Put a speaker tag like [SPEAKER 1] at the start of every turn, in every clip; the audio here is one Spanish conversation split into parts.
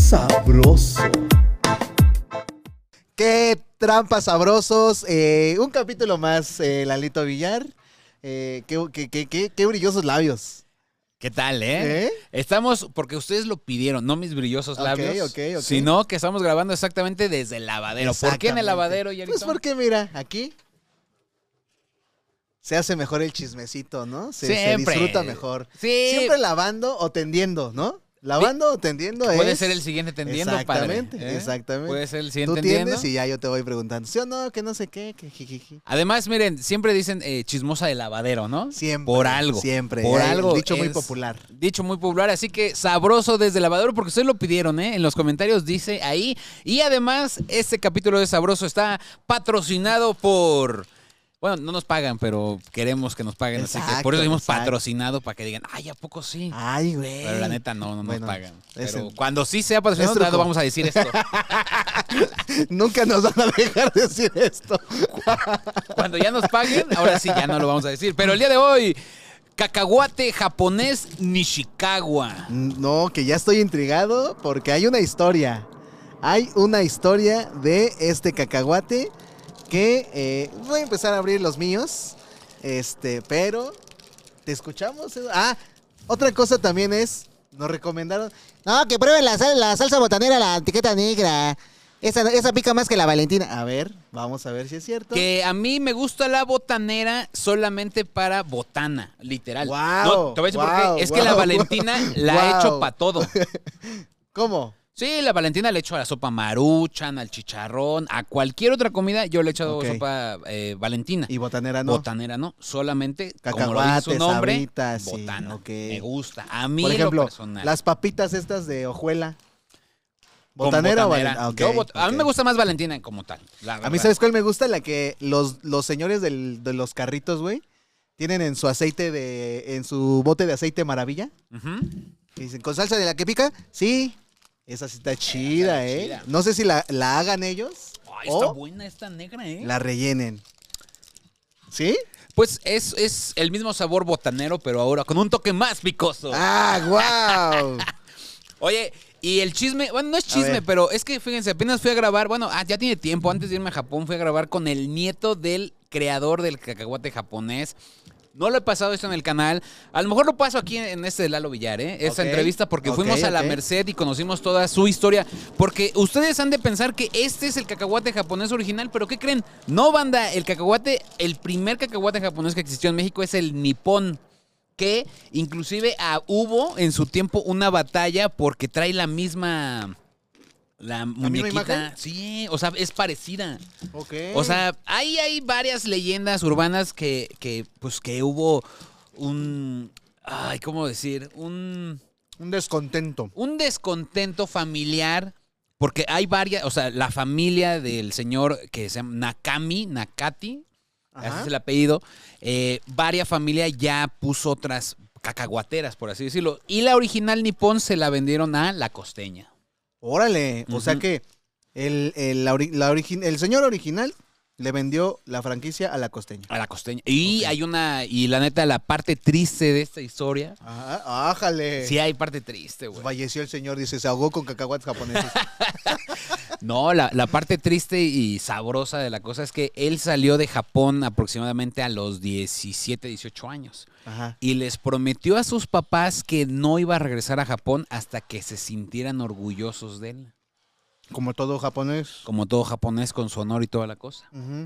[SPEAKER 1] Sabroso.
[SPEAKER 2] Qué trampas sabrosos. eh, un capítulo más, eh, Lalito Villar. Eh, qué, qué- qué- qué- qué brillosos labios.
[SPEAKER 3] ¿Qué tal, eh?
[SPEAKER 2] ¿Eh?
[SPEAKER 3] Estamos, porque ustedes lo pidieron, no mis brillosos
[SPEAKER 2] Ok,
[SPEAKER 3] labios,
[SPEAKER 2] ok, ok.
[SPEAKER 3] sino que estamos grabando exactamente desde el lavadero. ¿Por qué en
[SPEAKER 2] Exactamente.
[SPEAKER 3] el lavadero,
[SPEAKER 2] Pues
[SPEAKER 3] Yarito?
[SPEAKER 2] porque, mira, aquí se hace mejor el chismecito, ¿no? Se, se
[SPEAKER 3] Siempre. Eh,
[SPEAKER 2] disfruta mejor.
[SPEAKER 3] Sí.
[SPEAKER 2] Siempre lavando o tendiendo, ¿no? Lavando o tendiendo
[SPEAKER 3] Puede
[SPEAKER 2] es-
[SPEAKER 3] ser el siguiente tendiendo,
[SPEAKER 2] Exactamente,
[SPEAKER 3] padre, ¿eh?
[SPEAKER 2] exactamente.
[SPEAKER 3] Puede ser el
[SPEAKER 2] Tú
[SPEAKER 3] siguiente tendiendo.
[SPEAKER 2] tiendes y ya yo te voy preguntando. ¿Sí o no? Que no sé qué. Que jijiji.
[SPEAKER 3] Además, miren, siempre dicen eh, chismosa de lavadero, ¿no?
[SPEAKER 2] Siempre.
[SPEAKER 3] Por algo.
[SPEAKER 2] Siempre.
[SPEAKER 3] Por
[SPEAKER 2] El
[SPEAKER 3] algo.
[SPEAKER 2] Dicho muy
[SPEAKER 3] es-
[SPEAKER 2] popular.
[SPEAKER 3] Dicho muy popular, así que sabroso desde el lavadero, porque ustedes lo pidieron, ¿eh? En los comentarios dice ahí. Y además, este capítulo de Sabroso está patrocinado por. Bueno, no nos pagan, pero queremos que nos paguen, así que por
[SPEAKER 2] Exacto,
[SPEAKER 3] eso dimos
[SPEAKER 2] exacto.
[SPEAKER 3] patrocinado para que digan, ay, ¿a poco sí?
[SPEAKER 2] Ay, güey.
[SPEAKER 3] pero la neta no, no
[SPEAKER 2] Bueno,
[SPEAKER 3] nos pagan.
[SPEAKER 2] es
[SPEAKER 3] Pero
[SPEAKER 2] el-
[SPEAKER 3] cuando sí sea patrocinado,
[SPEAKER 2] es truco.
[SPEAKER 3] claro, vamos a decir esto.
[SPEAKER 2] Nunca nos van a dejar decir esto.
[SPEAKER 3] Cuando ya nos paguen, ahora sí ya no lo vamos a decir. Pero el día de hoy, cacahuate japonés Nishikawa.
[SPEAKER 2] No, que ya estoy intrigado porque hay una historia. Hay una historia de este cacahuate que eh, voy a empezar a abrir los míos. Este, pero ¿te escuchamos? Edu? Ah, otra cosa también es nos recomendaron
[SPEAKER 4] No, que prueben la, sal- la salsa botanera, la etiqueta negra. Esa, esa pica más que la Valentina.
[SPEAKER 2] A ver, vamos a ver si es cierto.
[SPEAKER 3] Que a mí me gusta la botanera solamente para botana, literal.
[SPEAKER 2] Guau,
[SPEAKER 3] No, te voy a decir por
[SPEAKER 2] guau,
[SPEAKER 3] qué. Es que la
[SPEAKER 2] guau,
[SPEAKER 3] Valentina
[SPEAKER 2] guau.
[SPEAKER 3] la he hecho
[SPEAKER 2] Guau.
[SPEAKER 3] para todo.
[SPEAKER 2] ¿Cómo?
[SPEAKER 3] Sí, la Valentina le he hecho a la sopa maruchan, al chicharrón, a cualquier otra comida yo le he echado
[SPEAKER 2] Ok.
[SPEAKER 3] sopa eh, Valentina.
[SPEAKER 2] Y botanera no.
[SPEAKER 3] Botanera no, solamente como lo dice su
[SPEAKER 2] Cacahuates,
[SPEAKER 3] nombre,
[SPEAKER 2] sabritas, sí,
[SPEAKER 3] botana.
[SPEAKER 2] ok.
[SPEAKER 3] Me gusta. A mí
[SPEAKER 2] Por
[SPEAKER 3] en
[SPEAKER 2] ejemplo,
[SPEAKER 3] lo personal.
[SPEAKER 2] las papitas estas de hojuela.
[SPEAKER 3] Con
[SPEAKER 2] ¿Botanera o
[SPEAKER 3] botanera.
[SPEAKER 2] valen- ah, ok,
[SPEAKER 3] Yo bot- A mí
[SPEAKER 2] ok.
[SPEAKER 3] me gusta más Valentina como tal. la
[SPEAKER 2] A
[SPEAKER 3] verdad.
[SPEAKER 2] mí, ¿sabes cuál me gusta? La que los, los señores del- de los carritos, güey, tienen en su aceite de. en su bote de aceite maravilla.
[SPEAKER 3] Ujú.
[SPEAKER 2] Que dicen, ¿con salsa de la que pica? Sí. Esa sí está chida,
[SPEAKER 3] está
[SPEAKER 2] ¿eh?
[SPEAKER 3] chida.
[SPEAKER 2] No sé si la, la hagan ellos
[SPEAKER 3] Ay, está
[SPEAKER 2] o
[SPEAKER 3] buena esta negra, ¿eh?
[SPEAKER 2] la rellenen. ¿Sí?
[SPEAKER 3] Pues es, es el mismo sabor botanero, pero ahora con un toque más picoso.
[SPEAKER 2] ¡Ah, guau!
[SPEAKER 3] Oye, y el chisme, bueno, no es
[SPEAKER 2] A
[SPEAKER 3] chisme,
[SPEAKER 2] ver.
[SPEAKER 3] pero es que fíjense, apenas fui a grabar, bueno, ah, ya tiene tiempo, antes de irme a Japón fui a grabar con el nieto del creador del cacahuate japonés. No lo he pasado esto en el canal. A lo mejor lo paso aquí en este de Lalo Villar, ¿eh? Esa
[SPEAKER 2] Ok,
[SPEAKER 3] entrevista, porque
[SPEAKER 2] ok,
[SPEAKER 3] fuimos a la
[SPEAKER 2] ok.
[SPEAKER 3] Merced y conocimos toda su historia. Porque ustedes han de pensar que este es el cacahuate japonés original, pero ¿qué creen? No, banda, el cacahuate, el primer cacahuate japonés que existió en México es el nipón que inclusive ah, hubo en su tiempo una batalla porque trae la misma la muñequita.
[SPEAKER 2] imagen?
[SPEAKER 3] Sí, o sea, es parecida.
[SPEAKER 2] Ok.
[SPEAKER 3] O sea, ahí hay varias leyendas urbanas que, que pues que hubo un ay, ¿cómo decir? Un
[SPEAKER 2] un descontento.
[SPEAKER 3] un descontento familiar porque hay varias, o sea, la familia del señor que se llama Nakami, Nakati, Así
[SPEAKER 2] Ajá.
[SPEAKER 3] es el apellido. Eh, varias familias ya puso otras cacahuateras, por así decirlo. Y la original nipón se la vendieron a la costeña.
[SPEAKER 2] Órale, o sea
[SPEAKER 3] Ujú.
[SPEAKER 2] que el, el, la ori- la origi- el señor original le vendió la franquicia a la costeña.
[SPEAKER 3] A la costeña. Y
[SPEAKER 2] Ok.
[SPEAKER 3] hay una. Y la neta, la parte triste de esta historia.
[SPEAKER 2] Ah, ájale. Pues
[SPEAKER 3] Sí, hay parte triste, güey.
[SPEAKER 2] Falleció el señor, dice, se ahogó con cacahuates japoneses.
[SPEAKER 3] No, la, la parte triste y sabrosa de la cosa es que él salió de Japón aproximadamente a los 17, 18 años.
[SPEAKER 2] Ajá.
[SPEAKER 3] Y les prometió a sus papás que no iba a regresar a Japón hasta que se sintieran orgullosos pues, de él.
[SPEAKER 2] Como todo japonés.
[SPEAKER 3] Como todo japonés con su honor y toda la cosa.
[SPEAKER 2] Ujú.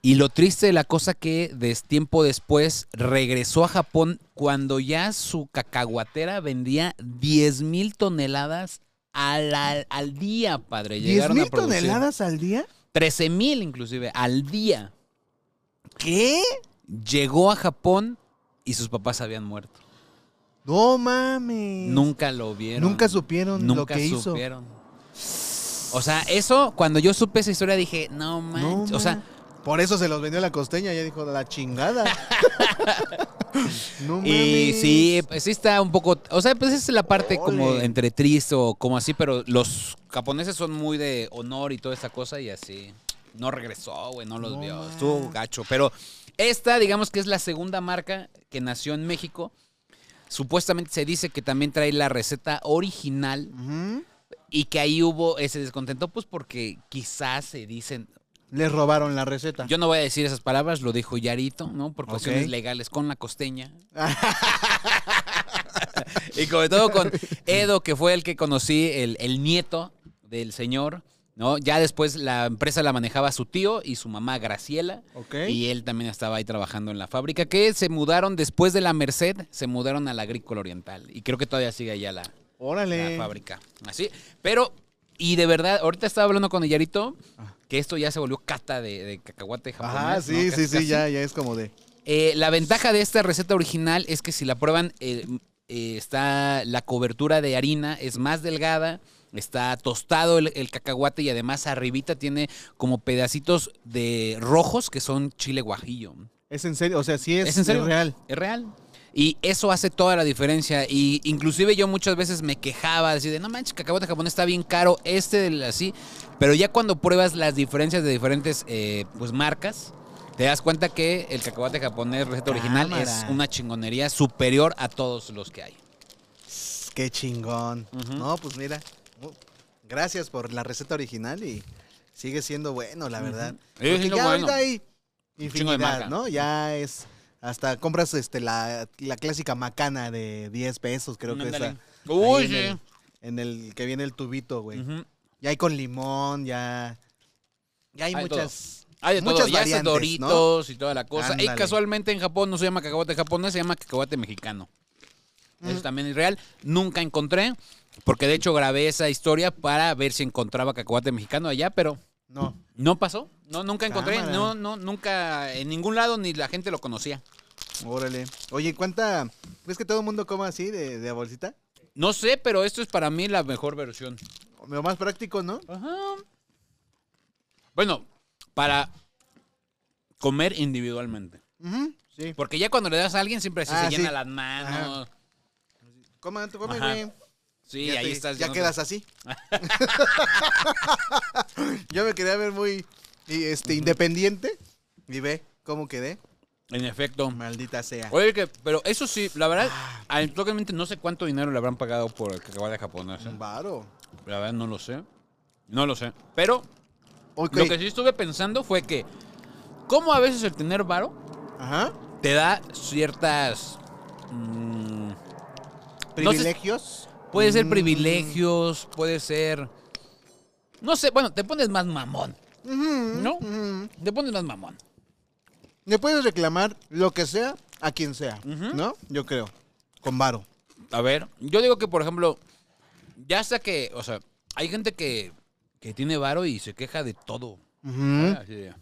[SPEAKER 3] Y lo triste de la cosa que de tiempo después regresó a Japón cuando ya su cacahuatera vendía 10 mil toneladas al, al- al día, padre.
[SPEAKER 2] ¿Diez
[SPEAKER 3] Llegaron a
[SPEAKER 2] mil
[SPEAKER 3] producir
[SPEAKER 2] toneladas al día?
[SPEAKER 3] 13 mil inclusive al día.
[SPEAKER 2] ¿Qué?
[SPEAKER 3] Llegó a Japón y sus papás habían muerto.
[SPEAKER 2] No mames.
[SPEAKER 3] Nunca lo vieron.
[SPEAKER 2] Nunca supieron lo
[SPEAKER 3] Nunca
[SPEAKER 2] que hizo.
[SPEAKER 3] supieron. O sea, eso, cuando yo supe esa historia dije,
[SPEAKER 2] No
[SPEAKER 3] no manches. o sea,
[SPEAKER 2] mames. Por eso se los vendió la costeña, ya dijo la chingada. no mames.
[SPEAKER 3] Y sí, pues sí está un poco, o sea, pues es la parte como
[SPEAKER 2] Ole.
[SPEAKER 3] entre triste o como así, pero los japoneses son muy de honor y toda esa cosa y así. No regresó, güey, no los
[SPEAKER 2] No
[SPEAKER 3] vio.
[SPEAKER 2] más.
[SPEAKER 3] Estuvo gacho, pero esta digamos que es la segunda marca que nació en México. Supuestamente se dice que también trae la receta original
[SPEAKER 2] Ujú.
[SPEAKER 3] y que ahí hubo ese descontento, pues porque quizás se dicen,
[SPEAKER 2] Les robaron la receta.
[SPEAKER 3] yo no voy a decir esas palabras, lo dijo Yarito, ¿no? Por cuestiones
[SPEAKER 2] Ok.
[SPEAKER 3] legales con la costeña. y sobre todo con Edo, que fue el que conocí, el, el nieto del señor, ¿no? Ya después la empresa la manejaba su tío y su mamá Graciela.
[SPEAKER 2] Ok.
[SPEAKER 3] Y él también estaba ahí trabajando en la fábrica, que se mudaron después de la Merced, se mudaron a la Agrícola Oriental. Y creo que todavía sigue allá la,
[SPEAKER 2] Órale.
[SPEAKER 3] la fábrica. Así. Pero, y de verdad, ahorita estaba hablando con el Yarito, que esto ya se volvió cata de, de cacahuate japonés.
[SPEAKER 2] Ah. Ajá,
[SPEAKER 3] ¿no?
[SPEAKER 2] sí,
[SPEAKER 3] Casi,
[SPEAKER 2] sí, sí,
[SPEAKER 3] casi.
[SPEAKER 2] ya, ya es como de.
[SPEAKER 3] Eh, la ventaja de esta receta original es que si la prueban, eh, eh, está la cobertura de harina, es más delgada, está tostado el, el cacahuate y además arribita tiene como pedacitos de rojos que son chile guajillo.
[SPEAKER 2] Es en serio, o sea, sí es,
[SPEAKER 3] ¿Es en serio?
[SPEAKER 2] real.
[SPEAKER 3] Es real. Y eso hace toda la diferencia. Y inclusive yo muchas veces me quejaba, decía, no manches, cacahuate japonés está bien caro, este del- así. Pero ya cuando pruebas las diferencias de diferentes eh, pues, marcas, te das cuenta que el cacahuate japonés receta original
[SPEAKER 2] Cámara.
[SPEAKER 3] es una chingonería superior a todos los que hay.
[SPEAKER 2] Qué chingón.
[SPEAKER 3] Ujú.
[SPEAKER 2] No, pues mira. mu- Gracias por la receta original y sigue siendo bueno, la verdad.
[SPEAKER 3] Sigue
[SPEAKER 2] Porque
[SPEAKER 3] siendo
[SPEAKER 2] ya
[SPEAKER 3] bueno.
[SPEAKER 2] ahorita hay
[SPEAKER 3] chingo de marca.
[SPEAKER 2] infinidad, ¿no? Ya es. Hasta compras este la, la clásica macana de 10 pesos, creo que
[SPEAKER 3] Ándale.
[SPEAKER 2] esa.
[SPEAKER 3] Uy,
[SPEAKER 2] en,
[SPEAKER 3] sí.
[SPEAKER 2] el, en el que viene el tubito, güey.
[SPEAKER 3] Ujú.
[SPEAKER 2] Ya hay con limón, ya. Ya hay
[SPEAKER 3] Hay de todo.
[SPEAKER 2] muchas.
[SPEAKER 3] Hay de todo,
[SPEAKER 2] muchas
[SPEAKER 3] ya hace
[SPEAKER 2] variantes, ¿no?
[SPEAKER 3] doritos y toda la cosa. Y
[SPEAKER 2] Ándale.
[SPEAKER 3] casualmente en Japón no se llama cacahuate japonés, se llama cacahuate mexicano. Eso
[SPEAKER 2] Mm.
[SPEAKER 3] también es real. Nunca encontré, porque de hecho grabé esa historia para ver si encontraba cacahuate mexicano allá, pero
[SPEAKER 2] No.
[SPEAKER 3] no pasó. No, nunca encontré.
[SPEAKER 2] Cámara.
[SPEAKER 3] No, no, nunca en ningún lado ni la gente lo conocía.
[SPEAKER 2] Órale. Oye, ¿cuánta. ¿Ves que todo el mundo come así de, de bolsita?
[SPEAKER 3] No sé, pero esto es para mí la mejor versión.
[SPEAKER 2] Lo más práctico, ¿no?
[SPEAKER 3] Ajá. Bueno, para comer individualmente.
[SPEAKER 2] Ujú, Sí.
[SPEAKER 3] Porque ya cuando le das a alguien siempre así
[SPEAKER 2] Ah,
[SPEAKER 3] se
[SPEAKER 2] sí.
[SPEAKER 3] llena las manos.
[SPEAKER 2] Coma, tú come,
[SPEAKER 3] Ajá.
[SPEAKER 2] güey.
[SPEAKER 3] Sí,
[SPEAKER 2] Ya
[SPEAKER 3] ahí
[SPEAKER 2] te-
[SPEAKER 3] estás.
[SPEAKER 2] Ya
[SPEAKER 3] lleno de-
[SPEAKER 2] quedas así. Yo me quería ver muy y, este, independiente. Y ve cómo quedé.
[SPEAKER 3] En efecto.
[SPEAKER 2] Maldita sea.
[SPEAKER 3] Oye, que, pero eso sí, la verdad,
[SPEAKER 2] Ah.
[SPEAKER 3] actualmente no sé cuánto dinero le habrán pagado por el cacahuate japonés. ¿eh?
[SPEAKER 2] Un varo.
[SPEAKER 3] La verdad no lo sé. No lo sé. Pero
[SPEAKER 2] Ok.
[SPEAKER 3] lo que sí estuve pensando fue que cómo a veces el tener varo
[SPEAKER 2] Ajá.
[SPEAKER 3] te da ciertas... mm, No sé-
[SPEAKER 2] Privilegios.
[SPEAKER 3] puede ser
[SPEAKER 2] Mm,
[SPEAKER 3] privilegios, puede ser... No sé, bueno, te pones más mamón. ¿No?
[SPEAKER 2] ujú.
[SPEAKER 3] Te pones más mamón.
[SPEAKER 2] Le puedes reclamar lo que sea a quien sea, ¿no? Yo creo. Con varo.
[SPEAKER 3] A ver, yo digo que, por ejemplo, ya hasta que, o sea, hay gente que, que tiene varo y se queja de todo.
[SPEAKER 2] Ujú.
[SPEAKER 3] Así de,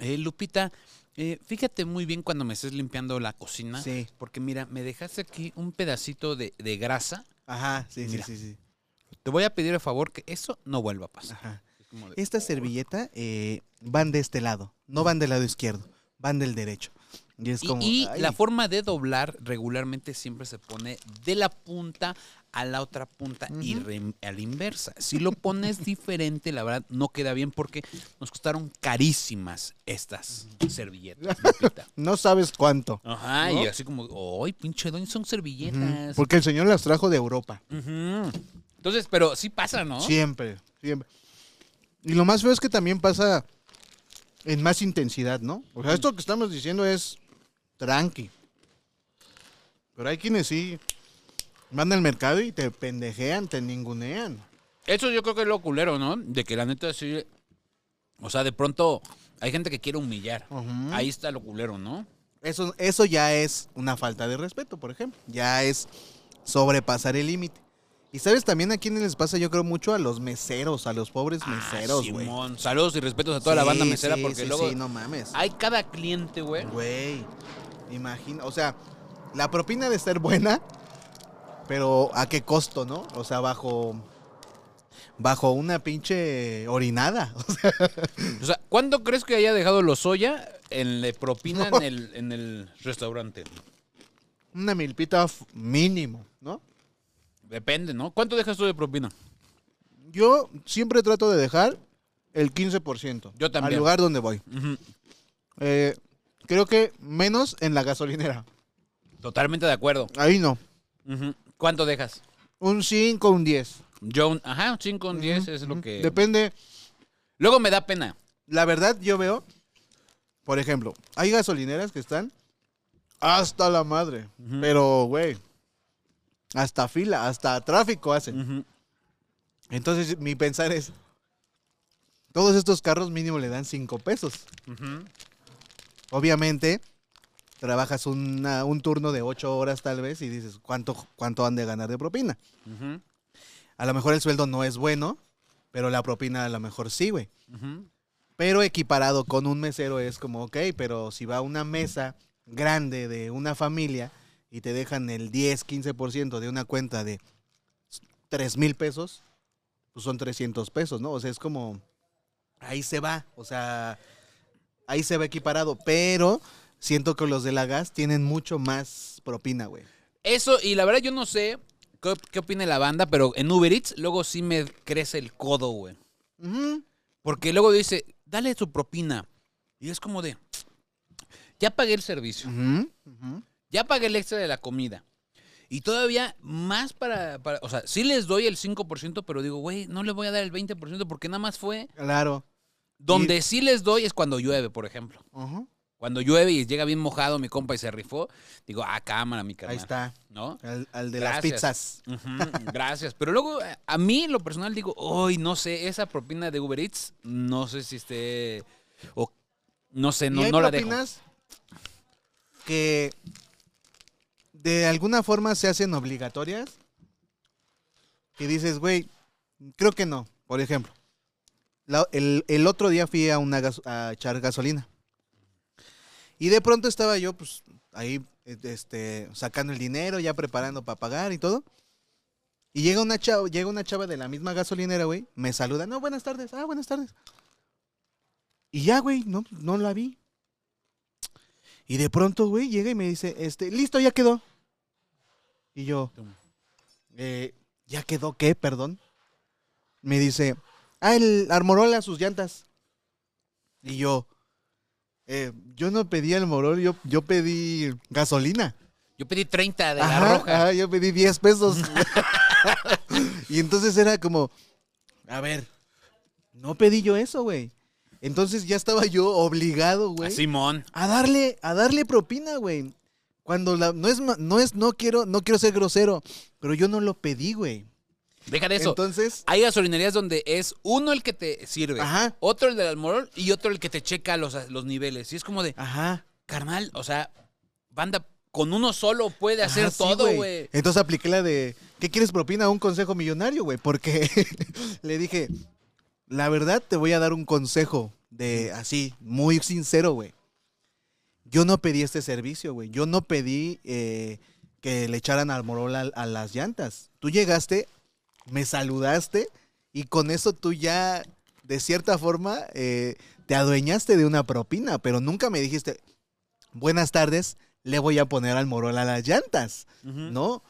[SPEAKER 3] "Eh, Lupita, eh, fíjate muy bien cuando me estés limpiando la cocina.
[SPEAKER 2] Sí.
[SPEAKER 3] Porque mira, me dejaste aquí un pedacito de, de grasa.
[SPEAKER 2] Ajá, sí, sí,
[SPEAKER 3] Mira.
[SPEAKER 2] sí, sí.
[SPEAKER 3] Te voy a pedir el favor que eso no vuelva a pasar.
[SPEAKER 2] Ajá.
[SPEAKER 3] Es como de, "Oh".
[SPEAKER 2] Esta servilleta eh, van de este lado, no van del lado izquierdo, van del derecho. Y es
[SPEAKER 3] Y-
[SPEAKER 2] como.
[SPEAKER 3] y
[SPEAKER 2] ay,
[SPEAKER 3] la forma de doblar regularmente siempre se pone de la punta a la otra punta y re- a la inversa. Si lo pones diferente, la verdad no queda bien porque nos costaron carísimas estas servilletas. Lupita.
[SPEAKER 2] No sabes cuánto.
[SPEAKER 3] Ajá, y
[SPEAKER 2] ¿No?
[SPEAKER 3] así como, ¡ay, pinche doña! Son
[SPEAKER 2] Ujú,
[SPEAKER 3] servilletas.
[SPEAKER 2] Porque el señor las trajo de Europa.
[SPEAKER 3] Ujú. Entonces, pero sí pasa, ¿no?
[SPEAKER 2] Siempre, siempre. Y lo más feo es que también pasa en más intensidad, ¿no? O sea, esto que estamos diciendo es tranqui. Pero hay quienes sí van al mercado y te pendejean, te ningunean.
[SPEAKER 3] Eso yo creo que es lo culero, ¿no? De que la neta sí. O sea, de pronto hay gente que quiere humillar.
[SPEAKER 2] Ujú.
[SPEAKER 3] Ahí está lo culero, ¿no?
[SPEAKER 2] Eso, eso ya es una falta de respeto, por ejemplo. Ya es sobrepasar el límite. Y sabes también a quiénes les pasa, yo creo mucho a los meseros, a los pobres meseros,
[SPEAKER 3] Ah,
[SPEAKER 2] güey.
[SPEAKER 3] Simón. Saludos y respetos a toda la
[SPEAKER 2] Pues, Sí,
[SPEAKER 3] banda mesera
[SPEAKER 2] sí,
[SPEAKER 3] porque
[SPEAKER 2] sí,
[SPEAKER 3] luego Ah, ¿eh?
[SPEAKER 2] sí, no mames.
[SPEAKER 3] hay cada cliente, güey.
[SPEAKER 2] Güey, imagina, o sea, la propina ha de ser buena, pero ¿a qué costo, no? O sea, bajo bajo una pinche orinada. O sea,
[SPEAKER 3] O sea, ¿cuánto crees que haya dejado los soya en la propina en, el, en el restaurante?
[SPEAKER 2] una milpita f- mínimo, ¿no?
[SPEAKER 3] Depende, ¿no? ¿Cuánto dejas tú de propina?
[SPEAKER 2] Yo siempre trato de dejar el 15%.
[SPEAKER 3] Yo también.
[SPEAKER 2] Al lugar donde voy.
[SPEAKER 3] Ujú.
[SPEAKER 2] Eh, creo que menos en la gasolinera.
[SPEAKER 3] Totalmente de acuerdo.
[SPEAKER 2] Ahí no.
[SPEAKER 3] Ujú. ¿Cuánto dejas?
[SPEAKER 2] Un 5, un 10.
[SPEAKER 3] Yo, un- ajá, 5 un 10 es lo que...
[SPEAKER 2] Depende.
[SPEAKER 3] Luego me da pena.
[SPEAKER 2] La verdad, yo veo, por ejemplo, hay gasolineras que están hasta la madre. Pero, güey, hasta fila, hasta tráfico hacen.
[SPEAKER 3] Ujú.
[SPEAKER 2] Entonces, mi pensar es, todos estos carros mínimo le dan 5 pesos. Obviamente, trabajas una- un turno de 8 horas tal vez y dices, ¿cuánto, ¿cuánto han de ganar de propina?
[SPEAKER 3] Ujú.
[SPEAKER 2] A lo mejor el sueldo no es bueno, pero la propina a lo mejor sí, güey.
[SPEAKER 3] Ujú.
[SPEAKER 2] Pero equiparado con un mesero es como, ok, pero si va a una mesa grande de una familia y te dejan el 10, 15% de una cuenta de 3 mil pesos, pues son 300 pesos, ¿no? O sea, es como, ahí se va, o sea, ahí se va equiparado, pero siento que los de la gas tienen mucho más propina, güey.
[SPEAKER 3] Eso, y la verdad yo no sé qué, qué opine la banda, pero en Uber Eats luego sí me crece el codo, güey.
[SPEAKER 2] Ujú.
[SPEAKER 3] Porque luego dice, dale su propina. Y es como de, ya pagué el servicio,
[SPEAKER 2] Ujú, ujú.
[SPEAKER 3] ya pagué el extra de la comida. Y todavía más para, para- o sea, sí les doy el 5%, pero digo, güey, no les voy a dar el 20% porque nada más fue.
[SPEAKER 2] Claro.
[SPEAKER 3] Donde sí les doy es cuando llueve, por ejemplo.
[SPEAKER 2] Ujú.
[SPEAKER 3] Cuando llueve y llega bien mojado mi compa y se rifó, digo, ah, cámara, mi carnal.
[SPEAKER 2] Ahí está,
[SPEAKER 3] ¿No?
[SPEAKER 2] al, al de las
[SPEAKER 3] Gracias.
[SPEAKER 2] pizzas.
[SPEAKER 3] Ujú, gracias. Pero luego, a- a mí, en lo personal, digo, hoy no sé, esa propina de Uber Eats, no sé si esté. O, no sé,
[SPEAKER 2] Y
[SPEAKER 3] no,
[SPEAKER 2] hay
[SPEAKER 3] no la dejo.
[SPEAKER 2] propinas que de alguna forma se hacen obligatorias que dices, güey, creo que no. Por ejemplo, la- el, el otro día fui a, una gas- a echar gasolina y de pronto estaba yo, pues, ahí eh, este, sacando el dinero, ya preparando para pagar y todo. Y llega una, chava, llega una chava de la misma gasolinera, güey, me saluda, no, buenas tardes, ah, buenas tardes. Y ya, güey, no, no la vi. Y de pronto, güey, llega y me dice, este, listo, ya quedó. Y yo,
[SPEAKER 3] Toma.
[SPEAKER 2] eh, ¿ya quedó qué? Perdón. Me dice, ah, el Armorola, sus llantas. Y yo, eh, yo no pedí Armorola, yo, yo pedí gasolina.
[SPEAKER 3] Yo pedí 30 de la
[SPEAKER 2] Ajá,
[SPEAKER 3] roja.
[SPEAKER 2] ajá, yo pedí 10 pesos. y entonces era como, a ver, no pedí yo eso, güey. Entonces ya estaba yo obligado,
[SPEAKER 3] A
[SPEAKER 2] güey
[SPEAKER 3] Ah, Simón.
[SPEAKER 2] a darle, a darle propina, güey. Cuando la, no es, ma- no es, no quiero, no quiero ser grosero, pero yo no lo pedí, güey.
[SPEAKER 3] Deja de eso.
[SPEAKER 2] Entonces,
[SPEAKER 3] Hay gasolinerías donde es uno el que te sirve,
[SPEAKER 2] Ajá.
[SPEAKER 3] otro el del almorol y otro el que te checa los, los niveles. Y es como de,
[SPEAKER 2] ajá.
[SPEAKER 3] carnal, o sea, banda, con uno solo puede hacer
[SPEAKER 2] ajá, Ah, sí,
[SPEAKER 3] todo, güey.
[SPEAKER 2] Entonces apliqué la de, ¿qué quieres propina? Un consejo millonario, güey, porque le dije, la verdad te voy a dar un consejo de así, muy sincero, güey. Yo no pedí este servicio, güey. Yo no pedí eh, que le echaran almorola a, a las llantas. Tú llegaste, me saludaste y con eso tú ya, de cierta forma, eh, te adueñaste de una propina, pero nunca me dijiste, buenas tardes, le voy a poner almorola a las llantas.
[SPEAKER 3] Ujú.
[SPEAKER 2] No,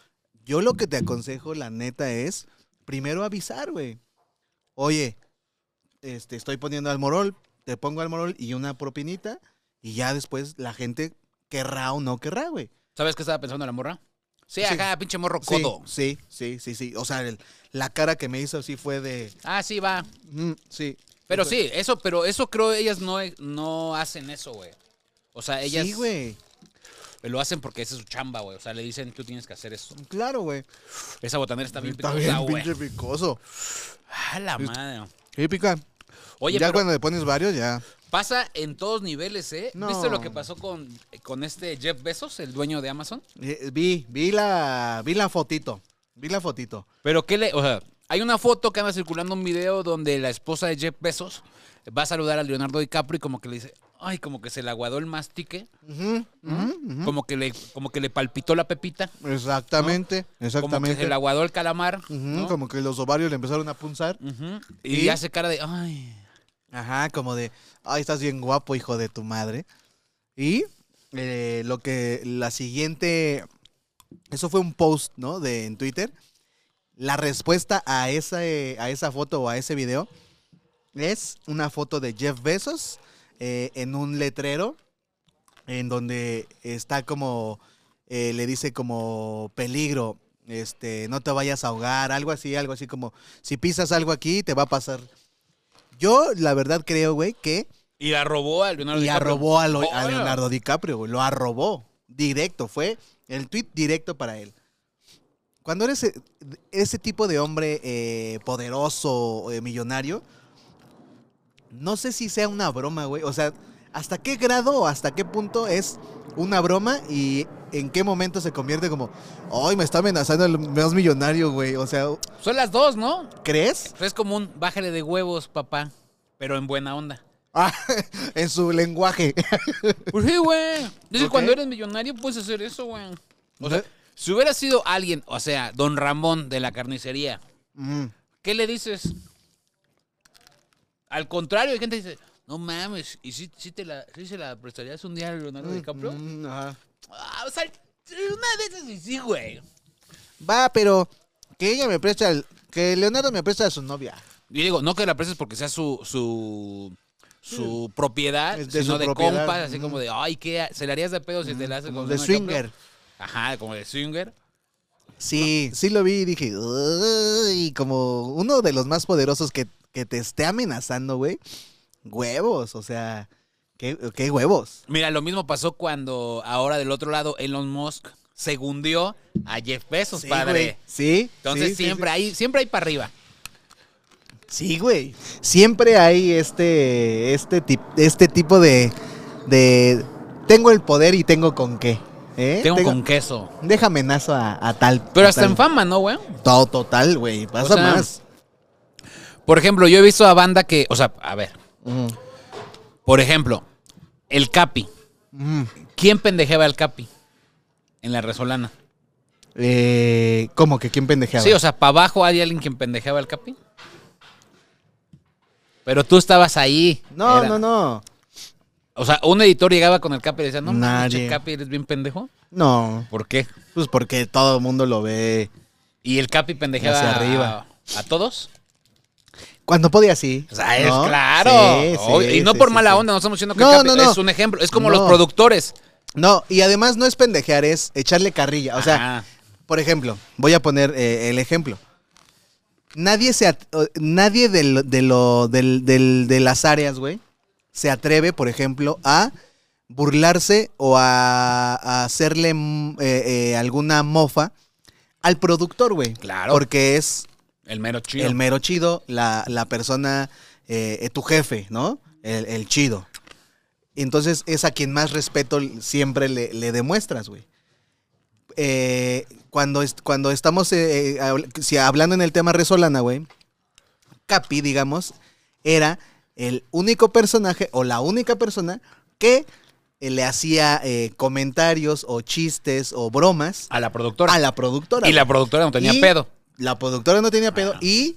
[SPEAKER 2] yo lo que te aconsejo, la neta, es primero avisar, güey. Oye, este, estoy poniendo almorol, te pongo almorol y una propinita, y ya después la gente querrá o no querrá, güey.
[SPEAKER 3] ¿Sabes qué estaba pensando la morra?
[SPEAKER 2] Sí.
[SPEAKER 3] Sí, ajá, pinche morro
[SPEAKER 2] Sí,
[SPEAKER 3] codo.
[SPEAKER 2] sí, sí, sí, sí. O sea, el- la cara que me hizo así fue de.
[SPEAKER 3] Ah, sí, va.
[SPEAKER 2] mm, sí.
[SPEAKER 3] Pero sí, eso, pero eso creo ellas no, no hacen eso, güey. O sea, ellas
[SPEAKER 2] Sí, güey.
[SPEAKER 3] lo hacen porque esa es su chamba, güey. O sea, le dicen, tú tienes que hacer eso.
[SPEAKER 2] Claro, güey.
[SPEAKER 3] Esa botanera está bien
[SPEAKER 2] Mm, Está
[SPEAKER 3] picosa,
[SPEAKER 2] bien,
[SPEAKER 3] güey.
[SPEAKER 2] pinche picoso.
[SPEAKER 3] Ah, la madre.
[SPEAKER 2] Sí, pica.
[SPEAKER 3] Oye,
[SPEAKER 2] ya
[SPEAKER 3] pero
[SPEAKER 2] cuando le pones varios, ya.
[SPEAKER 3] pasa en todos niveles, ¿eh?
[SPEAKER 2] No.
[SPEAKER 3] ¿Viste lo que pasó con, con este Jeff Bezos, el dueño de Amazon?
[SPEAKER 2] Eh, Vi, vi la, vi la fotito. Vi la fotito.
[SPEAKER 3] Pero qué le, o sea, hay una foto que anda circulando un video donde la esposa de Jeff Bezos va a saludar a Leonardo DiCaprio y como que le dice, ay, como que se le aguadó el mastique, ¿Mm?
[SPEAKER 2] Ujú, ujú, ujú.
[SPEAKER 3] como que le, como que le palpitó la pepita.
[SPEAKER 2] Exactamente,
[SPEAKER 3] Como que
[SPEAKER 2] exactamente.
[SPEAKER 3] se le aguadó el calamar.
[SPEAKER 2] Ujú,
[SPEAKER 3] ¿no?
[SPEAKER 2] Como que los ovarios le empezaron a punzar.
[SPEAKER 3] Ujú. Y,
[SPEAKER 2] ¿Y?
[SPEAKER 3] hace cara de. Ay.
[SPEAKER 2] Ajá, como de, ay, estás bien guapo, hijo de tu madre. Y eh, lo que, la siguiente, eso fue un post, ¿no? De, en Twitter. La respuesta a esa, eh, a esa foto o a ese video es una foto de Jeff Bezos eh, en un letrero en donde está como, eh, le dice como peligro, este, no te vayas a ahogar, algo así, algo así como, si pisas algo aquí, te va a pasar. Yo, la verdad, creo, güey, que
[SPEAKER 3] Y la robó a Leonardo
[SPEAKER 2] y
[SPEAKER 3] DiCaprio.
[SPEAKER 2] arrobó a, lo- a
[SPEAKER 3] Órale.
[SPEAKER 2] Leonardo DiCaprio, güey. Lo arrobó. Directo. Fue el tweet directo para él. Cuando eres e- ese tipo de hombre eh, poderoso, eh, millonario, no sé si sea una broma, güey. O sea, ¿hasta qué grado o hasta qué punto es una broma y en qué momento se convierte como, ay, me está amenazando el más millonario, güey? O sea,
[SPEAKER 3] Son las dos, ¿no?
[SPEAKER 2] ¿crees?
[SPEAKER 3] Pero es común, bájale de huevos, papá. Pero en buena onda.
[SPEAKER 2] Ah, en su lenguaje.
[SPEAKER 3] Pues sí, güey. Dice,
[SPEAKER 2] Ok.
[SPEAKER 3] cuando eres millonario puedes hacer eso, güey. O sea, si hubiera sido alguien, o sea, don Ramón de la carnicería,
[SPEAKER 2] Mm.
[SPEAKER 3] ¿qué le dices? Al contrario, hay gente que dice, no mames, ¿y si, si te la, si se la prestarías un día a Leonardo DiCaprio?
[SPEAKER 2] Mm, ajá.
[SPEAKER 3] Ah, o sea, una de esas y sí, güey.
[SPEAKER 2] Va, pero que ella me presta, el- que Leonardo me presta a su novia.
[SPEAKER 3] Yo digo, no que la prestes porque sea su su, su propiedad,
[SPEAKER 2] Es de
[SPEAKER 3] sino
[SPEAKER 2] su
[SPEAKER 3] de
[SPEAKER 2] propiedad,
[SPEAKER 3] compas, así
[SPEAKER 2] ujú.
[SPEAKER 3] como de, ay, ¿qué? ¿Se le harías de pedo si te la haces
[SPEAKER 2] Como
[SPEAKER 3] con
[SPEAKER 2] de
[SPEAKER 3] Leonardo DiCaprio?
[SPEAKER 2] swinger.
[SPEAKER 3] Ajá, como de swinger.
[SPEAKER 2] Sí, sí lo vi y dije, y como uno de los más poderosos que, que te esté amenazando, güey. Huevos, o sea, ¿qué, qué huevos?
[SPEAKER 3] Mira, lo mismo pasó cuando ahora del otro lado Elon Musk se hundió a Jeff Bezos,
[SPEAKER 2] Sí,
[SPEAKER 3] padre.
[SPEAKER 2] güey. Sí.
[SPEAKER 3] Entonces
[SPEAKER 2] sí, sí,
[SPEAKER 3] siempre
[SPEAKER 2] sí.
[SPEAKER 3] hay siempre hay para arriba.
[SPEAKER 2] Sí, güey. Siempre hay este, este, tip- este tipo de, de, tengo el poder y tengo con qué. ¿eh?
[SPEAKER 3] Tengo con queso.
[SPEAKER 2] Deja amenazo a, a tal.
[SPEAKER 3] Pero
[SPEAKER 2] a
[SPEAKER 3] hasta
[SPEAKER 2] tal-
[SPEAKER 3] en fama, ¿no, güey?
[SPEAKER 2] Todo total, güey. Pasa
[SPEAKER 3] sea,
[SPEAKER 2] más.
[SPEAKER 3] Por ejemplo, yo he visto a banda que, o sea, a ver,
[SPEAKER 2] Ujú.
[SPEAKER 3] por ejemplo, el Capi.
[SPEAKER 2] Mm.
[SPEAKER 3] ¿Quién pendejeaba al Capi? En la Resolana.
[SPEAKER 2] Eh, ¿Cómo que quién pendejeaba?
[SPEAKER 3] Sí, o sea, para abajo hay alguien quien pendejeaba al Capi. Pero tú estabas ahí.
[SPEAKER 2] no,
[SPEAKER 3] Era-
[SPEAKER 2] no, no.
[SPEAKER 3] O sea, un editor llegaba con el Capi y decía, no, mames,
[SPEAKER 2] Nadie.
[SPEAKER 3] che, Capi, eres bien pendejo.
[SPEAKER 2] No,
[SPEAKER 3] ¿Por qué?
[SPEAKER 2] pues porque todo el mundo lo ve.
[SPEAKER 3] Y el Capi pendejeaba
[SPEAKER 2] Hacia
[SPEAKER 3] a-
[SPEAKER 2] arriba.
[SPEAKER 3] A, todos.
[SPEAKER 2] Cuando podía, sí.
[SPEAKER 3] O sea, es
[SPEAKER 2] ¿No?
[SPEAKER 3] claro.
[SPEAKER 2] Sí, sí,
[SPEAKER 3] Obvio. y no
[SPEAKER 2] sí,
[SPEAKER 3] por
[SPEAKER 2] sí,
[SPEAKER 3] mala
[SPEAKER 2] sí.
[SPEAKER 3] onda, no estamos diciendo que
[SPEAKER 2] No,
[SPEAKER 3] el Capi
[SPEAKER 2] no, no.
[SPEAKER 3] es un ejemplo. Es como
[SPEAKER 2] No.
[SPEAKER 3] los productores.
[SPEAKER 2] No, y además no es pendejear, es echarle carrilla. O sea,
[SPEAKER 3] Ajá.
[SPEAKER 2] por ejemplo, voy a poner eh, el ejemplo. Nadie se at- o- nadie de, lo- de lo- del- del- de las áreas, güey, se atreve, por ejemplo, a burlarse o a, a hacerle mm, eh, eh, alguna mofa al productor, güey.
[SPEAKER 3] Claro.
[SPEAKER 2] Porque es
[SPEAKER 3] el mero chido.
[SPEAKER 2] el mero chido, la, la persona, eh, eh, tu jefe, ¿no? El, el chido. Entonces es a quien más respeto l- siempre le, le demuestras, güey. Eh, cuando, est- cuando estamos eh, eh, habl- si hablando en el tema Resolana, güey, Capi, digamos, era el único personaje o la única persona que eh, le hacía eh, comentarios o chistes o bromas
[SPEAKER 3] a la productora.
[SPEAKER 2] a la productora.
[SPEAKER 3] y la productora no tenía
[SPEAKER 2] Ah, Y-
[SPEAKER 3] pedo.
[SPEAKER 2] la productora no tenía pedo y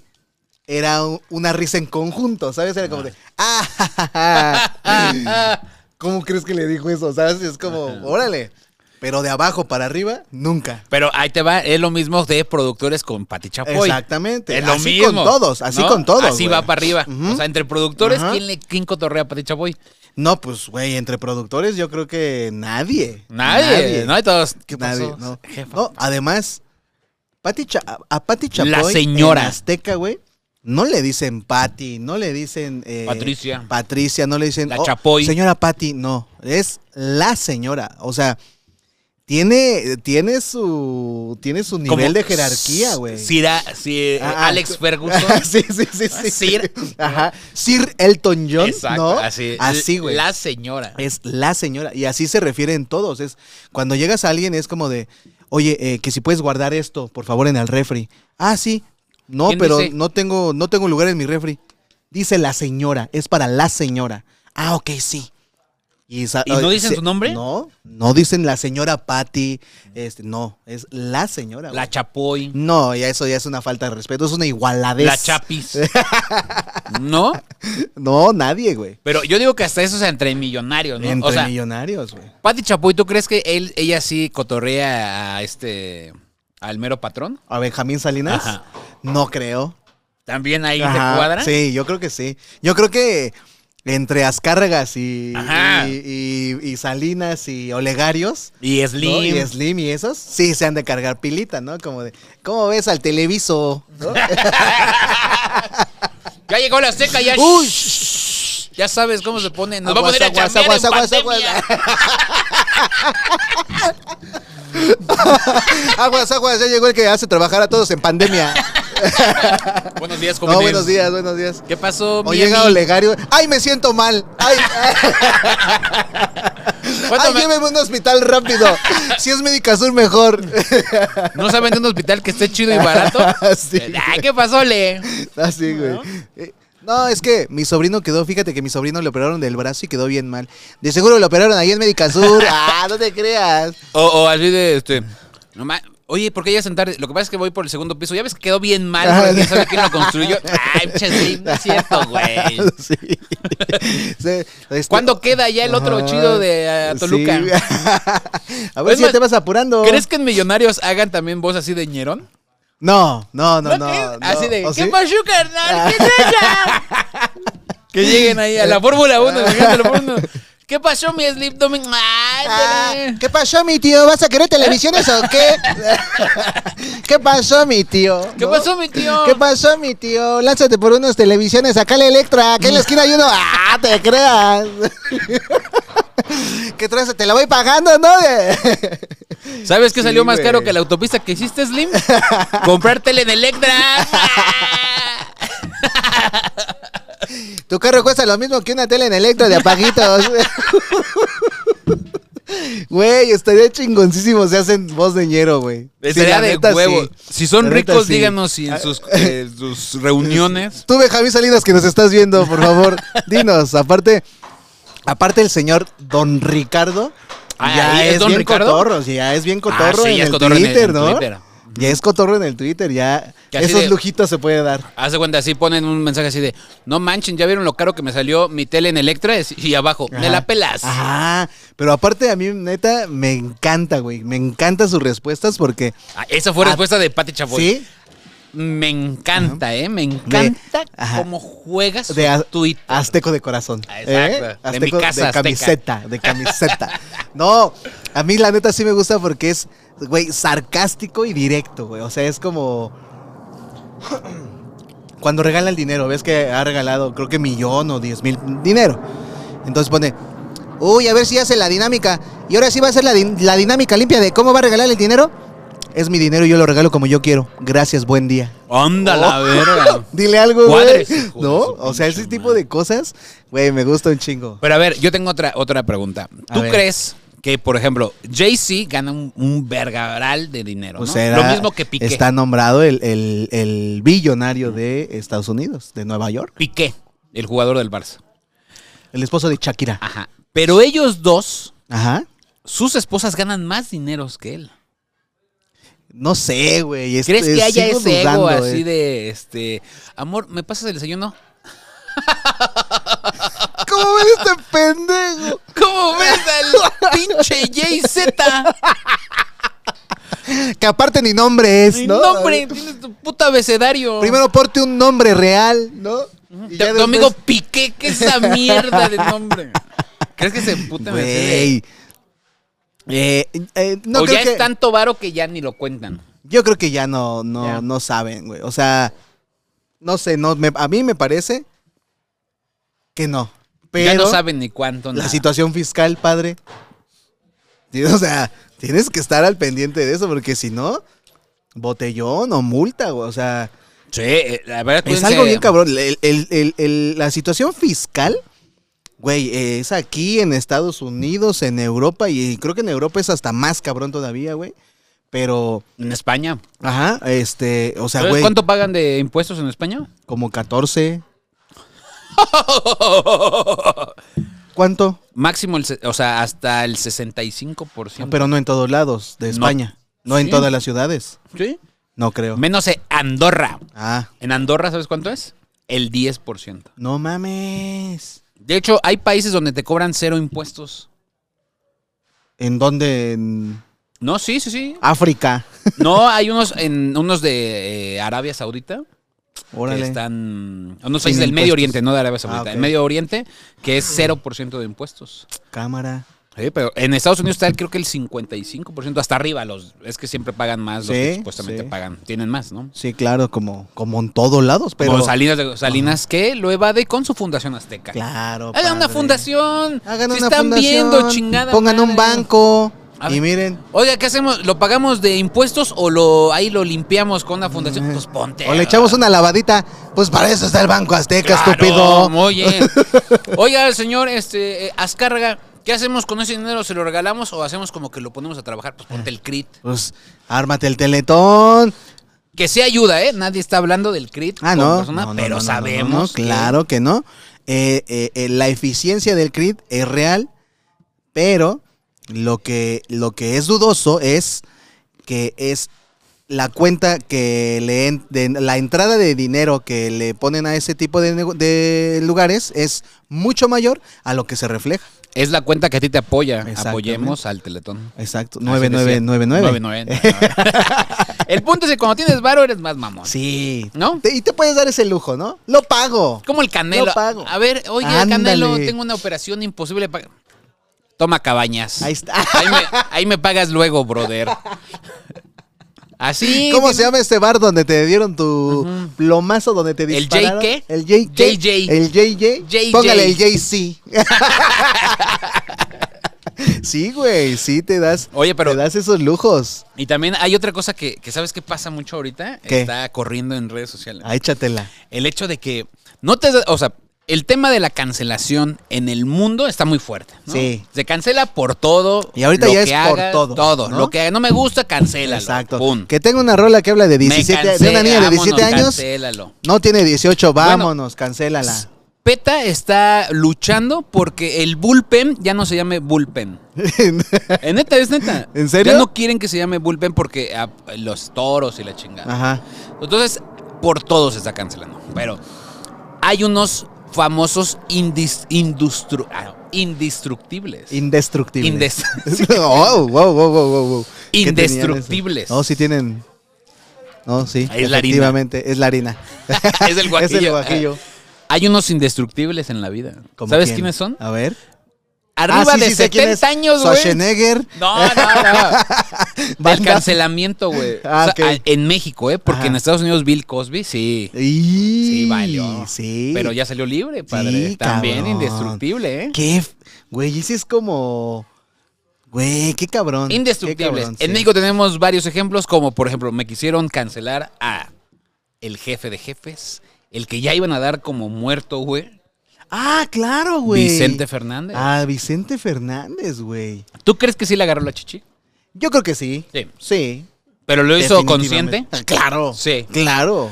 [SPEAKER 2] era u- una risa en conjunto, ¿sabes? Era como de, ¡ah! ja, ja, ja". ¿Cómo crees que le dijo eso? ¿Sabes? Es como, órale. Pero de abajo para arriba, nunca.
[SPEAKER 3] Pero ahí te va, es lo mismo de productores con Pati Chapoy.
[SPEAKER 2] Exactamente.
[SPEAKER 3] Es lo
[SPEAKER 2] así con
[SPEAKER 3] mismo.
[SPEAKER 2] todos, así
[SPEAKER 3] ¿no?
[SPEAKER 2] con todos.
[SPEAKER 3] Así
[SPEAKER 2] güey.
[SPEAKER 3] va para arriba.
[SPEAKER 2] Ujú.
[SPEAKER 3] O sea, entre productores,
[SPEAKER 2] Ajá.
[SPEAKER 3] ¿quién, le, ¿quién cotorrea a Pati Chapoy?
[SPEAKER 2] No, pues, güey, entre productores yo creo que nadie.
[SPEAKER 3] Nadie. No hay todos. ¿Qué
[SPEAKER 2] Nadie,
[SPEAKER 3] pasó?
[SPEAKER 2] no.
[SPEAKER 3] Jefa.
[SPEAKER 2] No, además, Pati Cha- a- a Pati Chapoy
[SPEAKER 3] La señora.
[SPEAKER 2] en Azteca, güey, no le dicen Pati, no le dicen... eh,
[SPEAKER 3] Patricia.
[SPEAKER 2] Patricia, no le dicen... oh,
[SPEAKER 3] La Chapoy.
[SPEAKER 2] Señora Pati, no, es la señora, o sea... Tiene, tiene su tiene su nivel
[SPEAKER 3] Como
[SPEAKER 2] de jerarquía, güey.
[SPEAKER 3] Sira, si, eh,
[SPEAKER 2] Ah, ah.
[SPEAKER 3] Alex Ferguson.
[SPEAKER 2] sí, sí, sí, sí.
[SPEAKER 3] Sir.
[SPEAKER 2] Ajá. Sir Elton John,
[SPEAKER 3] Exacto,
[SPEAKER 2] ¿no?
[SPEAKER 3] así.
[SPEAKER 2] Así, güey.
[SPEAKER 3] La señora.
[SPEAKER 2] Es la señora. Y así se refieren todos. Es cuando llegas a alguien es como de, oye, eh, que si puedes guardar esto, por favor, en el refri. Ah, sí. No,
[SPEAKER 3] ¿Quién
[SPEAKER 2] pero
[SPEAKER 3] dice?
[SPEAKER 2] no tengo, no tengo lugar en mi refri. Dice la señora, es para la señora. Ah, ok, sí. ¿Y, sa-
[SPEAKER 3] ¿Y no
[SPEAKER 2] eh,
[SPEAKER 3] dicen su nombre?
[SPEAKER 2] No, no dicen la señora Patty. Este, no, es la señora.
[SPEAKER 3] La
[SPEAKER 2] güey.
[SPEAKER 3] Chapoy.
[SPEAKER 2] No, ya eso ya es una falta de respeto, es una igualadez.
[SPEAKER 3] La Chapis. ¿No?
[SPEAKER 2] No, nadie, güey.
[SPEAKER 3] Pero yo digo que hasta eso es entre millonarios, ¿no?
[SPEAKER 2] Entre
[SPEAKER 3] o sea,
[SPEAKER 2] millonarios, güey.
[SPEAKER 3] Pati Chapoy, ¿tú crees que él, ella sí cotorrea a este. al mero patrón?
[SPEAKER 2] A Benjamín Salinas.
[SPEAKER 3] Ajá.
[SPEAKER 2] No creo.
[SPEAKER 3] ¿También ahí
[SPEAKER 2] Ajá,
[SPEAKER 3] te cuadra?
[SPEAKER 2] Sí, yo creo que sí. Yo creo que entre Azcárragas y,
[SPEAKER 3] Ajá.
[SPEAKER 2] y- y- y Salinas y Olegarios.
[SPEAKER 3] Y
[SPEAKER 2] ¿no?
[SPEAKER 3] Slim.
[SPEAKER 2] Y Slim y esos, sí se han de cargar pilita, ¿no? Como de, ¿cómo ves al televiso? ¿No?
[SPEAKER 3] Ya llegó la seca, ya.
[SPEAKER 4] Uy.
[SPEAKER 3] Ya sabes cómo se pone. Nos
[SPEAKER 4] Aguas,
[SPEAKER 3] vamos a poner a
[SPEAKER 4] aguas,
[SPEAKER 3] chambear
[SPEAKER 4] aguas,
[SPEAKER 3] en
[SPEAKER 4] aguas,
[SPEAKER 3] pandemia.
[SPEAKER 2] Aguas, aguas, ya llegó el que hace trabajar a todos en pandemia.
[SPEAKER 3] Buenos días,
[SPEAKER 2] No,
[SPEAKER 3] jóvenes.
[SPEAKER 2] buenos días, buenos días.
[SPEAKER 3] ¿Qué pasó,
[SPEAKER 2] O
[SPEAKER 3] Miami?
[SPEAKER 2] llega Olegario, ¡ay, me siento mal! ¡Ay, ay
[SPEAKER 3] ¿Cuánto me-
[SPEAKER 2] lléveme a un hospital rápido! si es Medicasur, mejor.
[SPEAKER 3] ¿No saben de un hospital que esté chido y barato?
[SPEAKER 2] Sí.
[SPEAKER 3] Ay, ¿qué pasó, Le?
[SPEAKER 2] Así, güey. Eh, No, es que mi sobrino quedó, fíjate que mi sobrino le operaron del brazo y quedó bien mal. De seguro lo operaron ahí en Medicasur. ah, no te creas.
[SPEAKER 3] O, o así de este. no ma- Oye, ¿por qué ya sentar? Lo que pasa es que voy por el segundo piso. Ya ves que quedó bien mal. porque ¿Quién sabe quién lo construyó? Ay, pinche Slim, no es cierto, güey.
[SPEAKER 2] Sí. Se- este-
[SPEAKER 3] ¿Cuándo
[SPEAKER 4] oh,
[SPEAKER 3] queda ya el otro
[SPEAKER 2] Ajá.
[SPEAKER 3] chido de ah, Toluca?
[SPEAKER 2] Sí. a ver
[SPEAKER 3] Es
[SPEAKER 2] si
[SPEAKER 3] más,
[SPEAKER 2] ya te vas apurando.
[SPEAKER 3] ¿Crees que en Millonarios hagan también voz así de ñerón?
[SPEAKER 2] No, no, no, no.
[SPEAKER 3] crees?
[SPEAKER 2] no.
[SPEAKER 3] Así de,
[SPEAKER 2] ¿O
[SPEAKER 3] ¿qué
[SPEAKER 2] sí?
[SPEAKER 3] pasó, carnal? ¿Qué traes? que lleguen ahí a la Fórmula 1. imagínate, la Fórmula 1. ¿Qué pasó, mi Slip Domingo? Ay,
[SPEAKER 4] Ah,
[SPEAKER 3] tele.
[SPEAKER 4] ¿Qué pasó, mi tío? ¿Vas a querer televisiones o qué? ¿Qué pasó, mi tío?
[SPEAKER 3] ¿Qué
[SPEAKER 4] ¿No?
[SPEAKER 3] pasó, mi tío?
[SPEAKER 4] ¿Qué pasó, mi tío? Lánzate por unas televisiones, acá la Electra, acá en la esquina hay uno. ¡Ah, te creas! ¿Qué traes? Te la voy pagando, ¿no?
[SPEAKER 3] ¿Sabes qué
[SPEAKER 2] Sí,
[SPEAKER 3] salió más
[SPEAKER 2] güey.
[SPEAKER 3] caro que la autopista que hiciste, Slim? Comprar tele en Electra. Ah,
[SPEAKER 4] Tu carro cuesta lo mismo que una tele en Electra de apaguitos.
[SPEAKER 2] Güey, estaría chingoncísimo si hacen voz de ñero, güey. Sí,
[SPEAKER 3] Eh, Sería
[SPEAKER 2] la
[SPEAKER 3] de
[SPEAKER 2] neta,
[SPEAKER 3] huevo.
[SPEAKER 2] sí.
[SPEAKER 3] Si son
[SPEAKER 2] La neta,
[SPEAKER 3] ricos,
[SPEAKER 2] sí.
[SPEAKER 3] díganos si en sus, eh, sus reuniones.
[SPEAKER 2] Tú, Javi Salinas, que nos estás viendo, por favor, dinos. Aparte, aparte el señor Don Ricardo.
[SPEAKER 3] Ah,
[SPEAKER 2] ya
[SPEAKER 3] ¿y
[SPEAKER 2] es,
[SPEAKER 3] es Don
[SPEAKER 2] bien
[SPEAKER 3] Ricardo? Ah,
[SPEAKER 2] cotorro, sí, ya es bien cotorro
[SPEAKER 3] sí,
[SPEAKER 2] en
[SPEAKER 3] ya es
[SPEAKER 2] el
[SPEAKER 3] cotorro en el
[SPEAKER 2] Twitter, ¿no?
[SPEAKER 3] Twitter.
[SPEAKER 2] Ya es cotorro en el Twitter, ya
[SPEAKER 3] Que así
[SPEAKER 2] esos
[SPEAKER 3] de-
[SPEAKER 2] lujitos se puede dar.
[SPEAKER 3] Hace cuenta, así ponen un mensaje así de: No manchen, ya vieron lo caro que me salió mi tele en Electra. Y abajo, me
[SPEAKER 2] Ajá. Ah.
[SPEAKER 3] la pelas.
[SPEAKER 2] Ajá, pero aparte a mí, neta, me encanta, güey. Me encantan sus respuestas porque...
[SPEAKER 3] Ah, Esa fue
[SPEAKER 2] Ah,
[SPEAKER 3] respuesta de Pati Chapoy.
[SPEAKER 2] ¿Sí?
[SPEAKER 3] Me encanta, ¿eh? Me encanta
[SPEAKER 2] ajá.
[SPEAKER 3] cómo juegas
[SPEAKER 2] De
[SPEAKER 3] tu
[SPEAKER 2] az-
[SPEAKER 3] Twitter.
[SPEAKER 2] Azteco de corazón.
[SPEAKER 3] Ah, exacto.
[SPEAKER 2] ¿eh?
[SPEAKER 3] De
[SPEAKER 2] Azteco
[SPEAKER 3] mi casa, azteca.
[SPEAKER 2] camiseta, de camiseta. no, a mí la neta sí me gusta porque es, güey, sarcástico y directo, güey. O sea, es como... Cuando regala el dinero, ves que ha regalado creo que millón o diez mil dinero. Entonces pone,
[SPEAKER 4] Uy, a ver si hace la dinámica. Y ahora sí va a ser la, din- la dinámica limpia de cómo va a regalar el dinero.
[SPEAKER 2] es mi dinero y yo lo regalo como yo quiero. Gracias, buen día.
[SPEAKER 3] Anda la verga.
[SPEAKER 2] Dile algo, güey.
[SPEAKER 3] Cuadres, hijo de
[SPEAKER 2] ¿No?
[SPEAKER 3] su
[SPEAKER 2] O sea,
[SPEAKER 3] pinche
[SPEAKER 2] ese tipo de cosas, güey, me gusta un chingo.
[SPEAKER 3] Pero a ver, yo tengo otra, otra pregunta.
[SPEAKER 2] A
[SPEAKER 3] ¿Tú
[SPEAKER 2] ver.
[SPEAKER 3] crees que, por ejemplo, Jay-Z gana un, un vergaral de dinero?
[SPEAKER 2] Pues
[SPEAKER 3] ¿no?
[SPEAKER 2] era-
[SPEAKER 3] Lo mismo que Piqué.
[SPEAKER 2] Está nombrado el, el, el billonario de Estados Unidos, de Nueva York.
[SPEAKER 3] Piqué, el jugador del Barça.
[SPEAKER 2] El esposo de Shakira.
[SPEAKER 3] Ajá. Pero ellos dos,
[SPEAKER 2] Ajá.
[SPEAKER 3] sus esposas ganan más dineros que él.
[SPEAKER 2] No sé, güey. es-
[SPEAKER 3] ¿Crees que
[SPEAKER 2] eh,
[SPEAKER 3] haya
[SPEAKER 2] sigo
[SPEAKER 3] ese ego
[SPEAKER 2] dudando, eh.
[SPEAKER 3] así de, este, amor, ¿me pasas el desayuno? "Ah,
[SPEAKER 2] ¿Cómo ven este pendejo?
[SPEAKER 3] ¿Cómo ves al pinche Jay-Z?
[SPEAKER 2] Que aparte ni nombre es, ¿no?
[SPEAKER 3] No, hombre, tienes tu puto abecedario.
[SPEAKER 2] Primero porte un nombre real, ¿no? Y ya
[SPEAKER 3] Tu- tu
[SPEAKER 2] después-
[SPEAKER 3] amigo Piqué, ¿qué es esa mierda de nombre? ¿Crees que se puta
[SPEAKER 2] Güey. Eh, eh, no
[SPEAKER 3] o
[SPEAKER 2] creo
[SPEAKER 3] ya
[SPEAKER 2] que...
[SPEAKER 3] es tanto varo que ya ni lo cuentan.
[SPEAKER 2] Yo creo que ya no, no,
[SPEAKER 3] Ya.
[SPEAKER 2] no saben, güey. O sea, no sé, no, me- a mí me parece que no. Pero
[SPEAKER 3] ya no saben ni cuánto.
[SPEAKER 2] la
[SPEAKER 3] nada.
[SPEAKER 2] situación fiscal, padre. Sí, O sea, tienes que estar al pendiente de eso, porque si no, botellón o multa, güey. O sea,
[SPEAKER 3] Sí, eh, la verdad
[SPEAKER 2] es
[SPEAKER 3] cuídense.
[SPEAKER 2] algo bien cabrón. El- el- el- el- la situación fiscal, güey, eh, es aquí en Estados Unidos, en Europa, y creo que en Europa es hasta más cabrón todavía, güey. Pero,
[SPEAKER 3] En España.
[SPEAKER 2] ajá, este, o sea,
[SPEAKER 3] ¿Sabes
[SPEAKER 2] güey.
[SPEAKER 3] cuánto pagan de impuestos en España?
[SPEAKER 2] Como 14. ¿Cuánto? Ah,
[SPEAKER 3] Máximo, el, se- o sea, hasta el 65%.
[SPEAKER 2] Pero no en todos lados de
[SPEAKER 3] No.
[SPEAKER 2] España. No, en
[SPEAKER 3] Sí.
[SPEAKER 2] todas las ciudades.
[SPEAKER 3] Sí.
[SPEAKER 2] No creo.
[SPEAKER 3] Menos en Andorra.
[SPEAKER 2] Ah,
[SPEAKER 3] En Andorra, ¿sabes cuánto es? El 10%.
[SPEAKER 2] no mames.
[SPEAKER 3] De hecho, hay países donde te cobran cero impuestos.
[SPEAKER 2] ¿En dónde? En
[SPEAKER 3] No, sí, sí, sí.
[SPEAKER 2] África.
[SPEAKER 3] No, hay unos en unos de eh, Arabia Saudita
[SPEAKER 2] Órale.
[SPEAKER 3] que están. No sé, es
[SPEAKER 2] Sin
[SPEAKER 3] del Medio
[SPEAKER 2] impuestos.
[SPEAKER 3] Oriente, no de Arabia Saudita.
[SPEAKER 2] Ah, ok.
[SPEAKER 3] El Medio Oriente, que es 0% de impuestos.
[SPEAKER 2] Cámara.
[SPEAKER 3] Sí, pero en Estados Unidos está creo que el 55%, hasta arriba. los Es que siempre pagan más los
[SPEAKER 2] Sí,
[SPEAKER 3] que supuestamente
[SPEAKER 2] sí.
[SPEAKER 3] pagan. Tienen más, ¿no?
[SPEAKER 2] Sí, claro, como, como en todos lados, pero.
[SPEAKER 3] Como Salinas, de- Salinas que lo evade con su fundación azteca.
[SPEAKER 2] Claro.
[SPEAKER 3] Hagan una
[SPEAKER 2] padre.
[SPEAKER 3] fundación.
[SPEAKER 2] Hagan
[SPEAKER 3] se
[SPEAKER 2] una
[SPEAKER 3] están
[SPEAKER 2] fundación,
[SPEAKER 3] viendo, chingada.
[SPEAKER 2] Pongan un
[SPEAKER 3] madre.
[SPEAKER 2] banco.
[SPEAKER 3] A
[SPEAKER 2] Y
[SPEAKER 3] ver.
[SPEAKER 2] miren.
[SPEAKER 3] Oiga, ¿qué hacemos? ¿Lo pagamos de impuestos o lo ahí lo limpiamos con una fundación? Pues ponte.
[SPEAKER 2] O le echamos una lavadita. Pues para eso está el Banco Azteca,
[SPEAKER 3] Claro,
[SPEAKER 2] estúpido.
[SPEAKER 3] Oye. Oiga, señor, este, eh, Azcárraga, ¿qué hacemos con ese dinero? ¿Se lo regalamos o hacemos como que lo ponemos a trabajar? Pues ponte el CRIT.
[SPEAKER 2] Pues ármate el teletón.
[SPEAKER 3] Que sí ayuda, ¿eh? Nadie está hablando del CRIT
[SPEAKER 2] Ah,
[SPEAKER 3] como
[SPEAKER 2] no.
[SPEAKER 3] persona,
[SPEAKER 2] No, no,
[SPEAKER 3] pero
[SPEAKER 2] no, no, no,
[SPEAKER 3] sabemos.
[SPEAKER 2] no, no,
[SPEAKER 3] que-
[SPEAKER 2] claro que no. Eh, eh, eh, la eficiencia del CRID es real, pero lo que, lo que es dudoso es que es la cuenta que le en- de- la entrada de dinero que le ponen a ese tipo de, nego- de lugares es mucho mayor a lo que se refleja.
[SPEAKER 3] Es la cuenta que a ti te apoya.
[SPEAKER 2] Exactamente.
[SPEAKER 3] Apoyemos al Teletón.
[SPEAKER 2] Exacto,
[SPEAKER 3] Así decía.
[SPEAKER 2] 9999.
[SPEAKER 3] 9999. el punto es que cuando tienes varo eres más mamón.
[SPEAKER 2] Sí.
[SPEAKER 3] ¿No?
[SPEAKER 2] Te- y te puedes dar ese lujo, ¿no? Lo pago.
[SPEAKER 3] Como el Canelo.
[SPEAKER 2] Lo pago.
[SPEAKER 3] A ver, oye,
[SPEAKER 2] Ándale.
[SPEAKER 3] Canelo, tengo una operación imposible. de pagar. Toma cabañas.
[SPEAKER 2] Ahí
[SPEAKER 3] Ahí,
[SPEAKER 2] está.
[SPEAKER 3] me, ahí me pagas luego, brother. Así.
[SPEAKER 2] ¿Cómo
[SPEAKER 3] tiene-
[SPEAKER 2] se llama este bar donde te dieron tu plomazo, donde te
[SPEAKER 3] ¿El
[SPEAKER 2] dispararon?
[SPEAKER 3] JK?
[SPEAKER 2] El JK.
[SPEAKER 3] JJ.
[SPEAKER 2] El JJ.
[SPEAKER 3] JJ.
[SPEAKER 2] Póngale el JC. sí, güey, sí te das,
[SPEAKER 3] Oye, pero.
[SPEAKER 2] te das esos lujos.
[SPEAKER 3] Y también hay otra cosa que, que sabes que pasa mucho ahorita.
[SPEAKER 2] ¿Qué?
[SPEAKER 3] Está corriendo en redes sociales.
[SPEAKER 2] Ah, échatela.
[SPEAKER 3] El hecho de que no te. da- O sea, el tema de la cancelación en el mundo está muy fuerte. ¿no?
[SPEAKER 2] Sí.
[SPEAKER 3] Se cancela por todo.
[SPEAKER 2] Y ahorita
[SPEAKER 3] lo
[SPEAKER 2] ya
[SPEAKER 3] que
[SPEAKER 2] es por
[SPEAKER 3] hagas,
[SPEAKER 2] todo,
[SPEAKER 3] Todo.
[SPEAKER 2] ¿no?
[SPEAKER 3] Lo que haga. no me gusta, cancela.
[SPEAKER 2] Exacto.
[SPEAKER 3] Exacto. Pum.
[SPEAKER 2] Que tenga una rola que habla de
[SPEAKER 3] Me
[SPEAKER 2] 17, de
[SPEAKER 3] cancela,
[SPEAKER 2] una niña de 17
[SPEAKER 3] vámonos,
[SPEAKER 2] años.
[SPEAKER 3] Cancélalo.
[SPEAKER 2] No tiene 18,
[SPEAKER 3] Bueno,
[SPEAKER 2] vámonos, cancélala.
[SPEAKER 3] PETA está luchando porque el bullpen ya no se llame bullpen. En Eh, neta, es neta.
[SPEAKER 2] ¿En serio?
[SPEAKER 3] Ya no quieren que se llame bullpen porque ah, los toros y la chingada.
[SPEAKER 2] Ajá.
[SPEAKER 3] Entonces, por todo se está cancelando. Pero hay unos famosos indis- industru- ah, indestructibles.
[SPEAKER 2] Indestructible.
[SPEAKER 3] Indes-
[SPEAKER 2] Oh, wow, wow, wow, wow, wow, wow. ¿Qué tenían eso?
[SPEAKER 3] Indestructibles.
[SPEAKER 2] No, sí tienen. No, sí.
[SPEAKER 3] Es la harina.
[SPEAKER 2] efectivamente, Es la harina.
[SPEAKER 3] es el guajillo.
[SPEAKER 2] Es el guajillo.
[SPEAKER 3] Hay unos indestructibles en la vida.
[SPEAKER 2] ¿Como
[SPEAKER 3] ¿Sabes
[SPEAKER 2] quién?
[SPEAKER 3] quiénes son?
[SPEAKER 2] A ver.
[SPEAKER 3] Arriba
[SPEAKER 2] Ah, sí,
[SPEAKER 3] de
[SPEAKER 2] sí sé quién
[SPEAKER 3] 70
[SPEAKER 2] es.
[SPEAKER 3] años, güey.
[SPEAKER 2] Schwarzenegger.
[SPEAKER 3] No, no, no. Del
[SPEAKER 2] Banda.
[SPEAKER 3] cancelamiento, güey.
[SPEAKER 2] Ah,
[SPEAKER 3] O sea,
[SPEAKER 2] ok.
[SPEAKER 3] a- en México, ¿eh? Porque
[SPEAKER 2] Ajá.
[SPEAKER 3] en Estados Unidos Bill Cosby, sí.
[SPEAKER 2] Y...
[SPEAKER 3] Sí, valió.
[SPEAKER 2] Sí.
[SPEAKER 3] Pero ya salió libre, padre.
[SPEAKER 2] Sí,
[SPEAKER 3] También
[SPEAKER 2] cabrón.
[SPEAKER 3] indestructible, ¿eh?
[SPEAKER 2] ¿Qué? f- Güey, ese es como. Güey, qué cabrón. qué
[SPEAKER 3] Indestructibles.
[SPEAKER 2] cabrón,
[SPEAKER 3] en
[SPEAKER 2] sí.
[SPEAKER 3] México tenemos varios ejemplos, como por ejemplo, me quisieron cancelar a el jefe de jefes, el que ya iban a dar como muerto, güey.
[SPEAKER 2] Ah, claro, güey.
[SPEAKER 3] Vicente Fernández.
[SPEAKER 2] Ah, Vicente Fernández, güey.
[SPEAKER 3] ¿Tú crees que sí le agarró la chichi?
[SPEAKER 2] Yo creo que sí.
[SPEAKER 3] Sí.
[SPEAKER 2] Sí.
[SPEAKER 3] ¿Pero lo hizo
[SPEAKER 2] definitivamente.
[SPEAKER 3] consciente?
[SPEAKER 2] Claro.
[SPEAKER 3] Sí.
[SPEAKER 2] Claro.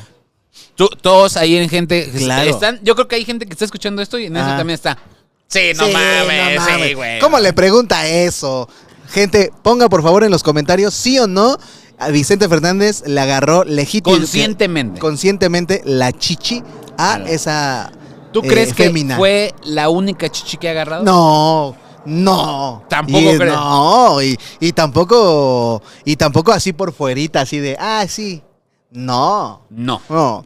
[SPEAKER 3] Tú- todos ahí en gente.
[SPEAKER 2] Claro.
[SPEAKER 3] Están, yo creo que hay gente que está escuchando esto y en eso
[SPEAKER 2] Ah.
[SPEAKER 3] también está. Sí, no
[SPEAKER 2] Sí,
[SPEAKER 3] mames,
[SPEAKER 2] no
[SPEAKER 3] sí,
[SPEAKER 2] mames.
[SPEAKER 3] güey.
[SPEAKER 2] ¿Cómo le pregunta eso? Gente, ponga por favor en los comentarios sí o no a Vicente Fernández le agarró legítimo
[SPEAKER 3] Conscientemente.
[SPEAKER 2] conscientemente la chichi a
[SPEAKER 3] Claro.
[SPEAKER 2] esa
[SPEAKER 3] ¿Tú
[SPEAKER 2] eh,
[SPEAKER 3] crees que
[SPEAKER 2] fémina.
[SPEAKER 3] fue la única chichi que ha agarrado?
[SPEAKER 2] No. No.
[SPEAKER 3] Tampoco
[SPEAKER 2] y,
[SPEAKER 3] creo.
[SPEAKER 2] No, y, y tampoco y tampoco así por fuerita, así de, ah, sí. No.
[SPEAKER 3] No.
[SPEAKER 2] No.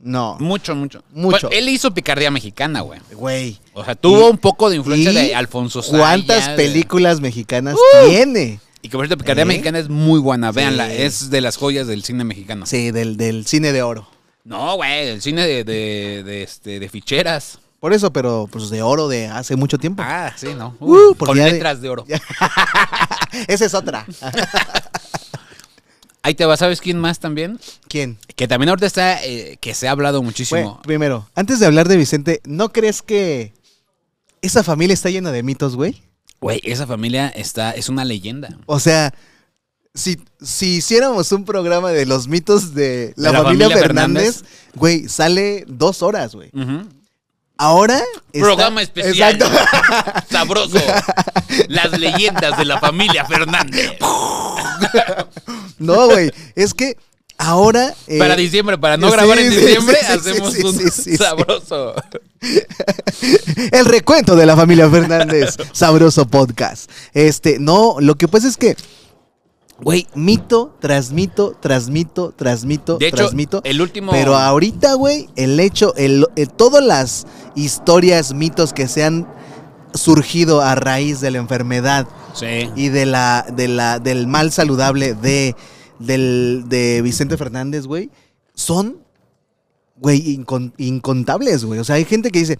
[SPEAKER 2] No.
[SPEAKER 3] Mucho, mucho.
[SPEAKER 2] Mucho.
[SPEAKER 3] Bueno, él hizo picardía mexicana, güey.
[SPEAKER 2] Güey.
[SPEAKER 3] O sea, tuvo
[SPEAKER 2] Y-
[SPEAKER 3] un poco de influencia
[SPEAKER 2] ¿Y
[SPEAKER 3] de Alfonso Sayas.
[SPEAKER 2] ¿Cuántas
[SPEAKER 3] de- ¡Uh!
[SPEAKER 2] películas mexicanas tiene?
[SPEAKER 3] Y que por cierto, picardía
[SPEAKER 2] ¿Eh?
[SPEAKER 3] mexicana es muy buena, véanla.
[SPEAKER 2] Sí.
[SPEAKER 3] Es de las joyas del cine mexicano.
[SPEAKER 2] Sí, del, del cine de oro.
[SPEAKER 3] No, güey, el cine de, de, de, este, de ficheras.
[SPEAKER 2] Por eso, pero pues de oro de hace mucho tiempo.
[SPEAKER 3] Ah, sí, ¿no?
[SPEAKER 2] Uh, porque
[SPEAKER 3] con
[SPEAKER 2] ya de-
[SPEAKER 3] letras de oro.
[SPEAKER 2] Esa es otra.
[SPEAKER 3] Ahí te va, ¿sabes quién más también?
[SPEAKER 2] ¿Quién?
[SPEAKER 3] Que también ahorita está, eh, que se ha hablado muchísimo.
[SPEAKER 2] Güey, primero, antes de hablar de Vicente, ¿no crees que esa familia está llena de mitos, güey?
[SPEAKER 3] Güey, esa familia está, es una leyenda.
[SPEAKER 2] O sea, si, si hiciéramos un programa de los mitos de la,
[SPEAKER 3] De la
[SPEAKER 2] familia,
[SPEAKER 3] familia
[SPEAKER 2] Fernández,
[SPEAKER 3] Fernández.
[SPEAKER 2] güey, sale dos horas, güey.
[SPEAKER 3] Ujú.
[SPEAKER 2] Ahora. está-
[SPEAKER 3] Programa especial.
[SPEAKER 2] Exacto.
[SPEAKER 3] Sabroso. Las leyendas de la familia Fernández.
[SPEAKER 2] No, güey. Es que ahora. eh,
[SPEAKER 3] Para diciembre, para no
[SPEAKER 2] sí,
[SPEAKER 3] grabar en
[SPEAKER 2] sí,
[SPEAKER 3] diciembre,
[SPEAKER 2] sí, sí,
[SPEAKER 3] hacemos
[SPEAKER 2] sí,
[SPEAKER 3] un
[SPEAKER 2] sí, sí, sí.
[SPEAKER 3] sabroso.
[SPEAKER 2] El recuento de la familia Fernández, sabroso podcast. Este, no, lo que pasa es que Güey, mito, transmito, transmito, transmito,
[SPEAKER 3] De hecho,
[SPEAKER 2] transmito.
[SPEAKER 3] el último.
[SPEAKER 2] Pero ahorita, güey, el hecho, el, eh, todas las historias, mitos que se han surgido a raíz de la enfermedad
[SPEAKER 3] Sí.
[SPEAKER 2] y de la, de la, del mal saludable de, del, de Vicente Fernández, güey, son, güey, incon- incontables, güey. O sea, hay gente que dice,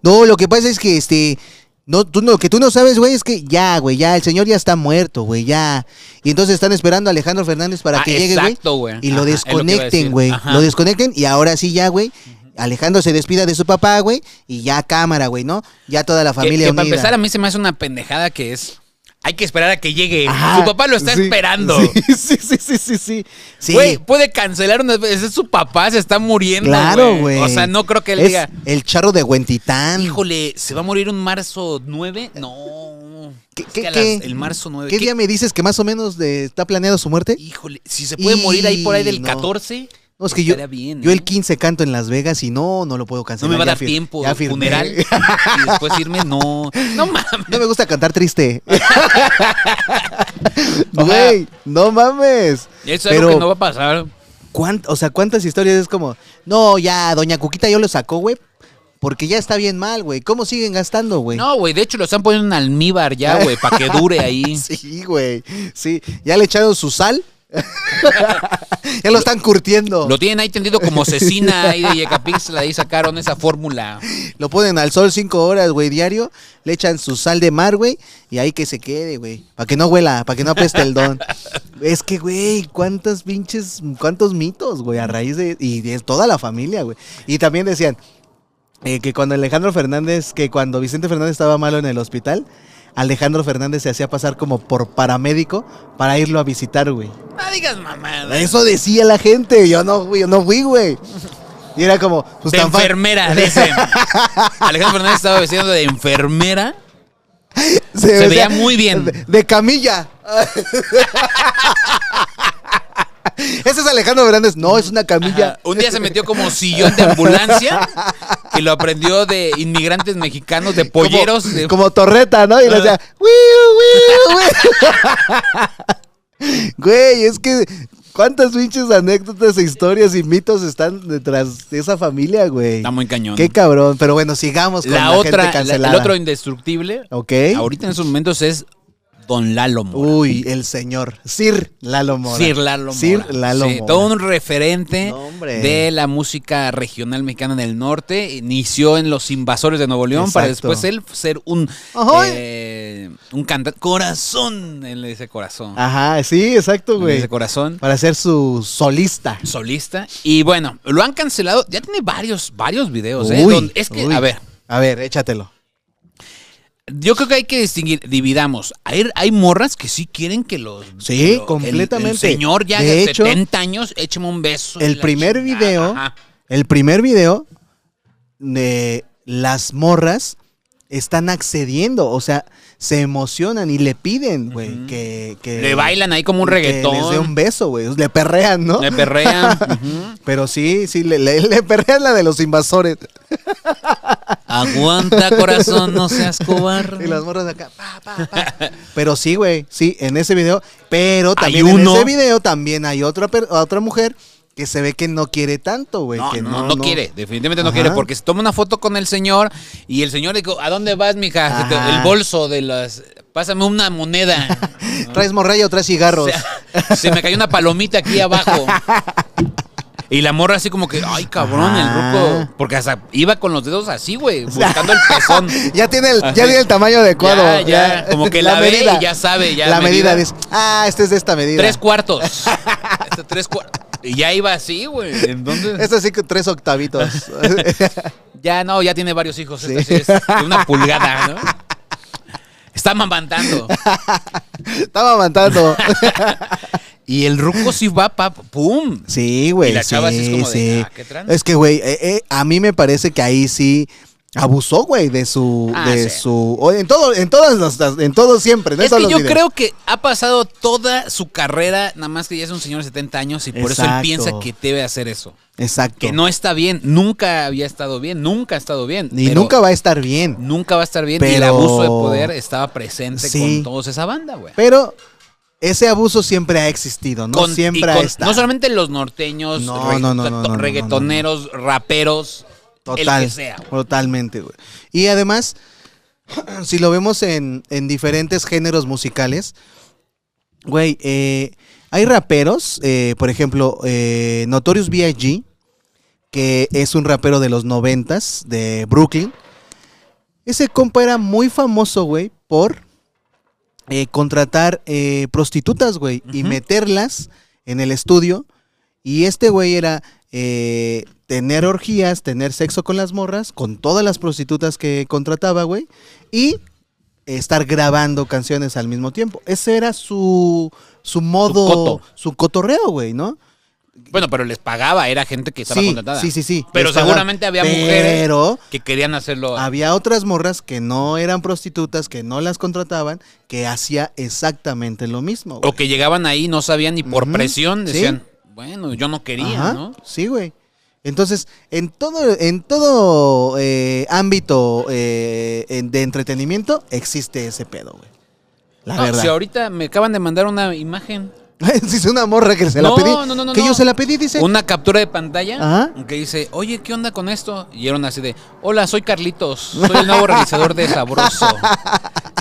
[SPEAKER 2] no, lo que pasa es que, este, no, tú, no, lo que tú no sabes, güey, es que ya, güey, ya, el señor ya está muerto, güey, ya. Y entonces están esperando a Alejandro Fernández para
[SPEAKER 3] Ah,
[SPEAKER 2] que llegue, güey.
[SPEAKER 3] exacto, güey.
[SPEAKER 2] Y
[SPEAKER 3] Ajá,
[SPEAKER 2] lo
[SPEAKER 3] es que iba a decir.
[SPEAKER 2] desconecten, güey.
[SPEAKER 3] Ajá.
[SPEAKER 2] Lo desconecten y ahora sí ya, güey. Alejandro se despida de su papá, güey, y ya cámara, güey, ¿no? Ya toda la
[SPEAKER 3] Que-
[SPEAKER 2] familia
[SPEAKER 3] que
[SPEAKER 2] unida.
[SPEAKER 3] para empezar, a mí se me hace una pendejada que es. Hay que esperar a que llegue.
[SPEAKER 2] Ajá,
[SPEAKER 3] su papá lo está
[SPEAKER 2] sí,
[SPEAKER 3] esperando.
[SPEAKER 2] Sí, sí, sí, sí, sí. sí. Sí,
[SPEAKER 3] Güey, puede cancelar una vez. Ese es su papá, se está muriendo.
[SPEAKER 2] claro, güey.
[SPEAKER 3] O sea, no creo que él
[SPEAKER 2] Es
[SPEAKER 3] diga,
[SPEAKER 2] El charro de Huentitán.
[SPEAKER 3] híjole, ¿se va a morir un marzo 9? No.
[SPEAKER 2] ¿Qué-
[SPEAKER 3] Es
[SPEAKER 2] qué-
[SPEAKER 3] que a
[SPEAKER 2] qué?
[SPEAKER 3] el marzo 9.
[SPEAKER 2] ¿Qué día me dices que más o menos de- está planeado su muerte?
[SPEAKER 3] Híjole, si se puede morir ahí por ahí del
[SPEAKER 2] Y no.
[SPEAKER 3] 14.
[SPEAKER 2] No, es que yo,
[SPEAKER 3] estaría bien,
[SPEAKER 2] yo
[SPEAKER 3] ¿eh?
[SPEAKER 2] el 15 canto en Las Vegas y no, no lo puedo
[SPEAKER 3] No
[SPEAKER 2] cancelar.
[SPEAKER 3] me va a
[SPEAKER 2] ya
[SPEAKER 3] dar
[SPEAKER 2] fir-
[SPEAKER 3] tiempo.
[SPEAKER 2] ya
[SPEAKER 3] el
[SPEAKER 2] firmé.
[SPEAKER 3] funeral. y después irme, no. No mames.
[SPEAKER 2] No me gusta cantar triste. Güey, no mames.
[SPEAKER 3] Eso es algo que no va a pasar.
[SPEAKER 2] ¿Cuánt- o sea, ¿cuántas historias es como, no, ya, doña Cuquita yo lo sacó, güey, porque ya está bien mal, güey. ¿Cómo siguen gastando, güey?
[SPEAKER 3] No, güey, de hecho lo están poniendo en almíbar ya, güey, para que dure ahí.
[SPEAKER 2] Sí, güey. Sí, ya le echaron su sal. ya lo están curtiendo.
[SPEAKER 3] Lo tienen ahí tendido como cecina ahí de Yecapixtla, ahí sacaron esa fórmula.
[SPEAKER 2] Lo ponen al sol cinco horas, güey, diario. Le echan su sal de mar, güey. Y ahí que se quede, güey. Para que no huela, para que no apeste el don. es que, güey, cuántas pinches, cuántos mitos, güey, a raíz de... Y de toda la familia, güey. Y también decían eh, que cuando Alejandro Fernández, que cuando Vicente Fernández estaba malo en el hospital, Alejandro Fernández se hacía pasar como por paramédico para irlo a visitar, güey.
[SPEAKER 3] No digas mamada.
[SPEAKER 2] Eso decía la gente. Yo no, fui- yo no fui, güey. Y era como... pues,
[SPEAKER 3] de
[SPEAKER 2] tan fa-
[SPEAKER 3] enfermera, dicen. Alejandro Fernández estaba vestido de enfermera. Se veía muy bien.
[SPEAKER 2] De, de camilla. Ese es Alejandro Fernández. No, es una camilla.
[SPEAKER 3] Ajá. Un día se metió como sillón de ambulancia y lo aprendió de inmigrantes mexicanos, de
[SPEAKER 2] Como-
[SPEAKER 3] polleros.
[SPEAKER 2] Como,
[SPEAKER 3] de-
[SPEAKER 2] torreta, ¿no? Y le decía. "Wiu, wiu, wiu". Güey, es que. ¿Cuántas pinches anécdotas, e historias y mitos están detrás de esa familia, güey?
[SPEAKER 3] Está muy cañón.
[SPEAKER 2] Qué cabrón. Pero bueno, sigamos con la,
[SPEAKER 3] la otra,
[SPEAKER 2] gente
[SPEAKER 3] la-
[SPEAKER 2] cancelada.
[SPEAKER 3] el otro indestructible,
[SPEAKER 2] ¿Ok?
[SPEAKER 3] ahorita en esos momentos es Don Lalo Mora.
[SPEAKER 2] Uy, el señor. Sir Lalo Mora.
[SPEAKER 3] Sir Lalo Mora.
[SPEAKER 2] Sir Lalo
[SPEAKER 3] Sí,
[SPEAKER 2] Mora.
[SPEAKER 3] todo un referente
[SPEAKER 2] No, hombre.
[SPEAKER 3] de la música regional mexicana en el norte. Inició en Los Invasores de Nuevo León para
[SPEAKER 2] Exacto.
[SPEAKER 3] después él ser un,
[SPEAKER 2] Ajá.
[SPEAKER 3] eh, un cantante. Corazón, él le dice corazón.
[SPEAKER 2] Ajá, sí, exacto,
[SPEAKER 3] Él le
[SPEAKER 2] güey.
[SPEAKER 3] dice corazón.
[SPEAKER 2] Para ser su solista.
[SPEAKER 3] Solista. Y bueno, lo han cancelado. Ya tiene varios, varios videos. ¿eh?
[SPEAKER 2] Uy,
[SPEAKER 3] Don- es que,
[SPEAKER 2] uy.
[SPEAKER 3] a ver,
[SPEAKER 2] A ver, échatelo.
[SPEAKER 3] yo creo que hay que distinguir, dividamos. Hay, hay morras que sí quieren que los.
[SPEAKER 2] Sí,
[SPEAKER 3] que lo- el- El,
[SPEAKER 2] completamente.
[SPEAKER 3] señor ya
[SPEAKER 2] De
[SPEAKER 3] de
[SPEAKER 2] hecho,
[SPEAKER 3] 70 años, écheme un beso. y
[SPEAKER 2] El
[SPEAKER 3] la
[SPEAKER 2] primer
[SPEAKER 3] chingada,
[SPEAKER 2] video,
[SPEAKER 3] ajá.
[SPEAKER 2] el primer video de las morras están accediendo, o sea, se emocionan y le piden, güey, que, que-
[SPEAKER 3] Le bailan ahí como un
[SPEAKER 2] que
[SPEAKER 3] reggaetón.
[SPEAKER 2] les dé un beso, güey, le perrean, ¿no?
[SPEAKER 3] Le perrean.
[SPEAKER 2] Pero sí, sí, le, le- le perrean la de los invasores.
[SPEAKER 3] Aguanta, corazón, no seas cobarde.
[SPEAKER 2] Y las morras acá, pa, pa, pa. Pero sí, güey, sí, en ese video. Pero también en
[SPEAKER 3] uno.
[SPEAKER 2] ese video también hay otra, per- otra mujer que se ve que no quiere tanto, güey.
[SPEAKER 3] No,
[SPEAKER 2] que
[SPEAKER 3] no, no quiere, definitivamente no
[SPEAKER 2] Ajá.
[SPEAKER 3] quiere, porque se toma una foto con el señor y el señor le dijo, ¿a dónde vas, mija? Se te-
[SPEAKER 2] Ajá.
[SPEAKER 3] El bolso de las... Pásame una moneda.
[SPEAKER 2] Traes morralla o traes cigarros.
[SPEAKER 3] O sea, se me cayó una palomita aquí abajo. Y la morra así como que, ay, cabrón, el
[SPEAKER 2] Ajá.
[SPEAKER 3] ruco. Porque hasta iba con los dedos así, güey, buscando el pezón.
[SPEAKER 2] ya tiene el, ya
[SPEAKER 3] Así.
[SPEAKER 2] tiene el tamaño adecuado.
[SPEAKER 3] Ya, ya, como que la ve y ya sabe, ya
[SPEAKER 2] La medida
[SPEAKER 3] medida.
[SPEAKER 2] dice, ah, este es de esta medida.
[SPEAKER 3] Tres cuartos. Este, tres cuartos. Y ya iba así, güey. Entonces...
[SPEAKER 2] Este sí que tres octavitos.
[SPEAKER 3] Ya no, ya tiene varios hijos. esta sí es de una pulgada, ¿no? Está mamantando.
[SPEAKER 2] Estaba avanzando.
[SPEAKER 3] Y el ruco sí va, pa, pum.
[SPEAKER 2] Sí, güey.
[SPEAKER 3] Y la chava
[SPEAKER 2] sí,
[SPEAKER 3] así es como de,
[SPEAKER 2] sí.
[SPEAKER 3] ah, ¿qué tranza?
[SPEAKER 2] es que, güey, eh, eh, a mí me parece que ahí sí abusó, güey, de su,
[SPEAKER 3] Ah,
[SPEAKER 2] de
[SPEAKER 3] sí.
[SPEAKER 2] su, o en todo, en todas las, en todo siempre. no
[SPEAKER 3] Es
[SPEAKER 2] solo
[SPEAKER 3] que yo
[SPEAKER 2] los videos.
[SPEAKER 3] creo que ha pasado toda su carrera, nada más que ya es un señor de 70 años y por eso él
[SPEAKER 2] Exacto.
[SPEAKER 3] piensa que debe hacer eso.
[SPEAKER 2] exacto.
[SPEAKER 3] Que no está bien, nunca había estado bien, nunca ha estado bien.
[SPEAKER 2] y
[SPEAKER 3] pero
[SPEAKER 2] nunca va a estar bien.
[SPEAKER 3] Nunca va a estar bien y el
[SPEAKER 2] Pero-
[SPEAKER 3] abuso de poder estaba presente
[SPEAKER 2] Sí.
[SPEAKER 3] con todos esa banda, güey.
[SPEAKER 2] Pero ese abuso siempre ha existido, ¿no?
[SPEAKER 3] Con- y
[SPEAKER 2] siempre ha
[SPEAKER 3] con-
[SPEAKER 2] estado.
[SPEAKER 3] No solamente los norteños,
[SPEAKER 2] No,
[SPEAKER 3] regga-
[SPEAKER 2] no, no, no, no, no, no,
[SPEAKER 3] reggaetoneros, raperos,
[SPEAKER 2] Total,
[SPEAKER 3] el que sea. güey.
[SPEAKER 2] Totalmente, güey. Y además, si lo vemos en, en diferentes géneros musicales, güey, eh, hay raperos, eh, por ejemplo, eh, Notorious B.I.G., que es un rapero de los noventas, de Brooklyn. Ese compa era muy famoso, güey, por eh, contratar eh, prostitutas, güey, y
[SPEAKER 3] Ujú.
[SPEAKER 2] meterlas en el estudio. Y este güey era eh, tener orgías, tener sexo con las morras, con todas las prostitutas que contrataba, güey, y estar grabando canciones al mismo tiempo. Ese era su, su modo,
[SPEAKER 3] coto.
[SPEAKER 2] su cotorreo, güey, ¿no?
[SPEAKER 3] Bueno, pero les pagaba, era gente que estaba
[SPEAKER 2] sí,
[SPEAKER 3] contratada.
[SPEAKER 2] Sí, sí, sí.
[SPEAKER 3] Pero
[SPEAKER 2] Les pagaba.
[SPEAKER 3] seguramente había mujeres-
[SPEAKER 2] Pero
[SPEAKER 3] Que querían hacerlo.
[SPEAKER 2] había otras morras que no eran prostitutas, que no las contrataban, que hacía exactamente lo mismo. güey.
[SPEAKER 3] o que llegaban ahí, no sabían ni por
[SPEAKER 2] Ujú,
[SPEAKER 3] presión,
[SPEAKER 2] sí.
[SPEAKER 3] decían, bueno, yo no quería,
[SPEAKER 2] Ajá,
[SPEAKER 3] ¿no?
[SPEAKER 2] Sí, güey. Entonces, en todo, en todo eh, ámbito eh, en- de entretenimiento existe ese pedo, güey. La
[SPEAKER 3] No,
[SPEAKER 2] verdad.
[SPEAKER 3] Ah, si ahorita me acaban de mandar una imagen,
[SPEAKER 2] Dice una morra que se
[SPEAKER 3] No,
[SPEAKER 2] la pedí.
[SPEAKER 3] no, no, no,
[SPEAKER 2] que
[SPEAKER 3] no.
[SPEAKER 2] yo se la pedí, dice.
[SPEAKER 3] una captura de pantalla
[SPEAKER 2] Ajá.
[SPEAKER 3] que dice, oye, ¿qué onda con esto? Y eran así de, hola, soy Carlitos, soy el nuevo realizador de Sabroso.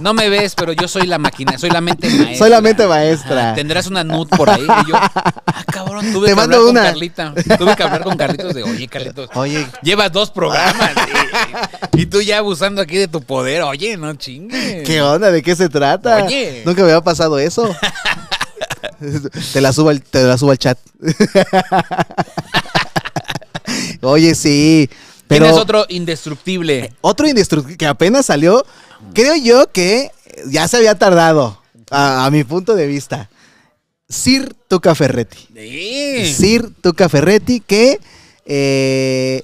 [SPEAKER 3] No me ves, pero yo soy la máquina, soy la mente maestra.
[SPEAKER 2] Soy la mente maestra.
[SPEAKER 3] Ajá, Tendrás una nud por ahí. Y yo, ah, cabrón, tuve
[SPEAKER 2] Te
[SPEAKER 3] que
[SPEAKER 2] mando
[SPEAKER 3] hablar
[SPEAKER 2] una.
[SPEAKER 3] con Carlita. Tuve que hablar con Carlitos de, oye, Carlitos,
[SPEAKER 2] Oye,
[SPEAKER 3] llevas dos programas. y, y tú ya abusando aquí de tu poder. Oye, no chingues.
[SPEAKER 2] ¿qué onda? ¿De qué se trata?
[SPEAKER 3] Oye.
[SPEAKER 2] Nunca me había pasado eso. te, la subo al, te la subo al chat. Oye, sí. Pero
[SPEAKER 3] Tienes otro indestructible.
[SPEAKER 2] eh, Otro indestructible que apenas salió, creo yo que ya se había tardado, a, a mi punto de vista. Sir Tuca Ferretti.
[SPEAKER 3] Sí.
[SPEAKER 2] Sir Tuca Ferretti, que eh,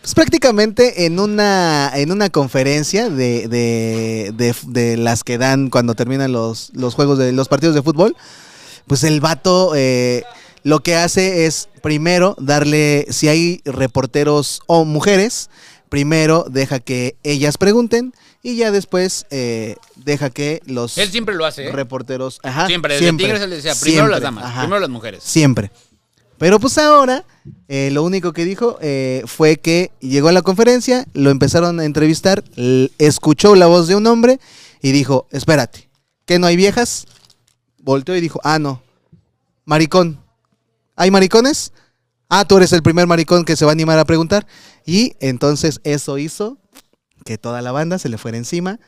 [SPEAKER 2] pues prácticamente en una, en una conferencia de, de- de- de las que dan cuando terminan los, los juegos de los partidos de fútbol, pues el vato eh, lo que hace es primero darle, si hay reporteros o mujeres, primero deja que ellas pregunten y ya después eh, deja que los
[SPEAKER 3] Él siempre lo hace. ¿eh?
[SPEAKER 2] reporteros... Ajá,
[SPEAKER 3] Siempre, desde Tigres él decía, primero
[SPEAKER 2] siempre,
[SPEAKER 3] las damas,
[SPEAKER 2] ajá.
[SPEAKER 3] primero las mujeres.
[SPEAKER 2] Siempre. Pero pues ahora, eh, lo único que dijo eh, fue que llegó a la conferencia, lo empezaron a entrevistar, l- escuchó la voz de un hombre y dijo, espérate, ¿que no hay viejas? Volteó y dijo, ah, no, maricón. ¿Hay maricones? Ah, tú eres el primer maricón que se va a animar a preguntar. Y entonces eso hizo que toda la banda se le fuera encima.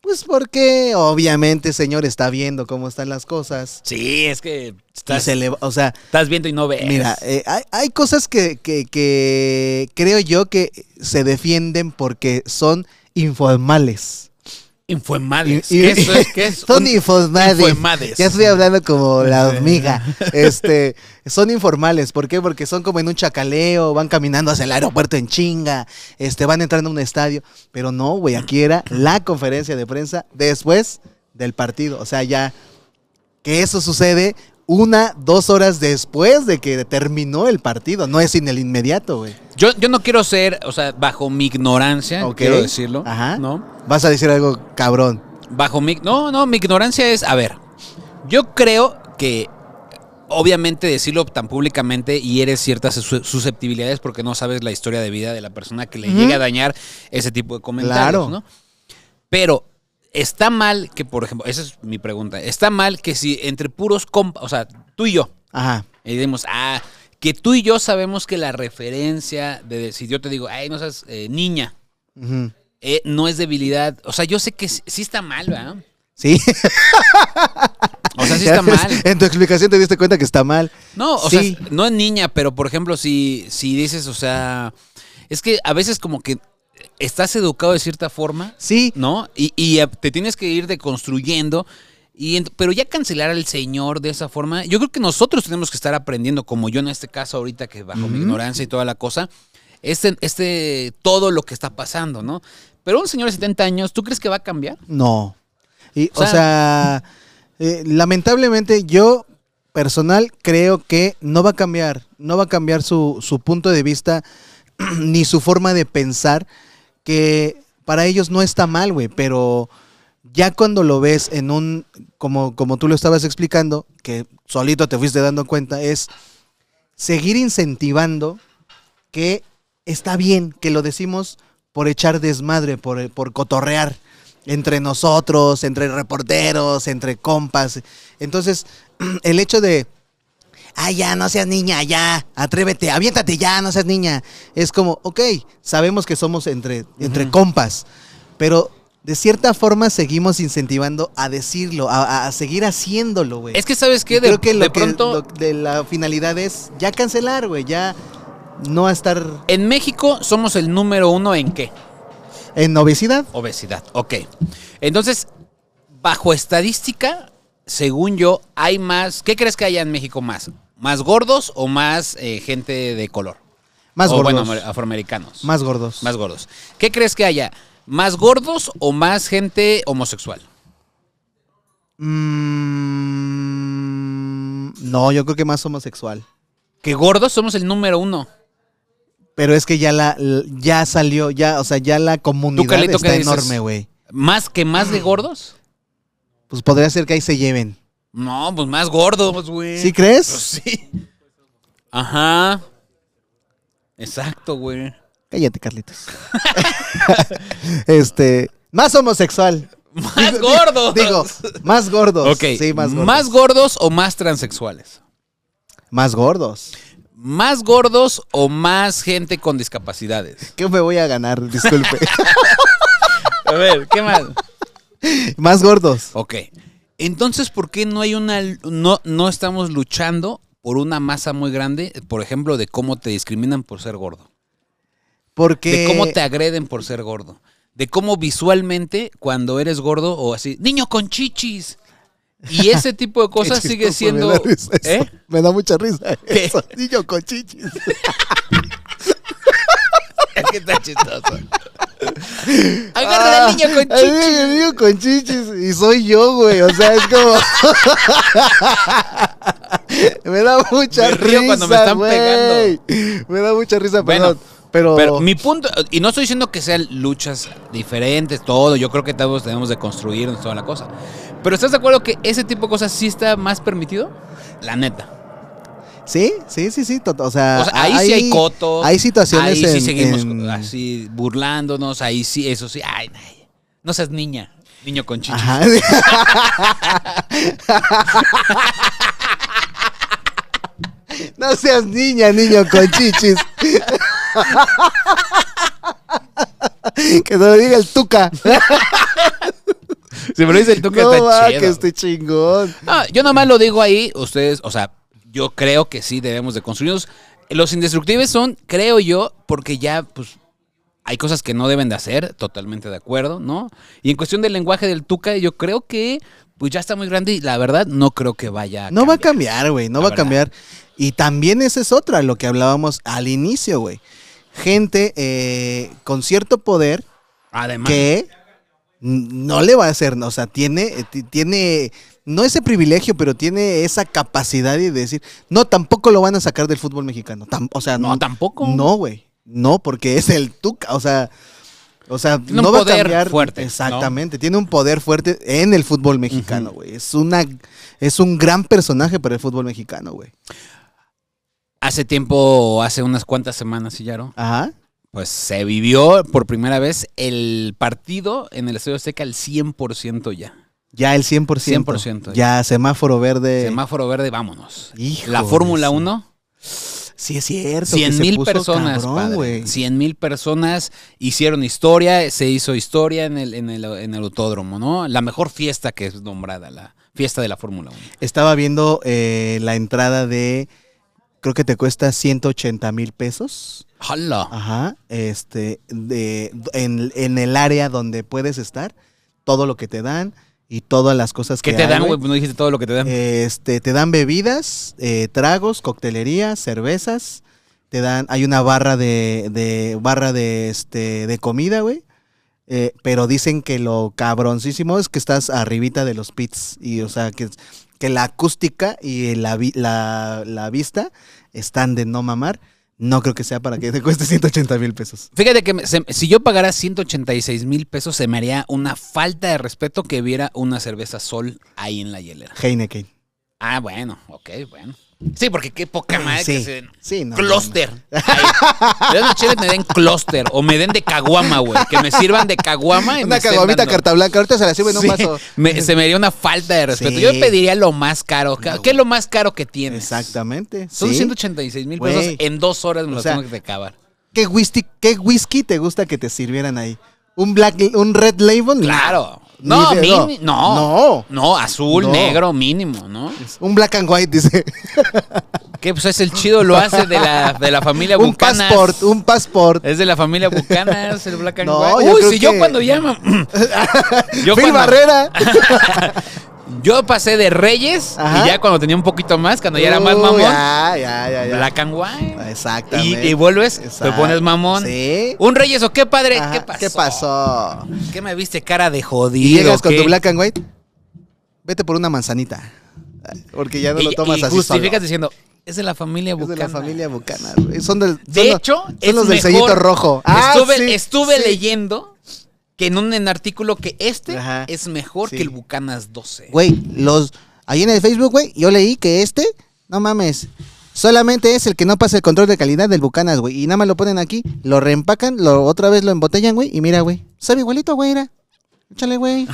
[SPEAKER 2] Pues porque obviamente, señor, está viendo cómo están las cosas.
[SPEAKER 3] Sí, es
[SPEAKER 2] Y
[SPEAKER 3] que estás,
[SPEAKER 2] se le, o sea,
[SPEAKER 3] estás viendo y no ves.
[SPEAKER 2] Mira, eh, hay, hay cosas que, que- que creo yo que se defienden porque son informales.
[SPEAKER 3] Infoemades.
[SPEAKER 2] Y- y-
[SPEAKER 3] ¿Qué es, qué es
[SPEAKER 2] Son
[SPEAKER 3] un-
[SPEAKER 2] informales.
[SPEAKER 3] infoemades?
[SPEAKER 2] Ya estoy hablando como la hormiga. Este, son informales. ¿Por qué? Porque son como en un chacaleo, van caminando hacia el aeropuerto en chinga, este, van entrando a un estadio. Pero no, güey, aquí era la conferencia de prensa después del partido. O sea, ya que eso sucede una, dos horas después de que terminó el partido. No es en el inmediato, güey.
[SPEAKER 3] Yo, yo no quiero ser, o sea, bajo mi ignorancia,
[SPEAKER 2] Ok.
[SPEAKER 3] quiero decirlo.
[SPEAKER 2] Ajá.
[SPEAKER 3] ¿No?
[SPEAKER 2] Vas a decir algo cabrón.
[SPEAKER 3] Bajo mi. No, no, mi ignorancia es. A ver, yo creo que. Obviamente decirlo tan públicamente hieres ciertas su- susceptibilidades porque no sabes la historia de vida de la persona que le
[SPEAKER 2] Ujú.
[SPEAKER 3] llega a dañar ese tipo de comentarios,
[SPEAKER 2] Claro.
[SPEAKER 3] ¿no? Pero está mal que, por ejemplo, esa es mi pregunta, está mal que si entre puros compas, o sea, tú y yo,
[SPEAKER 2] Ajá.
[SPEAKER 3] Y decimos, ah, que tú y yo sabemos que la referencia de si yo te digo, ay, no seas eh, niña,
[SPEAKER 2] Ujú.
[SPEAKER 3] eh, no es debilidad. O sea, yo sé que sí, sí está mal, ¿verdad?
[SPEAKER 2] Sí.
[SPEAKER 3] O sea, sí está mal.
[SPEAKER 2] en tu explicación te diste cuenta que está mal.
[SPEAKER 3] No, o
[SPEAKER 2] Sí.
[SPEAKER 3] sea, no es niña, pero por ejemplo, si, si dices, o sea, es que a veces como que estás educado de cierta forma,
[SPEAKER 2] Sí.
[SPEAKER 3] ¿no? Y, y, eh, te tienes que ir deconstruyendo. Y ent- pero ya cancelar al Señor de esa forma, yo creo que nosotros tenemos que estar aprendiendo, como yo en este caso ahorita, que bajo mi ignorancia y toda la cosa, este, este, todo lo que está pasando, ¿no? Pero un señor de 70 años, ¿tú crees que va a cambiar?
[SPEAKER 2] No. Y, o
[SPEAKER 3] O
[SPEAKER 2] sea, eh, lamentablemente yo personal creo que no va a cambiar, no va a cambiar su, su punto de vista ni su forma de pensar, que para ellos no está mal, güey, pero Ya cuando lo ves en un, como, como tú lo estabas explicando, que solito te fuiste dando cuenta, es seguir incentivando que está bien, que lo decimos por echar desmadre, por, por cotorrear entre nosotros, entre reporteros, entre compas. Entonces, el hecho de, ay, ya, no seas niña, ya, atrévete, aviéntate ya, no seas niña. Es como, ok, sabemos que somos entre, entre compas, pero de cierta forma seguimos incentivando a decirlo, a, a- a seguir haciéndolo, güey.
[SPEAKER 3] Es que sabes qué, de,
[SPEAKER 2] Creo que lo
[SPEAKER 3] de pronto
[SPEAKER 2] lo- de la finalidad es ya cancelar, güey, ya no a estar
[SPEAKER 3] en México somos el número uno en qué?
[SPEAKER 2] en obesidad.
[SPEAKER 3] Obesidad, ok. Entonces, bajo estadística, según yo, hay más. ¿Qué crees que haya en México más? ¿Más gordos o más eh, gente de color?
[SPEAKER 2] Más
[SPEAKER 3] o,
[SPEAKER 2] gordos.
[SPEAKER 3] Oh, Bueno, amer- afroamericanos.
[SPEAKER 2] más gordos.
[SPEAKER 3] Más gordos. ¿Qué crees que haya? ¿Más gordos o más gente homosexual?
[SPEAKER 2] Mm, no, yo creo que más homosexual.
[SPEAKER 3] Que gordos somos el número uno.
[SPEAKER 2] Pero es que ya la l- ya salió, ya, o sea, ya la comunidad
[SPEAKER 3] Carlito, qué
[SPEAKER 2] está
[SPEAKER 3] dices?
[SPEAKER 2] enorme, güey.
[SPEAKER 3] ¿Más que más de gordos?
[SPEAKER 2] Pues podría ser que ahí se lleven.
[SPEAKER 3] No, pues más gordos, güey.
[SPEAKER 2] ¿Sí crees?
[SPEAKER 3] Pues sí. Ajá. Exacto, güey.
[SPEAKER 2] Cállate, Carlitos. este, más homosexual.
[SPEAKER 3] Más
[SPEAKER 2] Digo-
[SPEAKER 3] gordos.
[SPEAKER 2] Digo, más gordos.
[SPEAKER 3] Ok.
[SPEAKER 2] Sí, más gordos.
[SPEAKER 3] ¿Más gordos o más transexuales?
[SPEAKER 2] Más gordos.
[SPEAKER 3] ¿Más gordos o más gente con discapacidades?
[SPEAKER 2] ¿Qué me voy a ganar? Disculpe.
[SPEAKER 3] A ver, ¿qué más?
[SPEAKER 2] más gordos.
[SPEAKER 3] Ok. Entonces, ¿por qué no hay una no, no estamos luchando por una masa muy grande, por ejemplo, de cómo te discriminan por ser gordo?
[SPEAKER 2] Porque.
[SPEAKER 3] De cómo te agreden por ser gordo. De cómo visualmente, cuando eres gordo o así, niño con chichis. Y ese tipo de cosas
[SPEAKER 2] Qué
[SPEAKER 3] sigue
[SPEAKER 2] chistoso,
[SPEAKER 3] siendo.
[SPEAKER 2] Me da, risa eso.
[SPEAKER 3] ¿Eh?
[SPEAKER 2] Me da mucha risa.
[SPEAKER 3] ¿Qué?
[SPEAKER 2] Eso. Niño con chichis.
[SPEAKER 3] Es que está chistoso. Agarra al niño con
[SPEAKER 2] Ay,
[SPEAKER 3] chichis.
[SPEAKER 2] Ah, el niño con chichis. Y soy yo, güey. O sea, es como. me da mucha
[SPEAKER 3] Me
[SPEAKER 2] risa.
[SPEAKER 3] río cuando me están
[SPEAKER 2] güey. Me da mucha risa,
[SPEAKER 3] Bueno,
[SPEAKER 2] perdón. Pero,
[SPEAKER 3] Pero mi punto, y no estoy diciendo que sean luchas diferentes, todo, yo creo que todos tenemos de construirnos toda la cosa. Pero ¿estás de acuerdo que ese tipo de cosas sí está más permitido? La neta.
[SPEAKER 2] Sí, sí, sí, sí. tot- O sea,
[SPEAKER 3] O sea, ahí sí Ah, hay cotos.
[SPEAKER 2] Hay situaciones
[SPEAKER 3] Ahí sí
[SPEAKER 2] en-
[SPEAKER 3] seguimos
[SPEAKER 2] en-
[SPEAKER 3] así burlándonos, ahí sí, eso sí. Ay, ay, no seas niña, niño con chichis.
[SPEAKER 2] Ajá. No seas niña, niño con chichis. que no lo diga el tuca.
[SPEAKER 3] Si me lo dice el toque
[SPEAKER 2] no
[SPEAKER 3] está
[SPEAKER 2] va,
[SPEAKER 3] chido.
[SPEAKER 2] que esté chingón.
[SPEAKER 3] No, yo nomás lo digo ahí, ustedes, o sea, yo creo que sí debemos de construirnos. Los indestructibles son, creo yo, porque ya, pues, hay cosas que no deben de hacer, totalmente de acuerdo, ¿no? Y en cuestión del lenguaje del Tuca, yo creo que, pues, ya está muy grande y la verdad no creo que vaya.
[SPEAKER 2] No va a cambiar, güey, no
[SPEAKER 3] La
[SPEAKER 2] va a
[SPEAKER 3] verdad.
[SPEAKER 2] cambiar. Y también esa es otra, lo que hablábamos al inicio, güey. Gente eh, con cierto poder
[SPEAKER 3] Además,
[SPEAKER 2] que no le va a hacer, o sea, tiene, eh, ti- tiene, no ese privilegio, pero tiene esa capacidad de decir, no, tampoco lo van a sacar del fútbol mexicano, tam- o sea,
[SPEAKER 3] No, tampoco.
[SPEAKER 2] no, güey, no, porque es el Tuca, o sea, o sea,
[SPEAKER 3] Tiene un
[SPEAKER 2] no va a
[SPEAKER 3] poder
[SPEAKER 2] cambiar
[SPEAKER 3] fuerte, ¿no?
[SPEAKER 2] exactamente, tiene un poder fuerte en el fútbol mexicano, güey, es una, es un gran personaje para el fútbol mexicano, güey,
[SPEAKER 3] hace tiempo, hace unas cuantas semanas, Sillaro,
[SPEAKER 2] ajá,
[SPEAKER 3] pues se vivió por primera vez el partido en el Estadio Azteca al 100% ya.
[SPEAKER 2] ya el 100%,
[SPEAKER 3] 100%,
[SPEAKER 2] ya semáforo verde,
[SPEAKER 3] Semáforo verde, vámonos.
[SPEAKER 2] Hijo
[SPEAKER 3] la
[SPEAKER 2] de
[SPEAKER 3] Fórmula
[SPEAKER 2] su-
[SPEAKER 3] 1.
[SPEAKER 2] sí es cierto, que
[SPEAKER 3] 100
[SPEAKER 2] se
[SPEAKER 3] mil
[SPEAKER 2] puso
[SPEAKER 3] personas,
[SPEAKER 2] cabrón,
[SPEAKER 3] padre.
[SPEAKER 2] güey.
[SPEAKER 3] 100 mil personas hicieron historia, se hizo historia en el, en el, en el autódromo, ¿no? La mejor fiesta que es nombrada, la fiesta de la Fórmula 1.
[SPEAKER 2] Estaba viendo eh, la entrada de. Creo que te cuesta 180 mil pesos.
[SPEAKER 3] ¡Hala!
[SPEAKER 2] Ajá. Este. De, en, en el área donde puedes estar. Todo lo que te dan. Y todas las cosas que
[SPEAKER 3] ¿Qué te
[SPEAKER 2] hay,
[SPEAKER 3] dan,
[SPEAKER 2] güey.
[SPEAKER 3] güey? Pues No dijiste todo lo que te dan.
[SPEAKER 2] Este, te dan bebidas, eh, tragos, coctelería, cervezas. Te dan, hay una barra de, de- barra de, este, de comida, güey. Eh, pero dicen que lo cabroncísimo es que estás arribita de los pits. Y, o sea, que, que la acústica y la, vi- la, la vista están de no mamar. No creo que sea para que te cueste 180 mil pesos.
[SPEAKER 3] Fíjate que me- se- si yo pagara 186 mil pesos, se me haría una falta de respeto que viera una cerveza sol ahí en la hielera.
[SPEAKER 2] Heineken.
[SPEAKER 3] Ah, bueno, ok, bueno. Sí, porque qué poca madre que
[SPEAKER 2] Sí,
[SPEAKER 3] se den.
[SPEAKER 2] sí, no,
[SPEAKER 3] Clúster. Ahí. Me dan unas chelas, me den clúster. O me den de caguama, güey. Que me sirvan de caguama. y me
[SPEAKER 2] Una
[SPEAKER 3] estén
[SPEAKER 2] caguamita
[SPEAKER 3] dando-
[SPEAKER 2] carta blanca. Ahorita se la sirve en un
[SPEAKER 3] Sí,
[SPEAKER 2] vaso.
[SPEAKER 3] me- se me haría una falta de respeto.
[SPEAKER 2] Sí.
[SPEAKER 3] Yo pediría lo más caro. Ca- ¿Qué es lo más caro que tienes?
[SPEAKER 2] Exactamente.
[SPEAKER 3] Son
[SPEAKER 2] sí.
[SPEAKER 3] 186 mil pesos.
[SPEAKER 2] Güey.
[SPEAKER 3] En dos horas me
[SPEAKER 2] O
[SPEAKER 3] los
[SPEAKER 2] sea,
[SPEAKER 3] tengo que acabar.
[SPEAKER 2] ¿Qué whisky, ¿Qué whisky te gusta que te sirvieran ahí? ¿Un black, un red label? No.
[SPEAKER 3] Claro.
[SPEAKER 2] Ni
[SPEAKER 3] No,
[SPEAKER 2] de-
[SPEAKER 3] mini- no.
[SPEAKER 2] No.
[SPEAKER 3] No, azul,
[SPEAKER 2] No.
[SPEAKER 3] negro, mínimo, ¿no?
[SPEAKER 2] Un black and white, dice.
[SPEAKER 3] Que pues es el chido, lo hace de la, de la familia Eh,
[SPEAKER 2] un
[SPEAKER 3] Bucanas.
[SPEAKER 2] passport, un passport.
[SPEAKER 3] Es de la familia Bucanas, el Black and
[SPEAKER 2] No,
[SPEAKER 3] White.
[SPEAKER 2] yo
[SPEAKER 3] Uy,
[SPEAKER 2] creo
[SPEAKER 3] si yo
[SPEAKER 2] que-
[SPEAKER 3] cuando llamo. yo,
[SPEAKER 2] Phil
[SPEAKER 3] cuando-
[SPEAKER 2] Barrera.
[SPEAKER 3] yo pasé de Reyes
[SPEAKER 2] Ajá.
[SPEAKER 3] y ya cuando tenía un poquito más, cuando ya era más
[SPEAKER 2] Uh,
[SPEAKER 3] mamón,
[SPEAKER 2] Ya, ya, ya, ya.
[SPEAKER 3] Black and White. Y,
[SPEAKER 2] Exactamente.
[SPEAKER 3] y vuelves, te
[SPEAKER 2] Exacto.
[SPEAKER 3] pones mamón.
[SPEAKER 2] Sí.
[SPEAKER 3] Un Reyes o qué padre,
[SPEAKER 2] Ajá,
[SPEAKER 3] ¿qué pasó?
[SPEAKER 2] ¿Qué pasó?
[SPEAKER 3] ¿Qué me viste cara de jodido?
[SPEAKER 2] Y llegas con
[SPEAKER 3] ¿Qué?
[SPEAKER 2] tu black and white. Vete por una manzanita. Porque ya no
[SPEAKER 3] Y-
[SPEAKER 2] lo tomas
[SPEAKER 3] y
[SPEAKER 2] así.
[SPEAKER 3] justificas
[SPEAKER 2] solo.
[SPEAKER 3] diciendo, es de la familia
[SPEAKER 2] Es de
[SPEAKER 3] Bucanas.
[SPEAKER 2] la familia Bucana. güey. Son del, son
[SPEAKER 3] De
[SPEAKER 2] los-
[SPEAKER 3] hecho,
[SPEAKER 2] son
[SPEAKER 3] es
[SPEAKER 2] los del
[SPEAKER 3] mejor.
[SPEAKER 2] sellito rojo. Ah,
[SPEAKER 3] estuve
[SPEAKER 2] sí,
[SPEAKER 3] estuve
[SPEAKER 2] sí.
[SPEAKER 3] leyendo que en un en artículo que este
[SPEAKER 2] Ajá,
[SPEAKER 3] es mejor
[SPEAKER 2] sí.
[SPEAKER 3] que el Bucanas 12.
[SPEAKER 4] Güey, los. Ahí en el Facebook, güey, yo leí que este, no mames. Solamente es el que no pasa el control de calidad del Bucanas, güey. Y nada más lo ponen aquí, lo reempacan, lo otra vez lo embotellan, güey. Y mira, güey. Sabe igualito, güey, era. Échale, güey.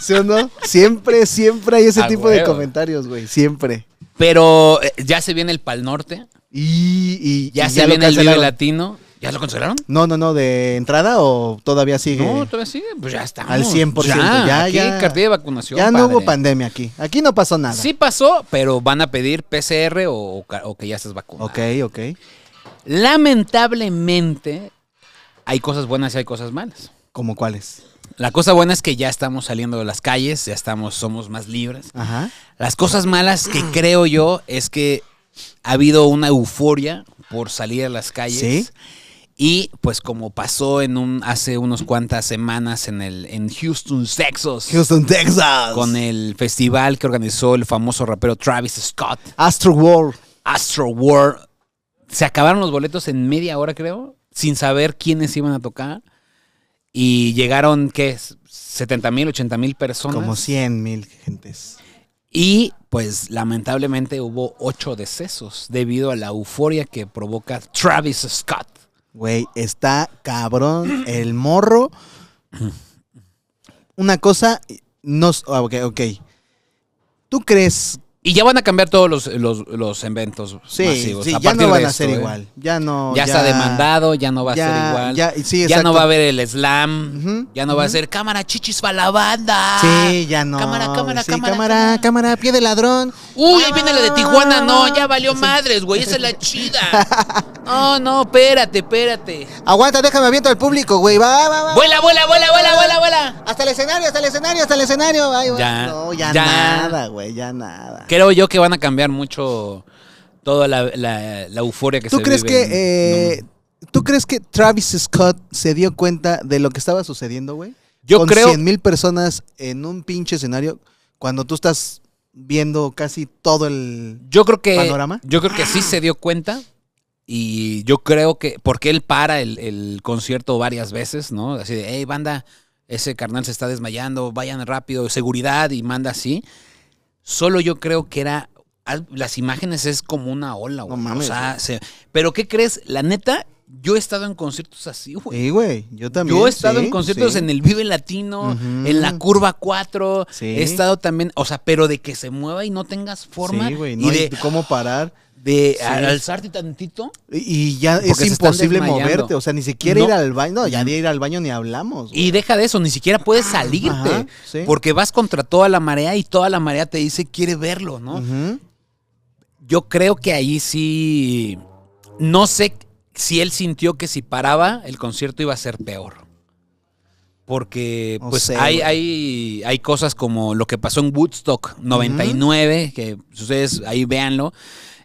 [SPEAKER 2] ¿Sí o no? Siempre, siempre hay ese
[SPEAKER 3] Ah,
[SPEAKER 2] tipo de
[SPEAKER 3] huevo.
[SPEAKER 2] comentarios, güey. Siempre.
[SPEAKER 3] Pero eh, ya se viene el Pal Norte,
[SPEAKER 2] Y, y-
[SPEAKER 3] ya
[SPEAKER 2] y
[SPEAKER 3] se viene el Vive
[SPEAKER 2] cancelaron.
[SPEAKER 3] Latino. ¿Ya lo cancelaron?
[SPEAKER 2] No, no, no. ¿De entrada o todavía sigue?
[SPEAKER 3] No, todavía sigue. Pues ya estamos.
[SPEAKER 2] Al 100%, ya,
[SPEAKER 3] aquí
[SPEAKER 2] ya.
[SPEAKER 3] cartilla de vacunación.
[SPEAKER 2] ya no hubo
[SPEAKER 3] padre.
[SPEAKER 2] pandemia aquí. Aquí no pasó nada.
[SPEAKER 3] Sí pasó, pero van a pedir PCR o, o ca- o que ya estés vacunado.
[SPEAKER 2] Ok, ok.
[SPEAKER 3] Lamentablemente, hay cosas buenas y hay cosas malas.
[SPEAKER 2] ¿Cómo cuáles?
[SPEAKER 3] La cosa buena es que ya estamos saliendo de las calles, ya estamos, somos más libres.
[SPEAKER 2] Ajá.
[SPEAKER 3] Las cosas malas que creo yo es que ha habido una euforia por salir a las calles.
[SPEAKER 2] Sí.
[SPEAKER 3] Y pues como pasó en un, hace unos cuantas semanas en el en Houston, Texas,
[SPEAKER 2] Houston, Texas.
[SPEAKER 3] con el festival que organizó el famoso rapero Travis Scott,
[SPEAKER 2] Astro World.
[SPEAKER 3] Astro World. Se acabaron los boletos en media hora, creo, sin saber quiénes iban a tocar. Y llegaron, ¿qué? 70 mil, 80 mil personas.
[SPEAKER 2] Como 100 mil gentes.
[SPEAKER 3] Y pues lamentablemente hubo ocho decesos debido a la euforia que provoca Travis Scott.
[SPEAKER 2] Güey, está cabrón el morro. Una cosa, no... s- ah, Ok, ok. ¿Tú crees?
[SPEAKER 3] Y ya van a cambiar todos los, los, los eventos
[SPEAKER 2] Sí,
[SPEAKER 3] masivos.
[SPEAKER 2] sí, ya no
[SPEAKER 3] partir de
[SPEAKER 2] van a
[SPEAKER 3] esto,
[SPEAKER 2] ser
[SPEAKER 3] ¿eh?
[SPEAKER 2] igual. Ya no...
[SPEAKER 3] Ya, está demandado, ya no va a ser
[SPEAKER 2] ya-
[SPEAKER 3] igual.
[SPEAKER 2] ya-
[SPEAKER 3] Ya,
[SPEAKER 2] sí, exacto.
[SPEAKER 3] no va a haber el slam.
[SPEAKER 2] Ujú,
[SPEAKER 3] ya no va a ser cámara chichis para la banda.
[SPEAKER 2] Sí, ya no.
[SPEAKER 3] Ah, Cámara, cámara,
[SPEAKER 2] sí,
[SPEAKER 3] cámara,
[SPEAKER 4] Cámara, cámara, pie de ladrón.
[SPEAKER 3] Uy, ahí viene la de Tijuana.
[SPEAKER 2] Ah.
[SPEAKER 3] No, ya valió madres, güey. Esa es la chida. No, no, espérate, espérate.
[SPEAKER 4] Aguanta, déjame aviento al público, güey. Va, va, va.
[SPEAKER 3] Vuela, vuela, vuela, vuela, vuela, vuela.
[SPEAKER 4] Hasta el escenario, hasta el escenario, hasta el escenario. Ay, güey.
[SPEAKER 3] Ya.
[SPEAKER 2] No, ya,
[SPEAKER 3] Ya.
[SPEAKER 2] nada, güey, ya nada.
[SPEAKER 3] Creo yo que van a cambiar mucho toda la, la- la euforia que
[SPEAKER 2] ¿Tú
[SPEAKER 3] se
[SPEAKER 2] crees
[SPEAKER 3] vive
[SPEAKER 2] que...
[SPEAKER 3] en-
[SPEAKER 2] eh, ¿Tú crees que Travis Scott se dio cuenta de lo que estaba sucediendo, güey?
[SPEAKER 3] Yo
[SPEAKER 2] con
[SPEAKER 3] creo-
[SPEAKER 2] mil personas en un pinche escenario cuando tú estás viendo casi todo el...
[SPEAKER 3] yo creo que
[SPEAKER 2] panorama?
[SPEAKER 3] yo creo que sí se dio cuenta y yo creo que porque él para el, el concierto varias veces, ¿no? Así de, hey banda, ese carnal se está desmayando, vayan rápido, seguridad y manda así. Solo yo creo que era al- las imágenes es como una ola, güey.
[SPEAKER 2] No mames,
[SPEAKER 3] o sea, se- pero ¿qué crees? La neta, yo he estado en conciertos así, güey.
[SPEAKER 2] Sí, güey, yo también.
[SPEAKER 3] Yo he estado
[SPEAKER 2] sí,
[SPEAKER 3] en conciertos
[SPEAKER 2] sí.
[SPEAKER 3] en el Vive Latino,
[SPEAKER 2] Ujú.
[SPEAKER 3] en la Curva 4,
[SPEAKER 2] Sí.
[SPEAKER 3] he estado también, o sea, pero de que se mueva y no tengas forma
[SPEAKER 2] Sí, güey, no
[SPEAKER 3] y
[SPEAKER 2] hay
[SPEAKER 3] de,
[SPEAKER 2] cómo parar.
[SPEAKER 3] de
[SPEAKER 2] sí.
[SPEAKER 3] al- alzarte tantito.
[SPEAKER 2] Y y ya
[SPEAKER 3] Porque se
[SPEAKER 2] es
[SPEAKER 3] están
[SPEAKER 2] imposible
[SPEAKER 3] desmayando.
[SPEAKER 2] moverte, o sea, ni siquiera
[SPEAKER 3] No.
[SPEAKER 2] ir al baño. No, ya de ir al baño ni hablamos. güey.
[SPEAKER 3] Y deja de eso, ni siquiera puedes salirte,
[SPEAKER 2] Ajá, sí.
[SPEAKER 3] porque vas contra toda la marea y toda la marea te dice quiere verlo, ¿no?
[SPEAKER 2] Ujú.
[SPEAKER 3] Yo creo que ahí sí, no sé si él sintió que si paraba el concierto iba a ser peor. Porque
[SPEAKER 2] No
[SPEAKER 3] pues
[SPEAKER 2] sé,
[SPEAKER 3] hay,
[SPEAKER 2] güey.
[SPEAKER 3] hay, hay cosas como lo que pasó en Woodstock 99, que pues, ustedes ahí véanlo,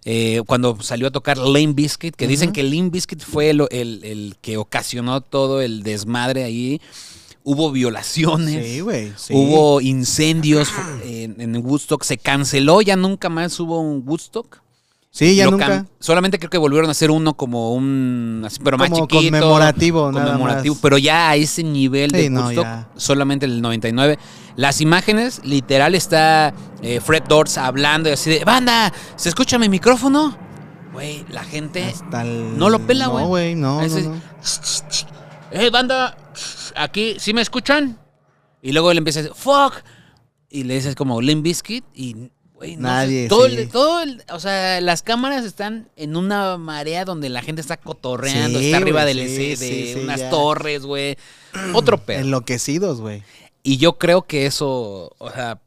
[SPEAKER 3] eh, cuando salió a tocar Lane Biscuit, que dicen que Lane Biscuit fue el, el- el que ocasionó todo el desmadre ahí. Hubo violaciones.
[SPEAKER 2] Sí, güey. sí.
[SPEAKER 3] Hubo incendios en, en Woodstock, se canceló, ya nunca más hubo un Woodstock.
[SPEAKER 2] Sí, ya
[SPEAKER 3] Lo
[SPEAKER 2] nunca.
[SPEAKER 3] cam- Solamente creo que volvieron a hacer uno como un. así, pero más
[SPEAKER 2] Como
[SPEAKER 3] chiquito.
[SPEAKER 2] conmemorativo, nada más.
[SPEAKER 3] Pero ya a ese nivel de
[SPEAKER 2] Sí, no,
[SPEAKER 3] Woodstock,
[SPEAKER 2] ya.
[SPEAKER 3] solamente en el 99. Las imágenes, literal, está eh, Fred Dortz hablando y así de: ¡Banda! ¿Se escucha mi micrófono? Güey, la gente.
[SPEAKER 2] Hasta el-
[SPEAKER 3] No lo pela, güey.
[SPEAKER 2] No, güey, no,
[SPEAKER 3] Ese-
[SPEAKER 2] no, no.
[SPEAKER 3] ¡Eh, banda! Aquí, ¿sí me escuchan? Y luego él empieza a decir, ¡Fuck! Y le dices como Limp Bizkit y. güey, no sé,
[SPEAKER 2] Nadie,
[SPEAKER 3] todo,
[SPEAKER 2] sí.
[SPEAKER 3] el, todo el- o sea, las cámaras están en una marea donde la gente está cotorreando,
[SPEAKER 2] Sí,
[SPEAKER 3] está arriba
[SPEAKER 2] güey,
[SPEAKER 3] del
[SPEAKER 2] sí,
[SPEAKER 3] ec- de
[SPEAKER 2] sí, sí,
[SPEAKER 3] unas
[SPEAKER 2] ya.
[SPEAKER 3] torres, güey. Otro pedo.
[SPEAKER 2] Enloquecidos, güey.
[SPEAKER 3] Y yo creo que eso, o sea,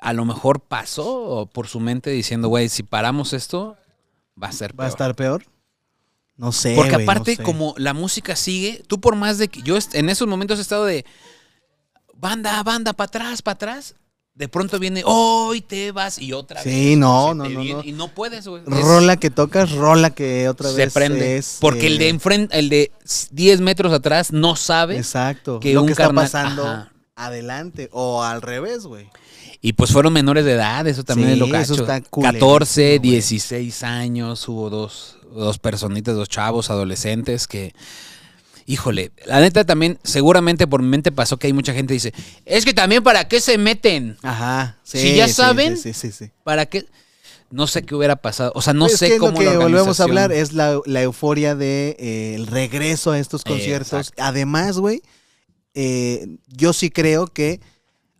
[SPEAKER 3] a lo mejor pasó por su mente diciendo, güey, si paramos esto, va a ser
[SPEAKER 2] ¿Va a
[SPEAKER 3] peor".
[SPEAKER 2] estar peor? No sé.
[SPEAKER 3] Porque
[SPEAKER 2] güey, no
[SPEAKER 3] aparte,
[SPEAKER 2] sé.
[SPEAKER 3] como la música sigue, tú por más de que yo est- en esos momentos he estado de banda, banda, para atrás, para atrás, de pronto viene, hoy te vas y otra vez.
[SPEAKER 2] Sí, no,
[SPEAKER 3] se
[SPEAKER 2] no,
[SPEAKER 3] te
[SPEAKER 2] no,
[SPEAKER 3] viene-
[SPEAKER 2] no.
[SPEAKER 3] Y no puedes, güey. Es-
[SPEAKER 2] Rola que tocas, rola que otra
[SPEAKER 3] se
[SPEAKER 2] vez.
[SPEAKER 3] prende.
[SPEAKER 2] es,
[SPEAKER 3] porque
[SPEAKER 2] eh,
[SPEAKER 3] el de enfrente, el de 10 metros atrás no sabe.
[SPEAKER 2] Exacto.
[SPEAKER 3] ¿eh? que
[SPEAKER 2] lo
[SPEAKER 3] un
[SPEAKER 2] que está
[SPEAKER 3] carnal-
[SPEAKER 2] pasando
[SPEAKER 3] ajá.
[SPEAKER 2] adelante o al revés, güey.
[SPEAKER 3] Y pues fueron menores de edad, eso también
[SPEAKER 2] Sí,
[SPEAKER 3] es lo cacho.
[SPEAKER 2] eso está cool, güey.
[SPEAKER 3] 14, 16 años, hubo dos, dos personitas, dos chavos, adolescentes que... Híjole, la neta también, seguramente por mi mente pasó que hay mucha gente que dice, es que también para qué se meten,
[SPEAKER 2] Ajá. Sí,
[SPEAKER 3] Si ya
[SPEAKER 2] sí,
[SPEAKER 3] saben,
[SPEAKER 2] Sí, sí, sí. sí.
[SPEAKER 3] para qué... No sé qué hubiera pasado, o sea, no
[SPEAKER 2] Pues Es
[SPEAKER 3] sé
[SPEAKER 2] que es
[SPEAKER 3] cómo...
[SPEAKER 2] lo que
[SPEAKER 3] la
[SPEAKER 2] volvemos a
[SPEAKER 3] organización-
[SPEAKER 2] hablar eh. es la, la euforia de eh, el regreso a estos
[SPEAKER 3] Eh,
[SPEAKER 2] conciertos.
[SPEAKER 3] exacto.
[SPEAKER 2] Además, güey, eh, yo sí creo que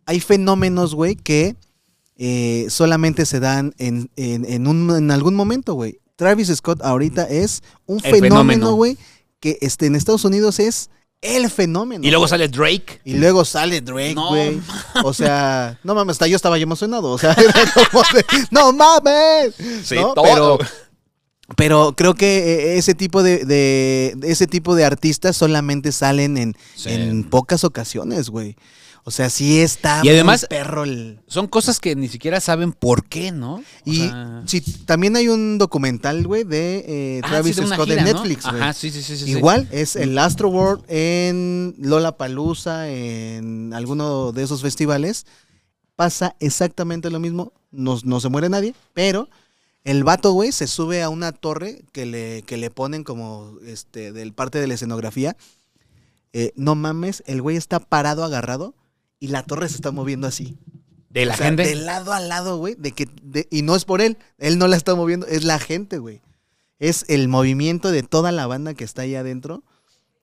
[SPEAKER 2] hay fenómenos, güey, que eh, solamente se dan en, en- en un- en algún momento, güey. Travis Scott ahorita es un
[SPEAKER 3] El fenómeno.
[SPEAKER 2] fenómeno, güey, que este, en Estados Unidos es el fenómeno.
[SPEAKER 3] Y luego sale Drake.
[SPEAKER 2] Y luego sale Drake,
[SPEAKER 3] No
[SPEAKER 2] güey. o sea, no mames, hasta yo estaba emocionado. O sea, era como de, no mames.
[SPEAKER 3] Sí,
[SPEAKER 2] ¿no?
[SPEAKER 3] todo.
[SPEAKER 2] Pero, pero creo que eh, ese tipo de, de- de- ese tipo de artistas solamente salen en,
[SPEAKER 3] Sí.
[SPEAKER 2] en pocas ocasiones, güey. O sea, sí está
[SPEAKER 3] Y además-
[SPEAKER 2] muy perro el-
[SPEAKER 3] Son cosas que ni siquiera saben por qué, ¿no? O
[SPEAKER 2] Y
[SPEAKER 3] sea-
[SPEAKER 2] sí, también hay un documental, güey, de eh,
[SPEAKER 3] Ah,
[SPEAKER 2] Travis
[SPEAKER 3] sí, de una
[SPEAKER 2] Scott
[SPEAKER 3] gira,
[SPEAKER 2] en
[SPEAKER 3] ¿no?
[SPEAKER 2] Netflix, güey.
[SPEAKER 3] Ajá, sí, sí, sí, sí, sí.
[SPEAKER 2] Igual es el Astro World en Lollapalooza, en alguno de esos festivales. Pasa exactamente lo mismo. No, no se muere nadie, pero el vato, güey, se sube a una torre que le, que le ponen como este, del parte de la escenografía. Eh, no mames, el güey está parado, agarrado, y la torre se está moviendo así.
[SPEAKER 3] De la
[SPEAKER 2] O sea,
[SPEAKER 3] gente.
[SPEAKER 2] De lado a lado, güey. De que, de- y no es por él. Él no la está moviendo. Es la gente, güey. Es el movimiento de toda la banda que está ahí adentro.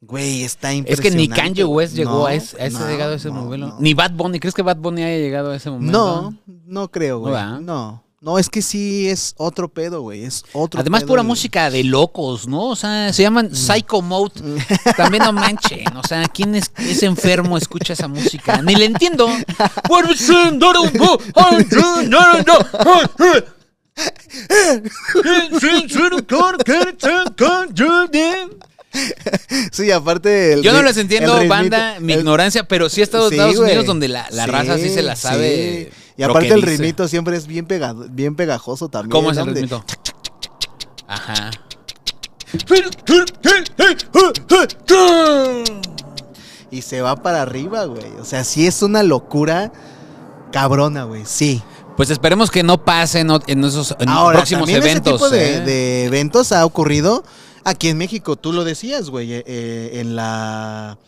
[SPEAKER 2] Güey, está
[SPEAKER 3] Es
[SPEAKER 2] impresionante.
[SPEAKER 3] que ni Kanye
[SPEAKER 2] güey.
[SPEAKER 3] West llegó
[SPEAKER 2] No,
[SPEAKER 3] a ese, a ese-
[SPEAKER 2] no,
[SPEAKER 3] llegado a ese
[SPEAKER 2] no,
[SPEAKER 3] momento.
[SPEAKER 2] no.
[SPEAKER 3] Ni Bad Bunny. ¿Crees que Bad Bunny haya llegado a ese momento?
[SPEAKER 2] No, no creo, güey.
[SPEAKER 3] ¿verdad?
[SPEAKER 2] No. No, es que sí es otro pedo, güey. Es otro
[SPEAKER 3] Además,
[SPEAKER 2] pedo,
[SPEAKER 3] pura
[SPEAKER 2] güey.
[SPEAKER 3] música de locos, ¿no? O sea, se llaman Psycho Mode. También no manchen. O sea, ¿quién es, es enfermo escucha esa música? Ni le entiendo.
[SPEAKER 2] Sí, aparte. el
[SPEAKER 3] Yo no
[SPEAKER 2] ri-
[SPEAKER 3] les entiendo,
[SPEAKER 2] el ritmito-
[SPEAKER 3] banda, mi
[SPEAKER 2] el-
[SPEAKER 3] ignorancia, pero sí he estado en
[SPEAKER 2] Sí,
[SPEAKER 3] Estados
[SPEAKER 2] güey.
[SPEAKER 3] Unidos donde la, la
[SPEAKER 2] Sí,
[SPEAKER 3] raza sí se la
[SPEAKER 2] sí.
[SPEAKER 3] sabe.
[SPEAKER 2] Y
[SPEAKER 3] lo
[SPEAKER 2] aparte
[SPEAKER 3] que
[SPEAKER 2] el
[SPEAKER 3] dice.
[SPEAKER 2] ritmito siempre es bien, pegado, bien pegajoso también.
[SPEAKER 3] ¿Cómo es el
[SPEAKER 2] hombre.
[SPEAKER 3] ritmito? Ajá.
[SPEAKER 2] Y se va para arriba, güey. O sea, sí es una locura cabrona, güey. Sí.
[SPEAKER 3] Pues esperemos que no pase en, ot- en esos en
[SPEAKER 2] Ahora,
[SPEAKER 3] próximos
[SPEAKER 2] también
[SPEAKER 3] eventos.
[SPEAKER 2] ese tipo de,
[SPEAKER 3] ¿eh?
[SPEAKER 2] de eventos ha ocurrido aquí en México. Tú lo decías, güey, eh, eh, en la...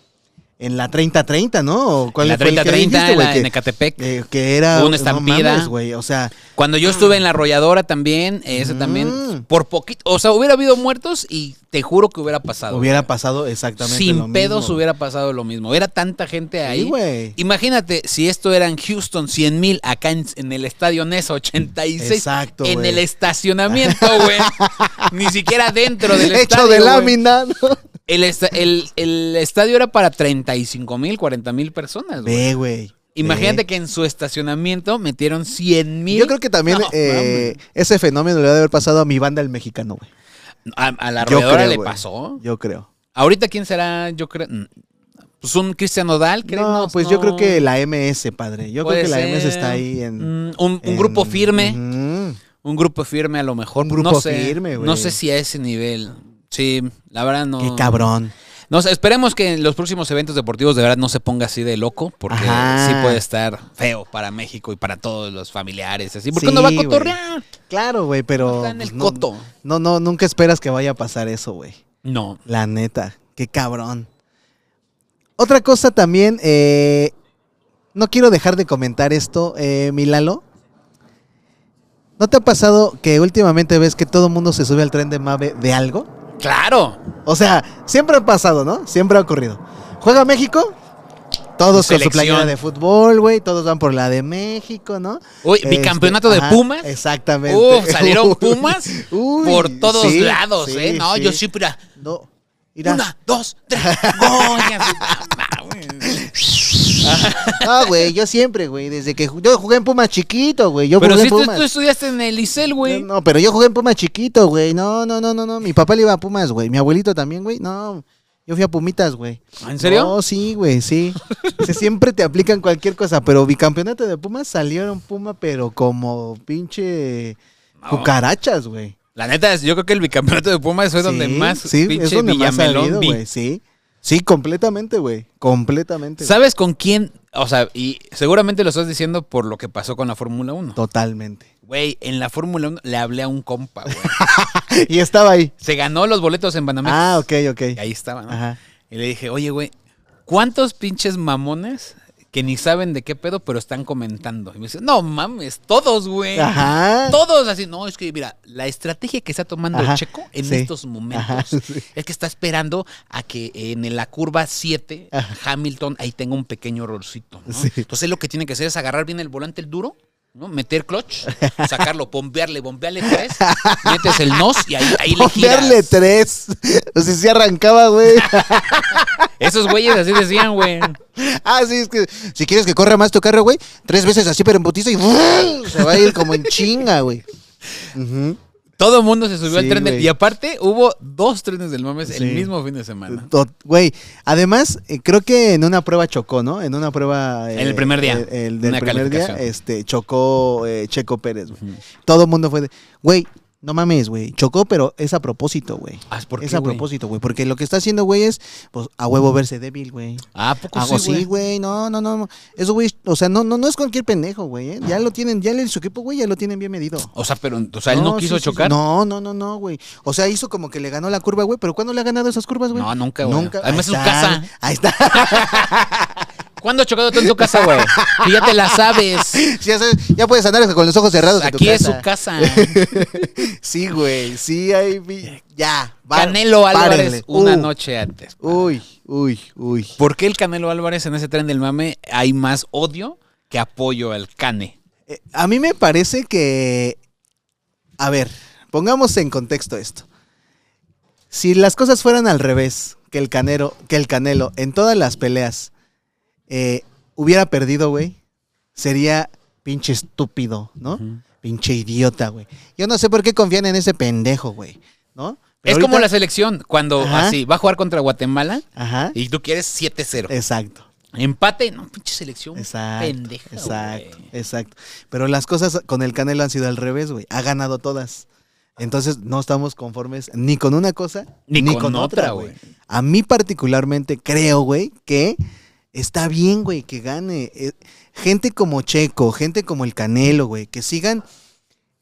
[SPEAKER 2] En la 30-30, ¿no? ¿O ¿Cuál
[SPEAKER 3] la
[SPEAKER 2] fue el que
[SPEAKER 3] 3030
[SPEAKER 2] dijiste,
[SPEAKER 3] en,
[SPEAKER 2] güey?
[SPEAKER 3] la-
[SPEAKER 2] Que-
[SPEAKER 3] en Ecatepec.
[SPEAKER 2] eh, que era
[SPEAKER 3] Hubo una
[SPEAKER 2] no
[SPEAKER 3] estampida.
[SPEAKER 2] mames, güey, o sea,
[SPEAKER 3] Cuando yo estuve en la arrolladora también, ese
[SPEAKER 2] Mm.
[SPEAKER 3] también, por poquito, o sea, hubiera habido muertos y te juro que hubiera pasado.
[SPEAKER 2] hubiera pasado exactamente
[SPEAKER 3] Sin
[SPEAKER 2] lo
[SPEAKER 3] pedos
[SPEAKER 2] mismo.
[SPEAKER 3] hubiera pasado lo mismo. Era tanta gente ahí.
[SPEAKER 2] Sí, güey.
[SPEAKER 3] Imagínate si esto era en Houston, 100 mil, acá en, en el estadio Nesa, 86.
[SPEAKER 2] Exacto,
[SPEAKER 3] En
[SPEAKER 2] güey.
[SPEAKER 3] el estacionamiento, güey. Ni siquiera dentro del
[SPEAKER 2] Hecho
[SPEAKER 3] estadio.
[SPEAKER 2] de
[SPEAKER 3] güey.
[SPEAKER 2] lámina. ¿no?
[SPEAKER 3] El, esta- el- el estadio era para 35 mil, 40 mil personas, güey.
[SPEAKER 2] Ve, güey.
[SPEAKER 3] Imagínate
[SPEAKER 2] ve.
[SPEAKER 3] que en su estacionamiento metieron 100 mil.
[SPEAKER 2] Yo creo que también
[SPEAKER 3] No,
[SPEAKER 2] eh, ese fenómeno le debe haber pasado a mi banda el mexicano, güey.
[SPEAKER 3] A, a la
[SPEAKER 2] Yo
[SPEAKER 3] rodeadora
[SPEAKER 2] creo,
[SPEAKER 3] le
[SPEAKER 2] güey.
[SPEAKER 3] pasó.
[SPEAKER 2] Yo creo.
[SPEAKER 3] Ahorita, ¿quién será? Yo creo. mm, Pues un Cristian Odal, creo.
[SPEAKER 2] No, pues yo creo que la MS, padre. Yo creo
[SPEAKER 3] Puede
[SPEAKER 2] que la MS
[SPEAKER 3] ser.
[SPEAKER 2] está ahí en.
[SPEAKER 3] Mm, un, un
[SPEAKER 2] en-
[SPEAKER 3] grupo firme.
[SPEAKER 2] Ujú.
[SPEAKER 3] Un grupo firme, a lo mejor.
[SPEAKER 2] Un grupo
[SPEAKER 3] no sé,
[SPEAKER 2] firme, güey.
[SPEAKER 3] No sé si a ese nivel. Sí, la verdad no.
[SPEAKER 2] Qué cabrón.
[SPEAKER 3] No sé, esperemos que en los próximos eventos deportivos de verdad no se ponga así de loco,
[SPEAKER 2] Ah.
[SPEAKER 3] porque
[SPEAKER 2] Ajá.
[SPEAKER 3] sí puede estar feo para México y para todos los familiares. Así, porque
[SPEAKER 2] Sí,
[SPEAKER 3] uno va a
[SPEAKER 2] güey.
[SPEAKER 3] cotorrear.
[SPEAKER 2] Claro, güey, pero.
[SPEAKER 3] Está en el
[SPEAKER 2] pues, no-
[SPEAKER 3] coto.
[SPEAKER 2] No, no, nunca esperas que vaya a pasar eso, güey.
[SPEAKER 3] No.
[SPEAKER 2] La neta, qué cabrón. Otra cosa también, eh, no quiero dejar de comentar esto, eh, mi Lalo. ¿No te ha pasado que últimamente ves que todo el mundo se sube al tren de Mave de algo?
[SPEAKER 3] Claro.
[SPEAKER 2] O sea, siempre ha pasado, ¿no? Siempre ha ocurrido. Juega México, todos con su
[SPEAKER 3] Selección.
[SPEAKER 2] playera de fútbol, güey, todos van por la de México, ¿no?
[SPEAKER 3] Uy,
[SPEAKER 2] Este,
[SPEAKER 3] bicampeonato de
[SPEAKER 2] ajá,
[SPEAKER 3] Pumas.
[SPEAKER 2] Exactamente.
[SPEAKER 3] Uf, salieron
[SPEAKER 2] Uy,
[SPEAKER 3] Pumas
[SPEAKER 2] uy,
[SPEAKER 3] por todos
[SPEAKER 2] sí,
[SPEAKER 3] lados,
[SPEAKER 2] sí,
[SPEAKER 3] ¿eh? No,
[SPEAKER 2] sí.
[SPEAKER 3] yo sí, mira.
[SPEAKER 2] No. Mira.
[SPEAKER 3] Una, dos, tres. Goñas. No mames.
[SPEAKER 4] No, güey, yo siempre, güey, desde que ju- yo jugué en Pumas chiquito, güey. Yo
[SPEAKER 3] Pero
[SPEAKER 4] jugué
[SPEAKER 3] si
[SPEAKER 4] en
[SPEAKER 3] tú,
[SPEAKER 4] Pumas.
[SPEAKER 3] tú estudiaste en el ICEL, güey.
[SPEAKER 4] No, pero yo jugué en Pumas chiquito, güey. No, no, no, no, no. Mi papá le iba a Pumas, güey. Mi abuelito también, güey. No. Yo fui a Pumitas, güey.
[SPEAKER 3] ¿En serio?
[SPEAKER 4] No, sí, güey, sí.
[SPEAKER 2] O sea, siempre te aplican cualquier cosa, pero bicampeonato de Pumas salieron Puma, pero como pinche
[SPEAKER 3] No.
[SPEAKER 2] cucarachas, güey.
[SPEAKER 3] La neta, yo creo que el bicampeonato de Pumas fue donde
[SPEAKER 2] Sí,
[SPEAKER 3] más
[SPEAKER 2] sí, es
[SPEAKER 3] pinche
[SPEAKER 2] donde más ha
[SPEAKER 3] Villamelón
[SPEAKER 2] habido,
[SPEAKER 3] vi.
[SPEAKER 2] güey, Sí, sí, completamente, güey. Completamente. güey.
[SPEAKER 3] ¿Sabes con quién? O sea, y seguramente lo estás diciendo por lo que pasó con la Fórmula 1.
[SPEAKER 2] Totalmente.
[SPEAKER 3] Güey, en la Fórmula 1 le hablé a un compa, güey.
[SPEAKER 2] Y estaba ahí.
[SPEAKER 3] Se ganó los boletos en Banamex.
[SPEAKER 2] Ah, ok, ok.
[SPEAKER 3] Y ahí estaba, ¿no?
[SPEAKER 2] Ajá.
[SPEAKER 3] Y le dije, oye, güey, ¿cuántos pinches mamones que ni saben de qué pedo, pero están comentando? Y me dice, no mames, todos, güey.
[SPEAKER 2] Ajá.
[SPEAKER 3] Todos así, no, es que mira, la estrategia que está tomando
[SPEAKER 2] Ajá,
[SPEAKER 3] Checo en
[SPEAKER 2] sí.
[SPEAKER 3] estos momentos
[SPEAKER 2] Ajá, sí.
[SPEAKER 3] es que está esperando a que en la curva 7, Hamilton ahí tenga un pequeño errorcito. ¿no?
[SPEAKER 2] Sí.
[SPEAKER 3] Entonces él lo que tiene que hacer es agarrar bien el volante, el duro, ¿no? meter clutch, sacarlo, bombearle, bombearle tres, metes el nos y ahí, ahí le
[SPEAKER 2] Ponerle
[SPEAKER 3] giras.
[SPEAKER 2] tres. O sea, sí arrancaba, güey.
[SPEAKER 3] Esos güeyes así decían, güey.
[SPEAKER 4] Ah, sí, es que si quieres que corra más tu carro, güey, tres veces así, pero en putiza y se va a ir como en chinga, güey.
[SPEAKER 2] Ujú.
[SPEAKER 3] Todo el mundo se subió al
[SPEAKER 2] Sí,
[SPEAKER 3] tren. del-
[SPEAKER 2] güey.
[SPEAKER 3] y aparte, hubo dos trenes del mames
[SPEAKER 2] Sí. Pues,
[SPEAKER 3] el mismo fin de semana.
[SPEAKER 2] Tot- Güey, además, eh, creo que en una prueba chocó, ¿no? En una prueba. eh,
[SPEAKER 3] En el primer día.
[SPEAKER 2] El, el del
[SPEAKER 3] Una
[SPEAKER 2] primer día,
[SPEAKER 3] calificación.
[SPEAKER 2] este, chocó eh, Checo Pérez, güey.
[SPEAKER 3] Ujú.
[SPEAKER 2] Todo el mundo fue de. Güey, no mames, güey. Chocó, pero es a propósito, güey.
[SPEAKER 3] Ah, ¿por qué,
[SPEAKER 2] es a
[SPEAKER 3] güey?
[SPEAKER 2] propósito, güey. Porque lo que está haciendo, güey, es pues, a huevo verse débil, güey.
[SPEAKER 3] Ah, ¿a poco
[SPEAKER 2] pues
[SPEAKER 4] Hago
[SPEAKER 3] sí, güey?
[SPEAKER 4] sí, güey. No, no, no. Eso, güey, o sea, no, no, no es cualquier pendejo, güey. ¿eh? Ya lo tienen, ya en su equipo, güey, ya lo tienen bien medido.
[SPEAKER 3] O sea, pero, o sea, él no,
[SPEAKER 4] sí,
[SPEAKER 3] quiso
[SPEAKER 4] sí, sí.
[SPEAKER 3] chocar.
[SPEAKER 4] No, no, no, no, güey. O sea, hizo como que le ganó la curva, güey. Pero ¿cuándo le ha ganado esas curvas, güey?
[SPEAKER 3] No, nunca, güey. Además,
[SPEAKER 4] Ahí
[SPEAKER 3] es su
[SPEAKER 4] está,
[SPEAKER 3] casa.
[SPEAKER 4] güey. Ahí está.
[SPEAKER 3] ¿Cuándo has chocado tú en tu casa, güey? Tú ya te la sabes.
[SPEAKER 4] Sí, ya, sabes, ya puedes andar con los ojos cerrados. en tu
[SPEAKER 3] Aquí es
[SPEAKER 4] casa.
[SPEAKER 3] su casa.
[SPEAKER 2] Sí, güey. Sí, ahí. vi- Ya. va-
[SPEAKER 3] Canelo Álvarez
[SPEAKER 2] párenle.
[SPEAKER 3] una
[SPEAKER 2] Uh,
[SPEAKER 3] noche antes.
[SPEAKER 2] Uy, uy, uy.
[SPEAKER 3] ¿Por qué el Canelo Álvarez en ese tren del mame hay más odio que apoyo al Cane?
[SPEAKER 2] Eh, A mí me parece que. A ver, pongamos en contexto esto. Si las cosas fueran al revés, que el canero, que el canelo en todas las peleas eh, hubiera perdido, güey, sería pinche estúpido, ¿no? Pinche idiota, güey.
[SPEAKER 4] Yo no sé por qué confían en ese pendejo, güey.
[SPEAKER 2] ¿No?
[SPEAKER 3] Es
[SPEAKER 2] Pero
[SPEAKER 3] como la
[SPEAKER 2] ahorita-
[SPEAKER 3] selección, cuando
[SPEAKER 2] Ajá.
[SPEAKER 3] así va a jugar contra Guatemala
[SPEAKER 2] Ajá.
[SPEAKER 3] y tú quieres 7-0.
[SPEAKER 2] Exacto.
[SPEAKER 3] Empate, no, pinche selección.
[SPEAKER 2] Exacto.
[SPEAKER 3] pendeja,
[SPEAKER 2] exacto,
[SPEAKER 3] güey.
[SPEAKER 2] exacto. Pero las cosas con el Canelo han sido al revés, güey. Ha ganado todas. Entonces no estamos conformes ni con una cosa
[SPEAKER 3] Ni con otra, güey.
[SPEAKER 2] A mí particularmente creo, güey, que está bien, güey, que gane. Eh, gente como Checo, gente como el Canelo, güey, que sigan,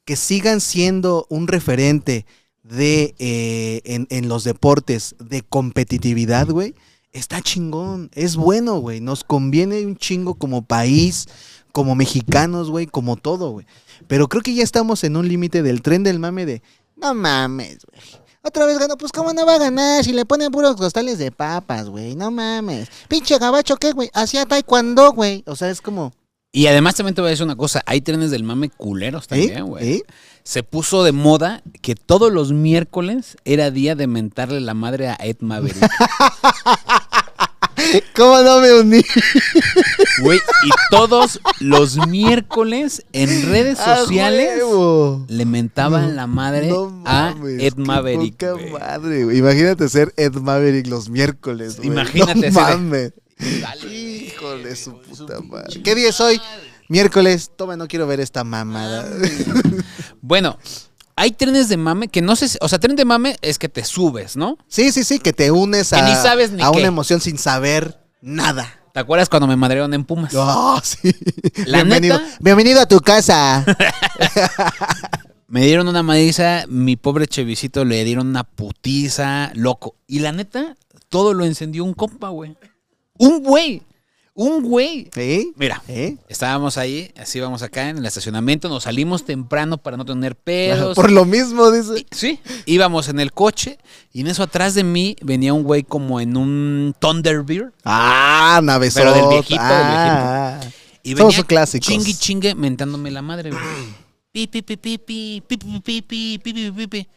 [SPEAKER 2] que sigan siendo un referente de eh, en, en los deportes de competitividad, güey. Está chingón, es bueno, güey. Nos conviene un chingo como país, como mexicanos, güey, como todo, güey. Pero creo que ya estamos en un límite del tren del mame de,
[SPEAKER 4] No mames, güey. Otra vez ganó, pues cómo no va a ganar si le ponen puros costales de papas, güey. No mames. Pinche gabacho, ¿qué, güey? Hacía taekwondo, güey. O sea, es como...
[SPEAKER 3] Y además también te voy a decir una cosa, hay trenes del mame culeros
[SPEAKER 2] ¿eh?
[SPEAKER 3] también, güey.
[SPEAKER 2] ¿eh?
[SPEAKER 3] se puso de moda que todos los miércoles era día de mentarle la madre a Ed Maverick.
[SPEAKER 2] ¿Cómo no me uní?
[SPEAKER 3] Güey, y todos los miércoles en redes
[SPEAKER 2] Ah,
[SPEAKER 3] sociales
[SPEAKER 2] ¡A huevo!
[SPEAKER 3] le mentaban la madre
[SPEAKER 2] No
[SPEAKER 3] a
[SPEAKER 2] mames,
[SPEAKER 3] Ed
[SPEAKER 2] qué
[SPEAKER 3] Maverick.
[SPEAKER 2] poca
[SPEAKER 3] güey.
[SPEAKER 2] madre, güey. Imagínate ser Ed Maverick los miércoles, güey.
[SPEAKER 3] Imagínate
[SPEAKER 2] No
[SPEAKER 3] ese de-
[SPEAKER 2] mames.
[SPEAKER 3] Dale, güey.
[SPEAKER 2] Híjole, su puta madre.
[SPEAKER 4] ¿Qué día es hoy? Miércoles. Toma, no quiero ver esta mamada.
[SPEAKER 3] Bueno, Hay trenes de mame que no sé, si- o sea, tren de mame es que te subes, ¿no?
[SPEAKER 2] Sí, sí, sí, que te unes
[SPEAKER 3] Que
[SPEAKER 2] a,
[SPEAKER 3] ni sabes ni
[SPEAKER 2] a una
[SPEAKER 3] qué.
[SPEAKER 2] emoción sin saber nada.
[SPEAKER 3] ¿Te acuerdas cuando me madrearon en Pumas?
[SPEAKER 2] Oh, sí.
[SPEAKER 3] La
[SPEAKER 2] bienvenido,
[SPEAKER 3] Ah, neta-
[SPEAKER 2] bienvenido a tu casa.
[SPEAKER 3] Me dieron una madriza, mi pobre Chevisito le dieron una putiza, loco. Y la neta, todo lo encendió un compa, güey. Un güey. Un güey.
[SPEAKER 2] ¿Sí?
[SPEAKER 3] Mira,
[SPEAKER 2] ¿Eh?
[SPEAKER 3] estábamos ahí, así vamos acá en el estacionamiento, nos salimos temprano para no tener pedos.
[SPEAKER 5] Por lo mismo, dice.
[SPEAKER 3] Sí, íbamos en el coche y en eso atrás de mí venía un güey como en un Thunderbird
[SPEAKER 5] Ah, navezón.
[SPEAKER 3] Pero del viejito, del
[SPEAKER 5] Ah,
[SPEAKER 3] y
[SPEAKER 5] Todos
[SPEAKER 3] venía
[SPEAKER 5] son clásicos.
[SPEAKER 3] chingui chingue mentándome la madre, güey. Pi, pi, pi, pi, pi, pi, pi, pi, pi, pi, pi, pi, pi.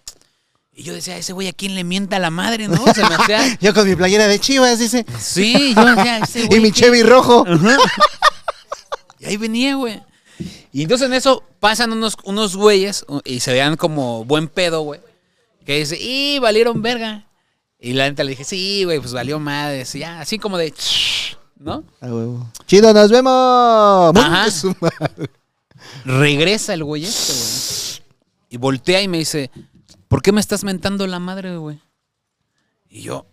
[SPEAKER 3] Y yo decía, ese güey a quién le mienta la madre, ¿no? Se me hacía.
[SPEAKER 2] Yo con mi playera de chivas, dice.
[SPEAKER 3] Sí, yo decía, ese güey.
[SPEAKER 2] Y mi
[SPEAKER 3] ¿qué?
[SPEAKER 2] Chevy rojo.
[SPEAKER 3] Y ahí venía, güey. Y entonces en eso pasan unos, unos güeyes u- y se vean como buen pedo, güey. Que dice, y valieron verga. Y la neta le dije, sí, güey, pues valió madre. Sí, ya, así como de, ¿no?
[SPEAKER 2] Ah, Chido, nos vemos.
[SPEAKER 3] Ajá.
[SPEAKER 2] Su madre.
[SPEAKER 3] Regresa el güey este, güey. Y voltea y me dice, ¿por qué me estás mentando la madre, güey? Y yo,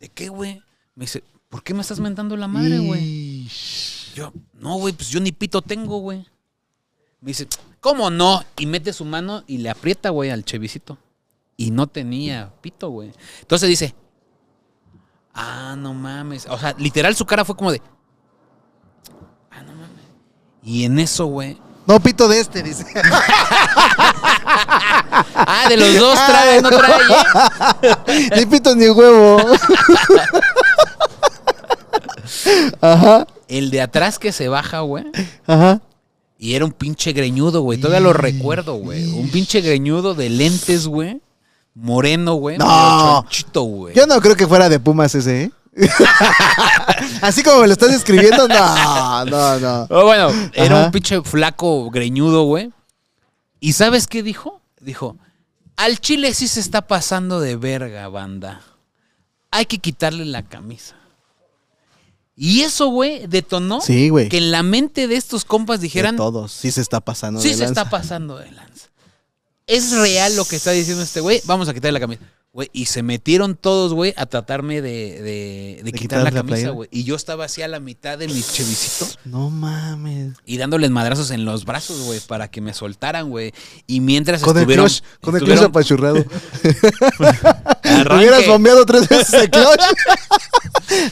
[SPEAKER 3] ¿de qué, güey? Me dice, ¿por qué me estás mentando la madre, güey? Yo, no, güey, pues yo ni pito tengo, güey. Me dice, ¿cómo no? Y mete su mano y le aprieta, güey, al chevisito. Y no tenía pito, güey. Entonces dice, ah, no mames. O sea, literal su cara fue como de, ah, no mames. Y en eso, güey.
[SPEAKER 2] No pito de este, dice.
[SPEAKER 3] Ah, de los dos trae, no trae. ¿eh?
[SPEAKER 2] ni pito ni huevo. Ajá,
[SPEAKER 3] El de atrás que se baja, güey.
[SPEAKER 2] ajá.
[SPEAKER 3] Y era un pinche greñudo, güey. Todavía lo recuerdo, güey. Un pinche greñudo de lentes, güey. Moreno, güey.
[SPEAKER 2] No.
[SPEAKER 3] pero chonchito, güey.
[SPEAKER 2] Yo no creo que fuera de Pumas ese, ¿eh? Así como me lo estás escribiendo, no, no, no.
[SPEAKER 3] Oh, bueno, era
[SPEAKER 2] Ajá.
[SPEAKER 3] un pinche flaco greñudo, güey. ¿Y sabes qué dijo? Dijo, al chile sí se está pasando de verga, banda. Hay que quitarle la camisa. Y eso, güey, detonó
[SPEAKER 2] Sí, güey.
[SPEAKER 3] que en la mente de estos compas
[SPEAKER 2] De
[SPEAKER 3] dijeran,
[SPEAKER 2] todos, sí se está pasando.
[SPEAKER 3] sí
[SPEAKER 2] de
[SPEAKER 3] se
[SPEAKER 2] lanza.
[SPEAKER 3] está pasando de lanza. Es real lo que está diciendo este güey, vamos a quitarle la camisa. Güey, y se metieron todos, güey, a tratarme de, de- de quitar
[SPEAKER 2] quitarle
[SPEAKER 3] la
[SPEAKER 2] la
[SPEAKER 3] camisa,
[SPEAKER 2] playera.
[SPEAKER 3] güey. Y yo estaba así a la mitad de mi chevisito
[SPEAKER 2] No mames.
[SPEAKER 3] y dándoles madrazos en los brazos, güey, para que me soltaran, güey. Y mientras
[SPEAKER 2] Con el
[SPEAKER 3] estuvieron.
[SPEAKER 2] clutch, con el clutch
[SPEAKER 3] estuvieron
[SPEAKER 2] apachurrado.
[SPEAKER 3] arranque,
[SPEAKER 2] Hubieras bombeado tres veces el clutch.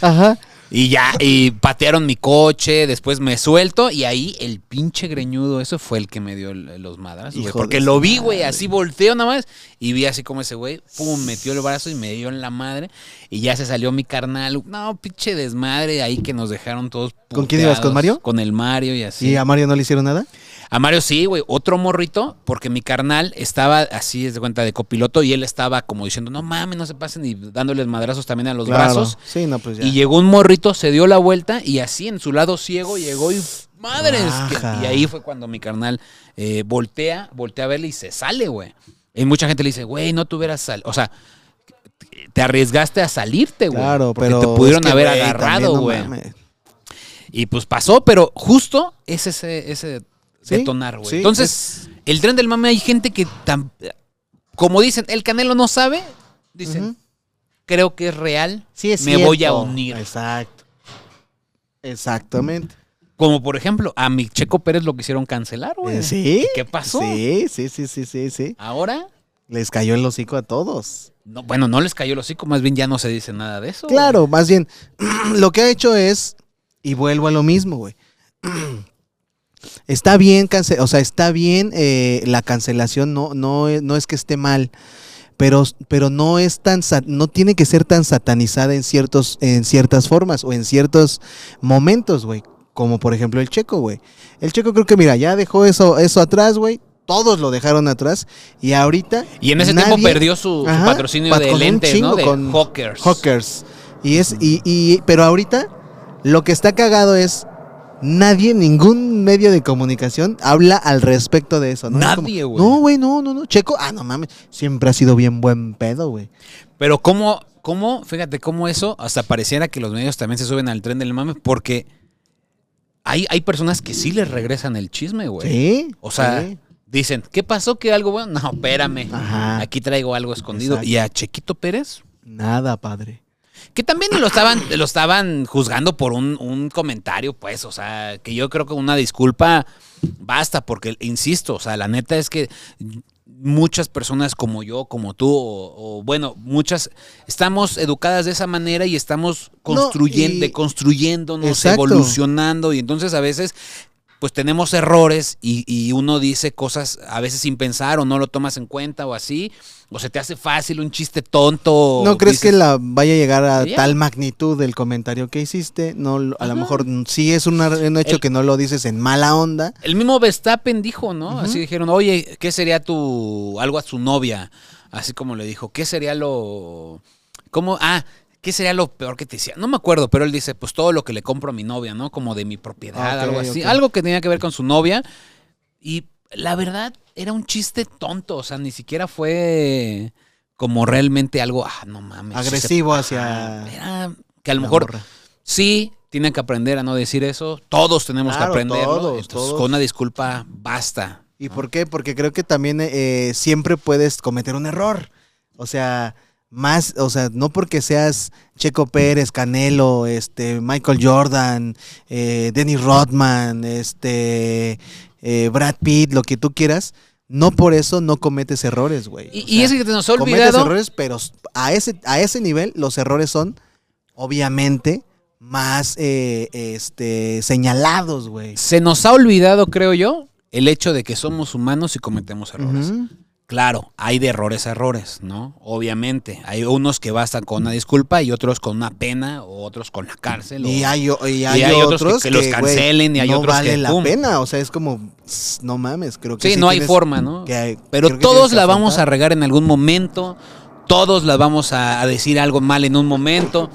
[SPEAKER 2] Ajá.
[SPEAKER 3] y ya, y patearon mi coche, después me suelto, y ahí el pinche greñudo, eso fue el que me dio el- los madrazos, güey.
[SPEAKER 2] Hijo
[SPEAKER 3] Porque
[SPEAKER 2] de
[SPEAKER 3] lo
[SPEAKER 2] su
[SPEAKER 3] vi, güey,
[SPEAKER 2] madre.
[SPEAKER 3] así volteo nada más, y vi así como ese güey, pum, metió el brazo y me dio en la madre, y ya se salió mi carnal. No, pinche desmadre, ahí que nos dejaron todos.
[SPEAKER 2] ¿Con quién ibas, con
[SPEAKER 3] puteados,
[SPEAKER 2] Mario?
[SPEAKER 3] Con el Mario y así.
[SPEAKER 2] ¿Y a Mario no le hicieron nada?
[SPEAKER 3] A Mario sí, güey, otro morrito, porque mi carnal estaba así, es de cuenta, de copiloto y él estaba como diciendo, no mames, no se pasen y dándoles madrazos también a los
[SPEAKER 2] Claro.
[SPEAKER 3] brazos.
[SPEAKER 2] Sí, no, pues ya.
[SPEAKER 3] Y llegó un morrito, se dio la vuelta y así en su lado ciego llegó y madres. que-
[SPEAKER 2] Ajá.
[SPEAKER 3] y ahí fue cuando mi carnal eh, voltea, voltea a verle y se sale, güey. Y mucha gente le dice, güey, no te hubieras salido. O sea, te arriesgaste a salirte, güey.
[SPEAKER 2] claro,
[SPEAKER 3] porque
[SPEAKER 2] pero.
[SPEAKER 3] te pudieron
[SPEAKER 2] es que,
[SPEAKER 3] haber
[SPEAKER 2] güey,
[SPEAKER 3] agarrado,
[SPEAKER 2] también, no
[SPEAKER 3] güey.
[SPEAKER 2] mames.
[SPEAKER 3] Y pues pasó, pero justo es ese, ese
[SPEAKER 2] Sí,
[SPEAKER 3] detonar, güey.
[SPEAKER 2] sí,
[SPEAKER 3] Entonces, el tren del mame hay gente que, tam- como dicen, el canelo no sabe, dicen,
[SPEAKER 2] Ujú.
[SPEAKER 3] creo que es real,
[SPEAKER 2] Sí, es
[SPEAKER 3] me voy a
[SPEAKER 2] cierto.
[SPEAKER 3] unir.
[SPEAKER 2] Exacto. Exactamente.
[SPEAKER 3] Como por ejemplo, a mi Checo Pérez lo quisieron cancelar, güey.
[SPEAKER 2] Eh, ¿Sí?
[SPEAKER 3] ¿Qué pasó?
[SPEAKER 2] Sí, sí, sí, sí, sí, sí.
[SPEAKER 3] Ahora,
[SPEAKER 2] Les cayó el hocico a todos.
[SPEAKER 3] no, bueno, no les cayó el hocico, más bien ya no se dice nada de eso. güey.
[SPEAKER 2] Claro, más bien, lo que ha hecho es, y vuelvo a lo mismo, güey. Está bien, cance- o sea, está bien eh, la cancelación, no, no, e- no es que esté mal, pero, pero no es tan sa- no tiene que ser tan satanizada en ciertos, en ciertas formas o en ciertos momentos, güey. Como por ejemplo el Checo, güey. El Checo creo que, mira, ya dejó eso, eso atrás, güey. Todos lo dejaron atrás. Y ahorita.
[SPEAKER 3] Y en ese
[SPEAKER 2] nadie-
[SPEAKER 3] tiempo perdió su, su
[SPEAKER 2] Ajá,
[SPEAKER 3] patrocinio
[SPEAKER 2] pat-
[SPEAKER 3] de
[SPEAKER 2] con un
[SPEAKER 3] lentes, ¿no?
[SPEAKER 2] chingo,
[SPEAKER 3] De
[SPEAKER 2] con
[SPEAKER 3] hawkers.
[SPEAKER 2] Hawkers. Y es, y, y- pero ahorita lo que está cagado es nadie, ningún medio de comunicación habla al respecto de eso, ¿no? Es como,
[SPEAKER 3] Nadie, güey.
[SPEAKER 2] No, güey, no, no, no. Checo, ah, no mames, siempre ha sido bien buen pedo, güey.
[SPEAKER 3] Pero cómo, cómo, fíjate, cómo eso hasta pareciera que los medios también se suben al tren del mame, porque hay, hay personas que sí les regresan el chisme, güey.
[SPEAKER 2] Sí.
[SPEAKER 3] O sea,
[SPEAKER 2] sí.
[SPEAKER 3] Dicen, ¿qué pasó? ¿Que algo bueno? No, espérame.
[SPEAKER 6] Ajá.
[SPEAKER 3] Aquí traigo algo escondido.
[SPEAKER 6] Exacto.
[SPEAKER 3] Y a Chequito Pérez,
[SPEAKER 6] Nada, padre.
[SPEAKER 3] que también lo estaban, lo estaban juzgando por un, un comentario, pues, o sea, que yo creo que una disculpa basta, porque, insisto, o sea, la neta es que muchas personas como yo, como tú, o, o, bueno, muchas, estamos educadas de esa manera y estamos construyendo,
[SPEAKER 6] y-
[SPEAKER 3] construyéndonos,
[SPEAKER 6] Exacto.
[SPEAKER 3] evolucionando, y entonces a veces pues tenemos errores y, y uno dice cosas a veces sin pensar o no lo tomas en cuenta o así, o se te hace fácil un chiste tonto. o
[SPEAKER 2] ¿No crees
[SPEAKER 3] dices,
[SPEAKER 2] que la vaya a llegar a
[SPEAKER 3] Ya.
[SPEAKER 2] tal magnitud del comentario que hiciste? No, lo- a lo mejor mm, sí es una- un hecho
[SPEAKER 3] El-
[SPEAKER 2] que no lo dices en mala onda.
[SPEAKER 3] El mismo Verstappen dijo, ¿no? Así dijeron, oye, ¿qué sería tu. algo a su novia? Así como le dijo, ¿qué sería lo. ¿Cómo? Ah, ¿qué sería lo peor que te hiciera? No me acuerdo, pero él dice, pues todo lo que le compro a mi novia, ¿no? Como de mi propiedad,
[SPEAKER 2] Ah, ok,
[SPEAKER 3] algo así.
[SPEAKER 2] ok.
[SPEAKER 3] Algo que tenía que ver con su novia. Y la verdad, era un chiste tonto, o sea, ni siquiera fue como realmente algo, ah, no mames. sí se-
[SPEAKER 2] Agresivo
[SPEAKER 3] Ah,
[SPEAKER 2] hacia.
[SPEAKER 3] era que a lo
[SPEAKER 2] la
[SPEAKER 3] mejor
[SPEAKER 2] morra.
[SPEAKER 3] Sí, tienen que aprender a no decir eso. Todos tenemos
[SPEAKER 6] Claro,
[SPEAKER 3] que aprenderlo.
[SPEAKER 6] todos,
[SPEAKER 3] Entonces,
[SPEAKER 6] todos.
[SPEAKER 3] con una disculpa, basta.
[SPEAKER 2] ¿Y por qué? Porque creo que también eh, siempre puedes cometer un error. O sea, más, o sea, no porque seas Checo Pérez, Canelo, este, Michael Jordan, eh, Dennis Rodman, este, eh, Brad Pitt, lo que tú quieras, no por eso no cometes errores, güey.
[SPEAKER 3] Y,
[SPEAKER 2] O
[SPEAKER 3] y
[SPEAKER 2] sea,
[SPEAKER 3] es que nos ha
[SPEAKER 2] cometes
[SPEAKER 3] olvidado.
[SPEAKER 2] errores, pero a ese, a ese nivel los errores son, obviamente, más eh, este, señalados, güey.
[SPEAKER 3] Se nos ha olvidado, creo yo, el hecho de que somos humanos y cometemos errores.
[SPEAKER 2] Ujú.
[SPEAKER 3] Claro, hay de errores a errores, ¿no? Obviamente. Hay unos que bastan con una disculpa y otros con una pena, o otros con la cárcel.
[SPEAKER 2] Y
[SPEAKER 3] o-
[SPEAKER 2] hay, o- y
[SPEAKER 3] hay
[SPEAKER 2] hay
[SPEAKER 3] otros
[SPEAKER 2] otros,
[SPEAKER 3] que- que los
[SPEAKER 2] güey,
[SPEAKER 3] cancelen, y hay
[SPEAKER 2] no
[SPEAKER 3] otros
[SPEAKER 2] vale
[SPEAKER 3] que,
[SPEAKER 2] la
[SPEAKER 3] pum.
[SPEAKER 2] pena, o sea, es como, "Ps, no mames, creo que
[SPEAKER 3] Sí, no hay
[SPEAKER 2] tienes
[SPEAKER 3] forma, ¿no?
[SPEAKER 2] que- creo
[SPEAKER 3] Pero
[SPEAKER 2] que
[SPEAKER 3] todos
[SPEAKER 2] tienes que
[SPEAKER 3] la vamos a
[SPEAKER 2] afrontar".
[SPEAKER 3] regar en algún momento, todos la vamos a, a decir algo mal en un momento.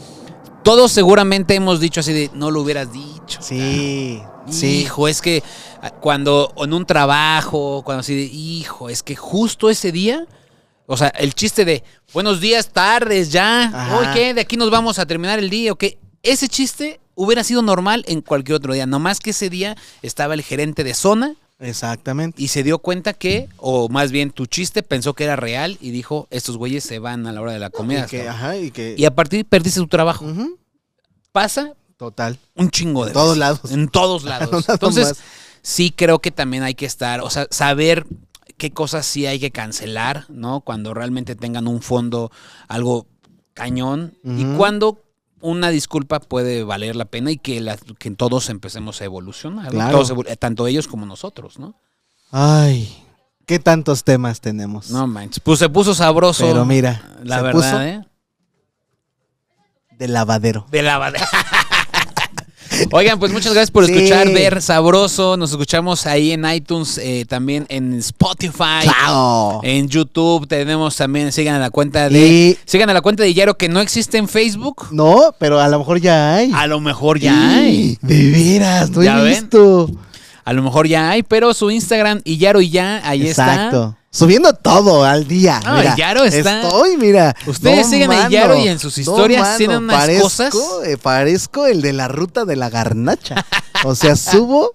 [SPEAKER 3] Todos seguramente hemos dicho así de, no lo hubieras dicho.
[SPEAKER 2] Sí, sí.
[SPEAKER 3] Ah. Hijo, es que ah, cuando en un trabajo, cuando así de, hijo, es que justo ese día, o sea, el chiste de, buenos días, tardes, ya,
[SPEAKER 2] Ajá.
[SPEAKER 3] hoy qué, de aquí nos vamos a terminar el día, o qué, ese chiste hubiera sido normal en cualquier otro día, nomás que ese día estaba el gerente de zona
[SPEAKER 2] Exactamente.
[SPEAKER 3] y se dio cuenta que, o más bien tu chiste pensó que era real y dijo, estos güeyes se van a la hora de la comida.
[SPEAKER 2] y que, ah,
[SPEAKER 3] cabrón".
[SPEAKER 2] ajá, y que,
[SPEAKER 3] Y a partir perdiste tu trabajo.
[SPEAKER 2] ujú,
[SPEAKER 3] Pasa
[SPEAKER 2] total,
[SPEAKER 3] un chingo de
[SPEAKER 2] todos
[SPEAKER 3] veces.
[SPEAKER 2] lados.
[SPEAKER 3] En todos
[SPEAKER 2] No
[SPEAKER 3] lados.
[SPEAKER 2] nada
[SPEAKER 3] Entonces,
[SPEAKER 2] más.
[SPEAKER 3] sí creo que también hay que estar, o sea, saber qué cosas sí hay que cancelar, ¿no? Cuando realmente tengan un fondo, algo cañón. Y
[SPEAKER 2] Ujú.
[SPEAKER 3] cuando una disculpa puede valer la pena y que, la- que todos empecemos a evolucionar. ¿no?
[SPEAKER 2] Claro.
[SPEAKER 3] Todos evol- tanto ellos como nosotros, ¿no?
[SPEAKER 2] Ay, qué tantos temas tenemos.
[SPEAKER 3] No manches. Pues se puso sabroso.
[SPEAKER 2] Pero mira,
[SPEAKER 3] La
[SPEAKER 2] se
[SPEAKER 3] verdad,
[SPEAKER 2] puso
[SPEAKER 3] ¿eh?
[SPEAKER 2] de lavadero.
[SPEAKER 3] De la bade- Oigan, pues muchas gracias por
[SPEAKER 2] Sí.
[SPEAKER 3] escuchar, ver sabroso. Nos escuchamos ahí en iTunes, eh, también en Spotify.
[SPEAKER 2] Claro.
[SPEAKER 3] En YouTube tenemos también, sigan a la cuenta de.
[SPEAKER 2] Y-
[SPEAKER 3] Sigan a la cuenta de Yaro que no existe en Facebook.
[SPEAKER 2] No, pero a lo mejor ya hay.
[SPEAKER 3] A lo mejor Ah, ya hay.
[SPEAKER 2] Sí, De veras, no
[SPEAKER 3] ¿Ya
[SPEAKER 2] he
[SPEAKER 3] ven?
[SPEAKER 2] visto.
[SPEAKER 3] A lo mejor ya hay, pero su Instagram y Yaro y ya, ahí está.
[SPEAKER 2] Exacto. Subiendo todo al día.
[SPEAKER 3] Ah,
[SPEAKER 2] mira.
[SPEAKER 3] el Yaro está-
[SPEAKER 2] Estoy, mira.
[SPEAKER 3] Ustedes siguen el Yaro y en sus historias tienen unas
[SPEAKER 2] parezco,
[SPEAKER 3] cosas.
[SPEAKER 2] eh, parezco el de la ruta de la garnacha. O sea, subo,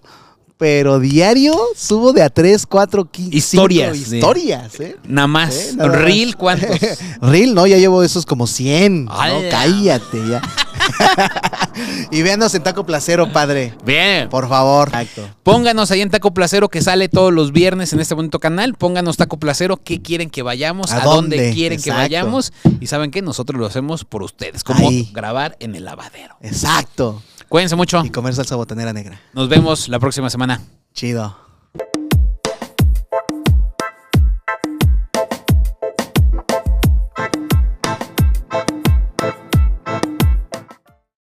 [SPEAKER 2] pero diario subo de a 3, 4, 15.
[SPEAKER 3] Historias, sí.
[SPEAKER 2] historias, ¿eh?
[SPEAKER 3] Nada más.
[SPEAKER 2] Sí, nada más.
[SPEAKER 3] Reel, ¿cuántos?
[SPEAKER 2] Reel, no, ya llevo esos como 100. ¿no?
[SPEAKER 3] ¡Hala!
[SPEAKER 2] Cállate ya. y véanos en Taco Placero, padre.
[SPEAKER 3] Bien.
[SPEAKER 2] Por favor.
[SPEAKER 3] Pónganos ahí en Taco Placero que sale todos los viernes en este bonito canal. Pónganos Taco Placero qué quieren que vayamos, a,
[SPEAKER 2] ¿A
[SPEAKER 3] dónde,
[SPEAKER 2] dónde?
[SPEAKER 3] quieren que
[SPEAKER 2] Exacto.
[SPEAKER 3] vayamos. Y saben que nosotros lo hacemos por ustedes, como
[SPEAKER 2] Ahí.
[SPEAKER 3] grabar en el lavadero.
[SPEAKER 2] Exacto.
[SPEAKER 3] Cuídense mucho.
[SPEAKER 2] Y comer salsa botanera negra.
[SPEAKER 3] Nos vemos la próxima semana.
[SPEAKER 2] Chido.